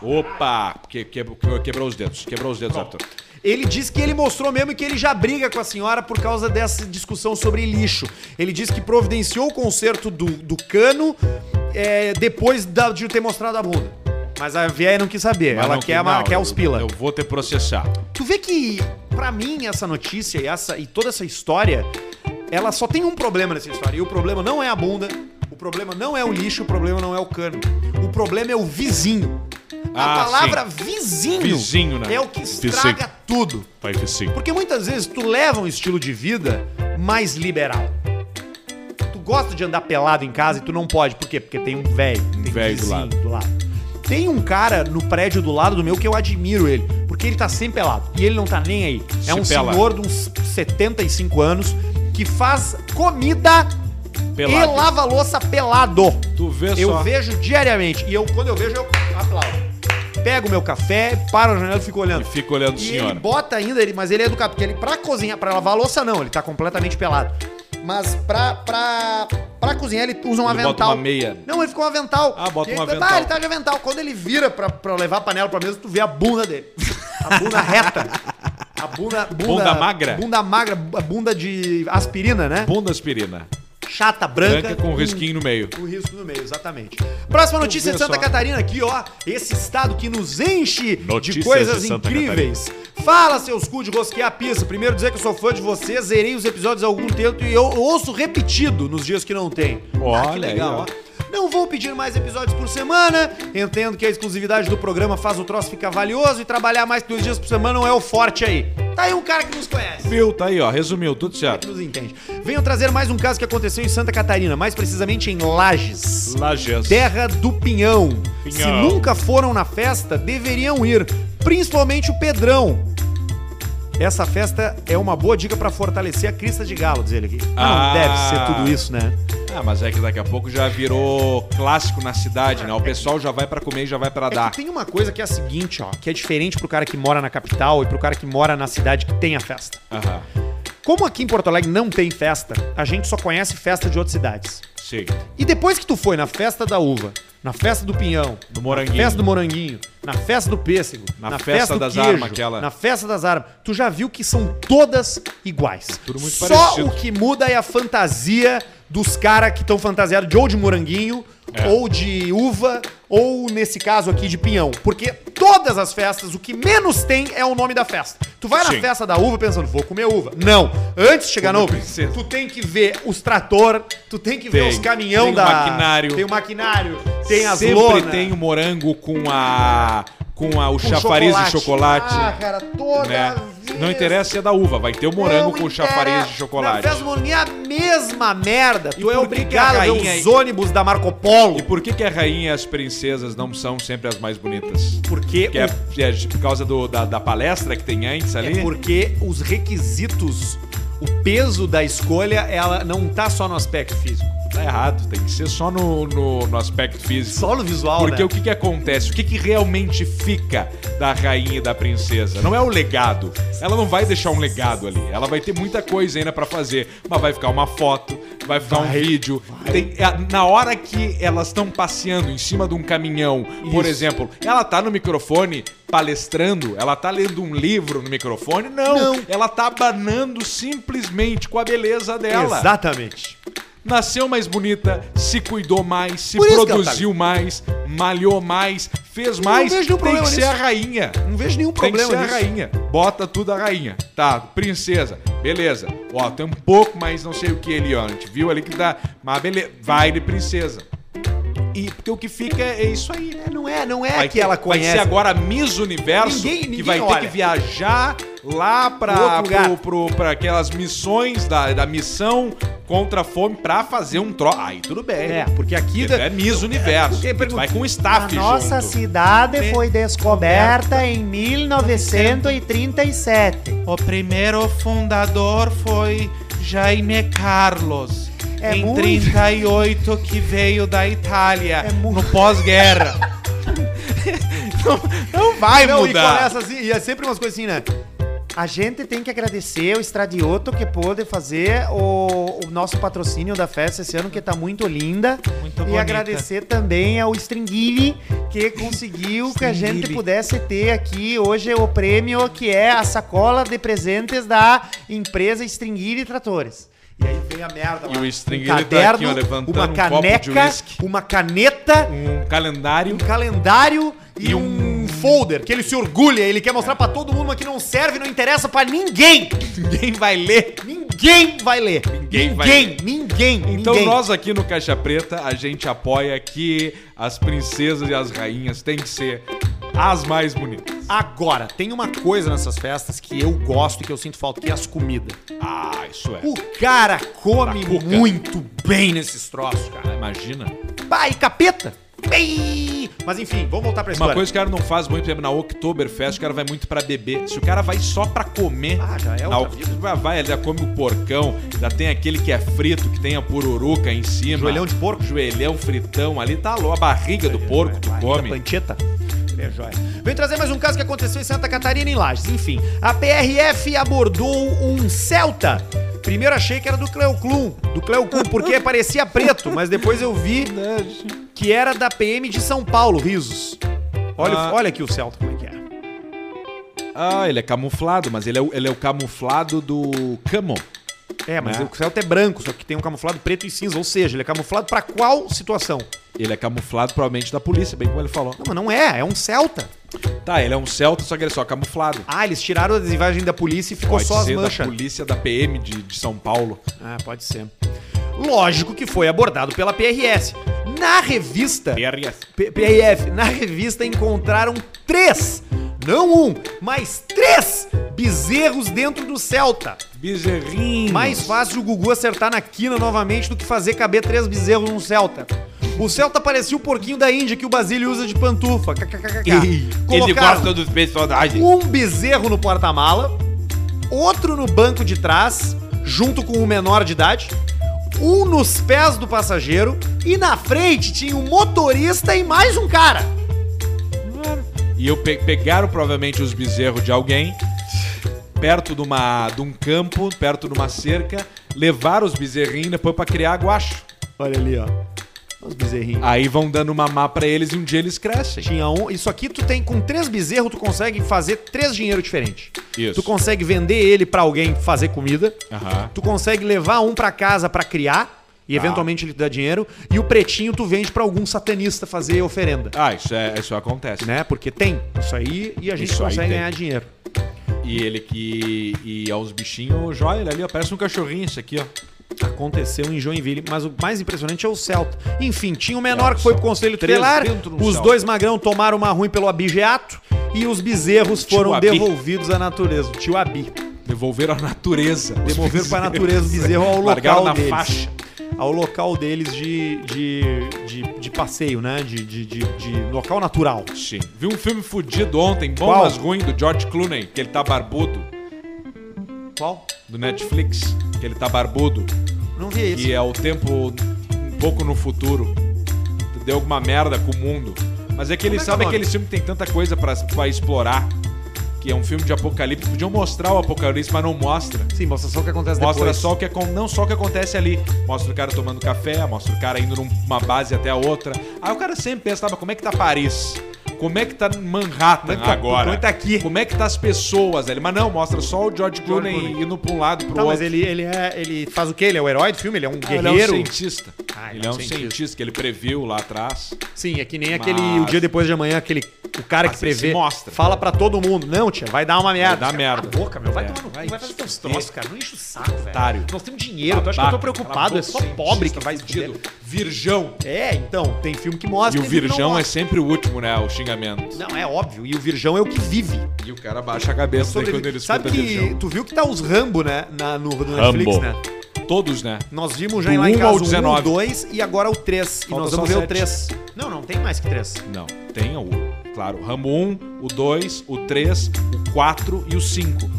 [SPEAKER 2] Opa, que, que- que- quebrou os dedos, quebrou os dedos, Arthur.
[SPEAKER 1] Ele diz que ele mostrou mesmo que ele já briga com a senhora por causa dessa discussão sobre lixo. Ele diz que providenciou o conserto do, do cano é, depois da- de ter mostrado a bunda. Mas a véia não quis saber.
[SPEAKER 2] Mas
[SPEAKER 1] ela
[SPEAKER 2] não,
[SPEAKER 1] quer, uma-
[SPEAKER 2] não,
[SPEAKER 1] quer os
[SPEAKER 2] eu-
[SPEAKER 1] pila.
[SPEAKER 2] Eu, vou te processar.
[SPEAKER 1] Tu vê que, pra mim, essa notícia e, essa, e toda essa história, ela só tem um problema nessa história. E o problema não é a bunda, o problema não é o lixo, o problema não é o cano. O problema é o vizinho. A
[SPEAKER 2] Ah,
[SPEAKER 1] palavra vizinho,
[SPEAKER 2] Vizinho, né?
[SPEAKER 1] é o que estraga
[SPEAKER 2] Vizinho.
[SPEAKER 1] tudo.
[SPEAKER 2] Vai que sim.
[SPEAKER 1] Porque muitas vezes tu leva um estilo de vida mais liberal. Tu gosta de andar pelado em casa e tu não pode. Por quê? Porque tem um velho. Tem
[SPEAKER 2] velho do
[SPEAKER 1] vizinho
[SPEAKER 2] lado.
[SPEAKER 1] Tem um cara no prédio do lado do meu que eu admiro ele. Porque ele tá sempre pelado. E ele não tá nem aí. É
[SPEAKER 2] Se
[SPEAKER 1] um
[SPEAKER 2] pela.
[SPEAKER 1] senhor de uns 75 anos que faz comida e
[SPEAKER 2] Pelado.
[SPEAKER 1] lava louça pelado.
[SPEAKER 2] Tu vê
[SPEAKER 1] Eu
[SPEAKER 2] só.
[SPEAKER 1] vejo diariamente. E eu, quando eu vejo, eu aplaudo. Pego meu café, paro na janela e fico olhando.
[SPEAKER 2] E fico olhando,
[SPEAKER 1] E
[SPEAKER 2] senhora.
[SPEAKER 1] ele bota ainda, ele, mas ele é educado, porque ele pra cozinhar, pra lavar a louça não, ele tá completamente pelado. Mas pra, pra, pra cozinhar ele usa um
[SPEAKER 2] Ele
[SPEAKER 1] avental.
[SPEAKER 2] bota uma meia.
[SPEAKER 1] Não, ele fica um avental.
[SPEAKER 2] Ah, bota
[SPEAKER 1] E
[SPEAKER 2] um
[SPEAKER 1] ele-
[SPEAKER 2] avental.
[SPEAKER 1] Ah, ele tá de avental. Quando ele vira pra, pra levar a panela pra mesa, tu vê a bunda dele. A bunda reta. A bunda, bunda...
[SPEAKER 2] Bunda magra?
[SPEAKER 1] Bunda magra, a bunda de aspirina, né?
[SPEAKER 2] Bunda aspirina.
[SPEAKER 1] Chata, branca.
[SPEAKER 2] Branca com um risquinho no meio.
[SPEAKER 1] O risco no meio, exatamente. Próxima notícia
[SPEAKER 2] ver
[SPEAKER 1] de Santa
[SPEAKER 2] só.
[SPEAKER 1] Catarina aqui, ó. Esse estado que nos enche de
[SPEAKER 2] Notícias
[SPEAKER 1] coisas
[SPEAKER 2] de Santa
[SPEAKER 1] incríveis. Fala, seus cu de rosquear a pista. Primeiro dizer que eu sou fã de vocês, zerei os episódios há algum tempo e eu ouço repetido nos dias que não tem. Ah,
[SPEAKER 2] Olha
[SPEAKER 1] que
[SPEAKER 2] aí,
[SPEAKER 1] legal,
[SPEAKER 2] ó.
[SPEAKER 1] ó. Não vou pedir mais episódios por semana. Entendo que a exclusividade do programa faz o troço ficar valioso e trabalhar mais que dois dias por semana não é o forte aí. Tá aí um cara que nos conhece
[SPEAKER 2] Viu? Tá aí, ó. Resumiu, tudo
[SPEAKER 1] que
[SPEAKER 2] certo.
[SPEAKER 1] nos entende. Venho trazer mais um caso que aconteceu em Santa Catarina, mais precisamente em Lages.
[SPEAKER 2] Lajes.
[SPEAKER 1] Terra do Pinhão. Se nunca foram na festa, deveriam ir, principalmente o Pedrão. Essa festa é uma boa dica pra fortalecer a crista de galo, diz ele aqui. Não
[SPEAKER 2] Ah.
[SPEAKER 1] deve ser tudo isso, né?
[SPEAKER 2] Ah, mas é que daqui a pouco já virou clássico na cidade, né? O pessoal já vai pra comer e já vai pra
[SPEAKER 1] É
[SPEAKER 2] dar.
[SPEAKER 1] que tem uma coisa que é a seguinte, ó, que é diferente pro cara que mora na capital e pro cara que mora na cidade que tem a festa.
[SPEAKER 2] Aham.
[SPEAKER 1] Como aqui em Porto Alegre não tem festa, a gente só conhece festa de outras cidades.
[SPEAKER 2] Sim.
[SPEAKER 1] E depois que tu foi na festa da uva, na festa do pinhão,
[SPEAKER 2] Do moranguinho.
[SPEAKER 1] na festa do moranguinho, na festa do pêssego,
[SPEAKER 2] Na festa das armas, aquela.
[SPEAKER 1] na festa das armas, tu já viu que são todas iguais.
[SPEAKER 2] Tudo muito
[SPEAKER 1] Só
[SPEAKER 2] parecido.
[SPEAKER 1] o que muda é a fantasia dos caras que estão fantasiados de ou de moranguinho,
[SPEAKER 2] É.
[SPEAKER 1] ou de uva, ou nesse caso aqui de pinhão. Porque todas as festas, o que menos tem é o nome da festa. Tu vai na
[SPEAKER 2] Sim.
[SPEAKER 1] festa da uva pensando, vou comer uva. Não. Antes de chegar na uva,
[SPEAKER 2] princesa.
[SPEAKER 1] tu tem que ver os trator, tu tem que ver
[SPEAKER 2] Tem.
[SPEAKER 1] os caminhão
[SPEAKER 2] Tem o
[SPEAKER 1] da...
[SPEAKER 2] maquinário.
[SPEAKER 1] Tem o maquinário, tem as
[SPEAKER 2] Sempre
[SPEAKER 1] lona,
[SPEAKER 2] tem um o morango com a. com a,
[SPEAKER 1] com
[SPEAKER 2] o chafariz de chocolate.
[SPEAKER 1] Ah, cara, toda
[SPEAKER 2] né?
[SPEAKER 1] vez.
[SPEAKER 2] Não interessa se é da uva, vai ter o
[SPEAKER 1] Não
[SPEAKER 2] morango com o
[SPEAKER 1] interessa.
[SPEAKER 2] chafariz de
[SPEAKER 1] Na
[SPEAKER 2] chocolate.
[SPEAKER 1] festa do moranguinho é a mesma merda.
[SPEAKER 2] E
[SPEAKER 1] tu é
[SPEAKER 2] por que que
[SPEAKER 1] obrigado a
[SPEAKER 2] a
[SPEAKER 1] ver
[SPEAKER 2] rainha
[SPEAKER 1] os
[SPEAKER 2] aí-
[SPEAKER 1] ônibus da Marco Polo.
[SPEAKER 2] E por que, que a rainha e as princesas não são sempre as mais bonitas?
[SPEAKER 1] Porque,
[SPEAKER 2] Que é, é de- por causa do- da, da palestra que tem antes
[SPEAKER 1] o-
[SPEAKER 2] ali?
[SPEAKER 1] é porque os requisitos, o peso da escolha, ela não tá só no aspecto físico.
[SPEAKER 2] Tá errado, tem que ser só no, no, no aspecto físico.
[SPEAKER 1] Só no visual,
[SPEAKER 2] Porque
[SPEAKER 1] né?
[SPEAKER 2] o que, que acontece? O que, que realmente fica da rainha e da princesa? Não é o legado. Ela não vai deixar um legado ali. Ela vai ter muita coisa ainda pra fazer. Mas vai ficar uma foto, vai ficar um vídeo. Tem- é- na hora que elas estão passeando em cima de um caminhão, por exemplo, ela tá no microfone palestrando, ela tá lendo um livro no microfone? Não. Ela tá abanando simplesmente com a beleza dela
[SPEAKER 1] Exatamente.
[SPEAKER 2] nasceu mais bonita, se cuidou mais, se
[SPEAKER 1] Por isso que ela tá
[SPEAKER 2] produziu mais, malhou mais, fez mais.
[SPEAKER 1] vejo nenhum
[SPEAKER 2] Tem que
[SPEAKER 1] problema
[SPEAKER 2] ser
[SPEAKER 1] nisso.
[SPEAKER 2] a rainha.
[SPEAKER 1] Não vejo nenhum problema
[SPEAKER 2] Tem que
[SPEAKER 1] nisso.
[SPEAKER 2] ser a rainha. Bota tudo a rainha. Tá, princesa. Beleza. Ó, tem um pouco mais não sei o que ali, ó. A gente viu ali que dá. Mas beleza. Vai de princesa. E porque o que fica é isso aí.
[SPEAKER 1] É, não é, não é
[SPEAKER 2] Vai
[SPEAKER 1] que
[SPEAKER 2] ter-
[SPEAKER 1] ela
[SPEAKER 2] Vai
[SPEAKER 1] conhece.
[SPEAKER 2] ser agora Miss Universo
[SPEAKER 1] Ninguém- ninguém
[SPEAKER 2] que vai ter
[SPEAKER 1] olha.
[SPEAKER 2] que viajar lá
[SPEAKER 1] Pro
[SPEAKER 2] pra,
[SPEAKER 1] outro lugar.
[SPEAKER 2] pro, pro- pra aquelas missões da, da missão contra a fome pra fazer um troço. Aí tudo bem.
[SPEAKER 1] É, porque aqui da-
[SPEAKER 2] É Miss Universo.
[SPEAKER 1] Porque
[SPEAKER 2] tu vai com o
[SPEAKER 8] A
[SPEAKER 2] staff
[SPEAKER 8] nossa
[SPEAKER 9] assim,
[SPEAKER 2] junto.
[SPEAKER 8] cidade foi descoberta em 1937.
[SPEAKER 9] O primeiro fundador foi Jaime Carlos,
[SPEAKER 8] É
[SPEAKER 9] em
[SPEAKER 8] muito-
[SPEAKER 9] 38 que veio da Itália,
[SPEAKER 1] É
[SPEAKER 9] no pós-guerra. não, não vai
[SPEAKER 1] Não, e
[SPEAKER 9] mudar.
[SPEAKER 1] começa assim, e é sempre umas coisas assim, né?
[SPEAKER 8] A gente tem que agradecer o Estradioto que pôde fazer o, o nosso patrocínio da festa esse ano, que tá muito linda.
[SPEAKER 9] Muito
[SPEAKER 8] e
[SPEAKER 9] bonita.
[SPEAKER 8] agradecer também ao Stringini, que conseguiu que a gente
[SPEAKER 9] Stringini.
[SPEAKER 8] pudesse ter aqui hoje o prêmio, que é a sacola de presentes da empresa Stringini Tratores.
[SPEAKER 1] E aí vem a merda lá.
[SPEAKER 2] E o string
[SPEAKER 1] um
[SPEAKER 2] ele tá aqui,
[SPEAKER 1] caderno,
[SPEAKER 2] ó, levantando
[SPEAKER 1] uma
[SPEAKER 2] um copo de
[SPEAKER 1] caneca,
[SPEAKER 2] uísque,
[SPEAKER 1] uma caneta,
[SPEAKER 2] um calendário.
[SPEAKER 1] um calendário e,
[SPEAKER 2] E É.
[SPEAKER 1] um... folder que ele se orgulha, ele quer mostrar pra todo mundo, mas que não serve, não interessa pra ninguém.
[SPEAKER 2] Ninguém vai ler.
[SPEAKER 1] Ninguém vai ler.
[SPEAKER 2] Ninguém vai
[SPEAKER 1] ninguém, ninguém,
[SPEAKER 2] Então
[SPEAKER 1] ninguém.
[SPEAKER 2] nós aqui no Caixa Preta, a gente apoia que as princesas e as rainhas têm que ser as mais bonitas.
[SPEAKER 1] Agora, tem uma coisa nessas festas que eu gosto e que eu sinto falta, que é as comidas.
[SPEAKER 2] Ah, isso é.
[SPEAKER 1] O cara come
[SPEAKER 2] Da cuca.
[SPEAKER 1] muito bem nesses troços, cara.
[SPEAKER 2] Cara, imagina.
[SPEAKER 1] Pai, capeta. Bem! Mas enfim, vamos voltar pra
[SPEAKER 2] Uma
[SPEAKER 1] história.
[SPEAKER 2] coisa que o cara não faz muito, por exemplo, na Oktoberfest, o cara vai muito pra beber. Se o cara vai só pra comer,
[SPEAKER 1] Ah, já é
[SPEAKER 2] na
[SPEAKER 1] outra vida.
[SPEAKER 2] Oktoberfest, vai, vai, ele já come o porcão, já tem aquele que é frito, que tem a pururuca em cima.
[SPEAKER 1] Joelhão de porco. É,
[SPEAKER 2] Joelhão fritão ali, tá louco. A barriga do porco tu
[SPEAKER 1] Barriga,
[SPEAKER 2] come.
[SPEAKER 1] Pancheta. É joia. Vem trazer mais um caso que aconteceu em Santa Catarina, em Lages. Enfim, a PRF abordou um Celta. Primeiro achei que era do Cleoclum, do Cleoclum, porque parecia preto, mas depois eu vi que era da PM de São Paulo, risos. Olha,
[SPEAKER 2] Ah.
[SPEAKER 1] olha aqui o Celta como é que é.
[SPEAKER 2] Ah, ele é camuflado, mas ele é, o- ele é o camuflado do Camon.
[SPEAKER 1] É, mas
[SPEAKER 2] É.
[SPEAKER 1] o Celta é branco, só que tem um camuflado preto e cinza, ou seja, ele é camuflado pra qual situação?
[SPEAKER 2] Ele é camuflado provavelmente da polícia, bem como ele falou.
[SPEAKER 1] Não, mas não é, é um Celta.
[SPEAKER 2] Tá, ele é um celta, só que ele é só camuflado.
[SPEAKER 1] Ah, eles tiraram a adesivagem da polícia e ficou
[SPEAKER 2] Pode
[SPEAKER 1] só as
[SPEAKER 2] ser
[SPEAKER 1] manchas.
[SPEAKER 2] da polícia da PM de, de São Paulo.
[SPEAKER 1] Ah, pode ser. Lógico que foi abordado pela PRS. Na revista.
[SPEAKER 2] PRS.
[SPEAKER 1] P- PRF, na revista encontraram três, não um, mas três bezerros dentro do Celta.
[SPEAKER 2] Bezerrinho.
[SPEAKER 1] Mais fácil o Gugu acertar na quina novamente do que fazer caber três bezerros no Celta. O Celta parecia o porquinho da Índia que o Basílio usa de pantufa.
[SPEAKER 2] Ei,
[SPEAKER 1] KKKK.
[SPEAKER 2] Ele
[SPEAKER 1] Colocaram
[SPEAKER 2] gosta dos personagens.
[SPEAKER 1] um bezerro no porta-mala, outro no banco de trás, junto com o menor de idade, um nos pés do passageiro e na frente tinha um motorista e mais um cara.
[SPEAKER 2] E eu pe- pegaram provavelmente os bezerros de alguém perto de, uma, de um campo, perto de uma cerca, levaram os bezerrinhos depois pra criar guacho.
[SPEAKER 1] Olha ali, ó. Os bezerrinhos.
[SPEAKER 2] Aí vão dando mamá pra eles e um dia eles crescem.
[SPEAKER 1] Tinha um. Isso aqui tu tem com três bezerros, tu consegue fazer três dinheiro diferentes.
[SPEAKER 2] Isso.
[SPEAKER 1] Tu consegue vender ele pra alguém fazer comida.
[SPEAKER 2] Aham. Tá.
[SPEAKER 1] Tu consegue levar um pra casa pra criar e eventualmente ele te dá dinheiro. E o pretinho tu vende pra algum satanista fazer oferenda.
[SPEAKER 2] Ah, isso, é, isso acontece.
[SPEAKER 1] né? Porque tem isso aí e a gente
[SPEAKER 2] Isso aí
[SPEAKER 1] consegue
[SPEAKER 2] tem.
[SPEAKER 1] ganhar dinheiro.
[SPEAKER 2] E ele que. E é uns bichinhos joia ele ali, ó. Parece um cachorrinho esse aqui, ó.
[SPEAKER 1] Aconteceu em Joinville, mas o mais impressionante é o Celta. Enfim, tinha o menor
[SPEAKER 2] É,
[SPEAKER 1] que foi pro
[SPEAKER 2] são
[SPEAKER 1] Conselho
[SPEAKER 2] três
[SPEAKER 1] Tutelar,
[SPEAKER 2] dentro do
[SPEAKER 1] os
[SPEAKER 2] Celta.
[SPEAKER 1] dois magrão tomaram uma ruim pelo abigeato e os bezerros foram
[SPEAKER 2] Abi.
[SPEAKER 1] devolvidos à natureza. O tio Abi.
[SPEAKER 2] Devolveram a natureza.
[SPEAKER 1] Devolveram para a natureza o bezerro ao
[SPEAKER 2] Largaram
[SPEAKER 1] local
[SPEAKER 2] na
[SPEAKER 1] deles.
[SPEAKER 2] faixa.
[SPEAKER 1] Ao local deles de, de, de, de passeio, né? De, de, de, de local natural.
[SPEAKER 2] Sim. Vi um filme fudido ontem, bom
[SPEAKER 1] Qual?
[SPEAKER 2] mas ruim, do George Clooney, que ele tá barbudo,
[SPEAKER 1] Qual?
[SPEAKER 2] do Netflix, que ele tá barbudo,
[SPEAKER 1] Não vi esse.
[SPEAKER 2] que é o tempo um pouco no futuro. Deu alguma merda com o mundo. Mas é que
[SPEAKER 1] Como é que
[SPEAKER 2] ele
[SPEAKER 1] é
[SPEAKER 2] sabe
[SPEAKER 1] o nome?
[SPEAKER 2] aquele filme que tem tanta coisa pra, pra explorar, que é um filme de apocalipse. Podiam mostrar o apocalipse, mas não mostra.
[SPEAKER 1] Sim, mostra só o que acontece
[SPEAKER 2] Mostra
[SPEAKER 1] depois.
[SPEAKER 2] só o que acon- não só o que acontece ali. Mostra o cara tomando café, mostra o cara indo numa base até a outra. Aí o cara sempre pensa, tá, mas como é que tá Paris? Como é que tá Manhattan
[SPEAKER 1] Como é que tá-
[SPEAKER 2] agora?
[SPEAKER 1] como é que tá aqui?
[SPEAKER 2] Como é que tá as pessoas ali? Mas não, mostra só o George Clooney,
[SPEAKER 1] Clooney.
[SPEAKER 2] indo pra um lado e pro
[SPEAKER 1] Tá,
[SPEAKER 2] outro.
[SPEAKER 1] mas ele, ele, é, ele faz o quê? Ele é o herói do filme? Ele é um
[SPEAKER 2] Ah, ele
[SPEAKER 1] guerreiro?
[SPEAKER 2] é um cientista.
[SPEAKER 1] Ah,
[SPEAKER 2] ele é um cientista. que ele previu lá atrás.
[SPEAKER 1] Sim, é que nem
[SPEAKER 2] Mas-
[SPEAKER 1] aquele o dia depois de amanhã, aquele o cara
[SPEAKER 2] Mas
[SPEAKER 1] que
[SPEAKER 2] ele se
[SPEAKER 1] prevê,
[SPEAKER 2] mostra.
[SPEAKER 1] fala pra todo mundo, não, tia, vai dar uma merda.
[SPEAKER 2] dar
[SPEAKER 1] Cara,
[SPEAKER 2] merda.
[SPEAKER 1] Cala a boca, meu, vai
[SPEAKER 2] É,
[SPEAKER 1] tomar no cu,
[SPEAKER 2] vai
[SPEAKER 1] vai fazer teus
[SPEAKER 2] te
[SPEAKER 1] troços,
[SPEAKER 2] fuder.
[SPEAKER 1] cara, não enche o saco, velho.
[SPEAKER 2] Otário.
[SPEAKER 1] Nós temos dinheiro, tu acha que eu tô preocupado, é só pobre que vai
[SPEAKER 2] fudido.
[SPEAKER 1] fudido.
[SPEAKER 2] Virgão.
[SPEAKER 1] É, então, tem filme que mostra.
[SPEAKER 2] E o
[SPEAKER 1] tem filme que não
[SPEAKER 2] virgão é
[SPEAKER 1] mostra.
[SPEAKER 2] sempre o último, né? O xingamento.
[SPEAKER 1] Não, é óbvio, e o virgão é o que vive.
[SPEAKER 2] E o cara baixa a cabeça daí
[SPEAKER 1] Sobrevive.
[SPEAKER 2] quando ele escuta
[SPEAKER 1] Sabe que
[SPEAKER 2] virgão.
[SPEAKER 1] tu viu que tá os Rambo, né, na, no, no Netflix, né?
[SPEAKER 2] Todos, né?
[SPEAKER 1] Nós vimos já
[SPEAKER 2] Do
[SPEAKER 1] lá em
[SPEAKER 2] um
[SPEAKER 1] casa
[SPEAKER 2] ao
[SPEAKER 1] o 19.
[SPEAKER 2] 19.
[SPEAKER 1] 2 e agora o 3. E
[SPEAKER 2] Falta
[SPEAKER 1] nós
[SPEAKER 2] só
[SPEAKER 1] vamos ver o
[SPEAKER 2] sete.
[SPEAKER 1] 3. Não, não tem mais que 3.
[SPEAKER 2] Não, tem o. Claro, Rambo 1, o 2, o 3, o 4 e o 5.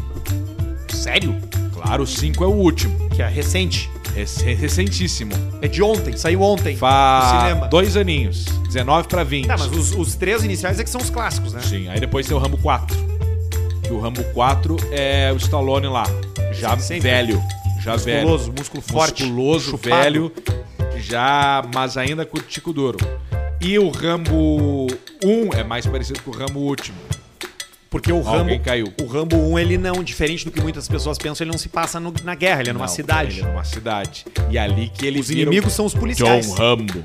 [SPEAKER 1] Sério?
[SPEAKER 2] Claro, o 5 é o último.
[SPEAKER 1] Que é recente.
[SPEAKER 2] Rec- Recentíssimo.
[SPEAKER 1] É de ontem, saiu ontem. no
[SPEAKER 2] Faz
[SPEAKER 1] cinema.
[SPEAKER 2] dois aninhos. 19 pra 20.
[SPEAKER 1] Tá, mas os, os três iniciais é que são os clássicos, né?
[SPEAKER 2] Sim, aí depois tem o Rambo 4. Que o Rambo 4 é o Stallone lá. Já
[SPEAKER 1] Sempre.
[SPEAKER 2] velho. Já velho.
[SPEAKER 1] Musculoso, músculo forte.
[SPEAKER 2] musculoso,
[SPEAKER 1] chupado.
[SPEAKER 2] velho, já, mas ainda com o tico duro. E o Rambo 1 é mais parecido com o Rambo último.
[SPEAKER 1] Porque o Rambo,
[SPEAKER 2] Alguém caiu.
[SPEAKER 1] o Rambo 1, ele não, diferente do que muitas pessoas pensam, ele não se passa no- na guerra, ele é numa
[SPEAKER 2] Não,
[SPEAKER 1] cidade.
[SPEAKER 2] Ele é numa cidade. E ali que ele
[SPEAKER 1] Os
[SPEAKER 2] vira o
[SPEAKER 1] inimigos são os policiais
[SPEAKER 2] John Rambo.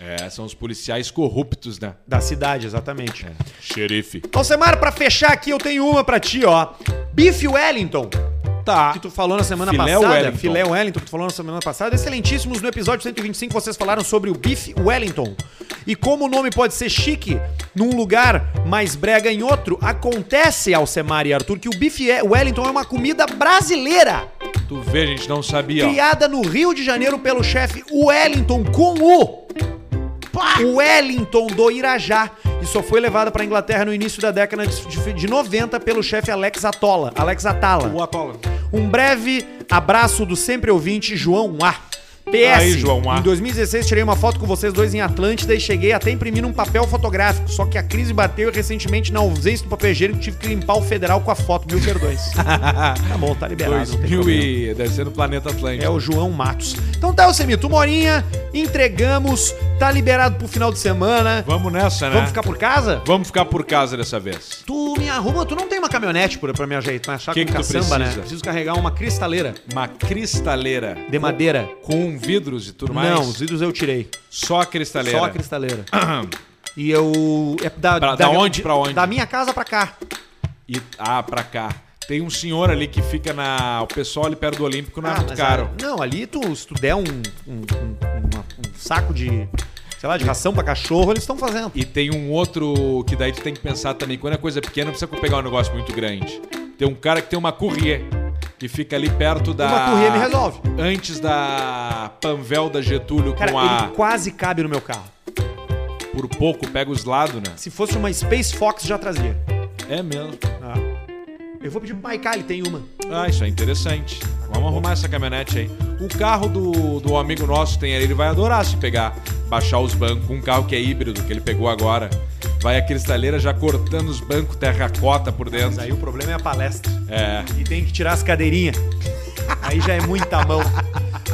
[SPEAKER 2] É, são os policiais corruptos, né?
[SPEAKER 1] da cidade,
[SPEAKER 2] É.
[SPEAKER 1] exatamente.
[SPEAKER 2] Xerife.
[SPEAKER 1] Alcemar, pra fechar aqui, eu tenho uma pra ti, ó. Bife Wellington,
[SPEAKER 2] Tá.
[SPEAKER 1] que tu falou na semana
[SPEAKER 2] Filé
[SPEAKER 1] passada.
[SPEAKER 2] Wellington.
[SPEAKER 1] Filé Wellington, que tu falou na semana passada. Excelentíssimos. No episódio 125, vocês falaram sobre o bife Wellington. E como o nome pode ser chique num lugar, mas brega em outro, acontece, Alcemar e Arthur, que o bife é- Wellington é uma comida brasileira.
[SPEAKER 2] Tu vê, a gente não sabia, ó.
[SPEAKER 1] Criada no Rio de Janeiro pelo chefe Wellington com U. o Wellington do Irajá, e só foi levada para Inglaterra no início da década de de 90 pelo chefe Alex Atola. Alex Atala.
[SPEAKER 2] O Atola.
[SPEAKER 1] Um breve abraço do sempre ouvinte João A. PS,
[SPEAKER 2] Aí, João A.
[SPEAKER 1] em 2016 tirei uma foto com vocês dois em Atlântida e cheguei até a imprimir um papel fotográfico, só que a crise bateu e recentemente na ausência do papel higiênico tive que limpar o federal com a foto, mil perdões. tá bom, tá liberado. não tem
[SPEAKER 2] 2000
[SPEAKER 1] problema.
[SPEAKER 2] e... Deve ser no Planeta Atlântico.
[SPEAKER 1] É o João Matos. Então tá, Alcemito, uma horinha, entregamos, tá liberado pro final de semana.
[SPEAKER 2] Vamos nessa, né?
[SPEAKER 1] Vamos ficar por casa?
[SPEAKER 2] Vamos ficar por casa dessa vez.
[SPEAKER 1] Tu me arruma, tu não tem uma caminhonete por- pra me ajeitar, achar
[SPEAKER 2] Que
[SPEAKER 1] com
[SPEAKER 2] que tu
[SPEAKER 1] caçamba, né?
[SPEAKER 2] precisa?
[SPEAKER 1] Preciso carregar uma cristaleira
[SPEAKER 2] Uma cristaleira
[SPEAKER 1] de madeira.
[SPEAKER 2] com vidros e tudo mais.
[SPEAKER 1] Não, os vidros eu tirei.
[SPEAKER 2] Só a cristaleira.
[SPEAKER 1] Só a cristaleira. E eu. É da,
[SPEAKER 2] Pra- da onde pra onde?
[SPEAKER 1] Da minha casa pra cá.
[SPEAKER 2] E, ah, pra cá. Tem um senhor ali que fica na... O pessoal ali perto do Olímpico na
[SPEAKER 1] Ah,
[SPEAKER 2] Arco
[SPEAKER 1] mas
[SPEAKER 2] é Caro.
[SPEAKER 1] a- não, ali tu, se tu der um, um, um- uma- um saco de. Sei lá, de ração pra cachorro, eles estão fazendo.
[SPEAKER 2] E tem um outro que daí tu tem que pensar também. Quando é coisa pequena, não precisa pegar um negócio muito grande. Tem um cara que tem uma courrier. Que fica ali perto da...
[SPEAKER 1] Uma courrier me resolve.
[SPEAKER 2] Antes da Panvel da Getúlio
[SPEAKER 1] Cara,
[SPEAKER 2] com a...
[SPEAKER 1] ele quase cabe no meu carro.
[SPEAKER 2] Por pouco, pega os lados, né?
[SPEAKER 1] Se fosse uma Space Fox, já trazia. Ah.
[SPEAKER 2] É mesmo.
[SPEAKER 1] Eu vou pedir pro Maiká, ele tem uma.
[SPEAKER 2] Ah, isso é interessante. Vamos arrumar essa caminhonete aí. O carro do, do amigo nosso tem ali, ele vai adorar se pegar, baixar os bancos. Um carro que é híbrido, que ele pegou agora. Vai a cristaleira já cortando os bancos terracota por
[SPEAKER 1] Mas
[SPEAKER 2] dentro.
[SPEAKER 1] aí o problema é a palestra.
[SPEAKER 2] É.
[SPEAKER 1] E tem que tirar as cadeirinhas. Aí já é muita mão.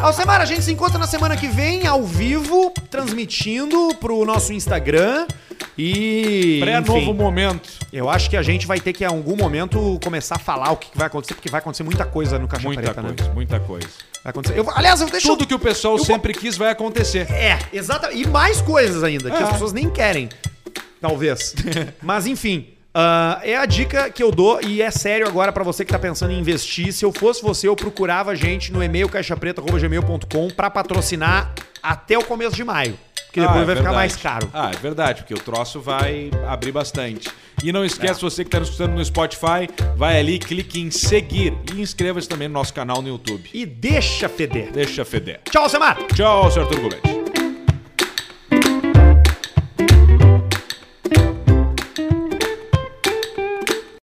[SPEAKER 1] Alcemar, a gente se encontra na semana que vem, ao vivo, transmitindo pro nosso Instagram. E.
[SPEAKER 2] Pré-novo
[SPEAKER 1] enfim,
[SPEAKER 2] momento.
[SPEAKER 1] eu acho que a gente vai ter que, em algum momento, começar a falar o que que vai acontecer, porque vai acontecer muita coisa no Caixa
[SPEAKER 2] Muita
[SPEAKER 1] Preta, né?
[SPEAKER 2] coisa, muita coisa.
[SPEAKER 1] Vai acontecer. Eu, aliás, eu deixo.
[SPEAKER 2] Tudo que o pessoal
[SPEAKER 1] eu-
[SPEAKER 2] sempre quis vai acontecer.
[SPEAKER 1] É, exatamente. E mais coisas ainda, que
[SPEAKER 2] É.
[SPEAKER 1] as pessoas nem querem. Talvez. Mas enfim. ah, é a dica que eu dou e é sério agora pra você que tá pensando em investir. Se eu fosse você, eu procurava a gente no e-mail caixapreta.gmail.com pra patrocinar até o começo de maio. Porque depois
[SPEAKER 2] Ah, é
[SPEAKER 1] vai ficar
[SPEAKER 2] verdade.
[SPEAKER 1] mais caro.
[SPEAKER 2] Ah, é verdade, porque o troço vai abrir bastante. E não
[SPEAKER 1] É.
[SPEAKER 2] esquece, você que está nos escutando no Spotify, vai ali, clique em seguir e inscreva-se também no nosso canal no YouTube.
[SPEAKER 1] E deixa feder.
[SPEAKER 2] Deixa feder.
[SPEAKER 1] Tchau, Semar!
[SPEAKER 2] Tchau, Sr. Turco Leite.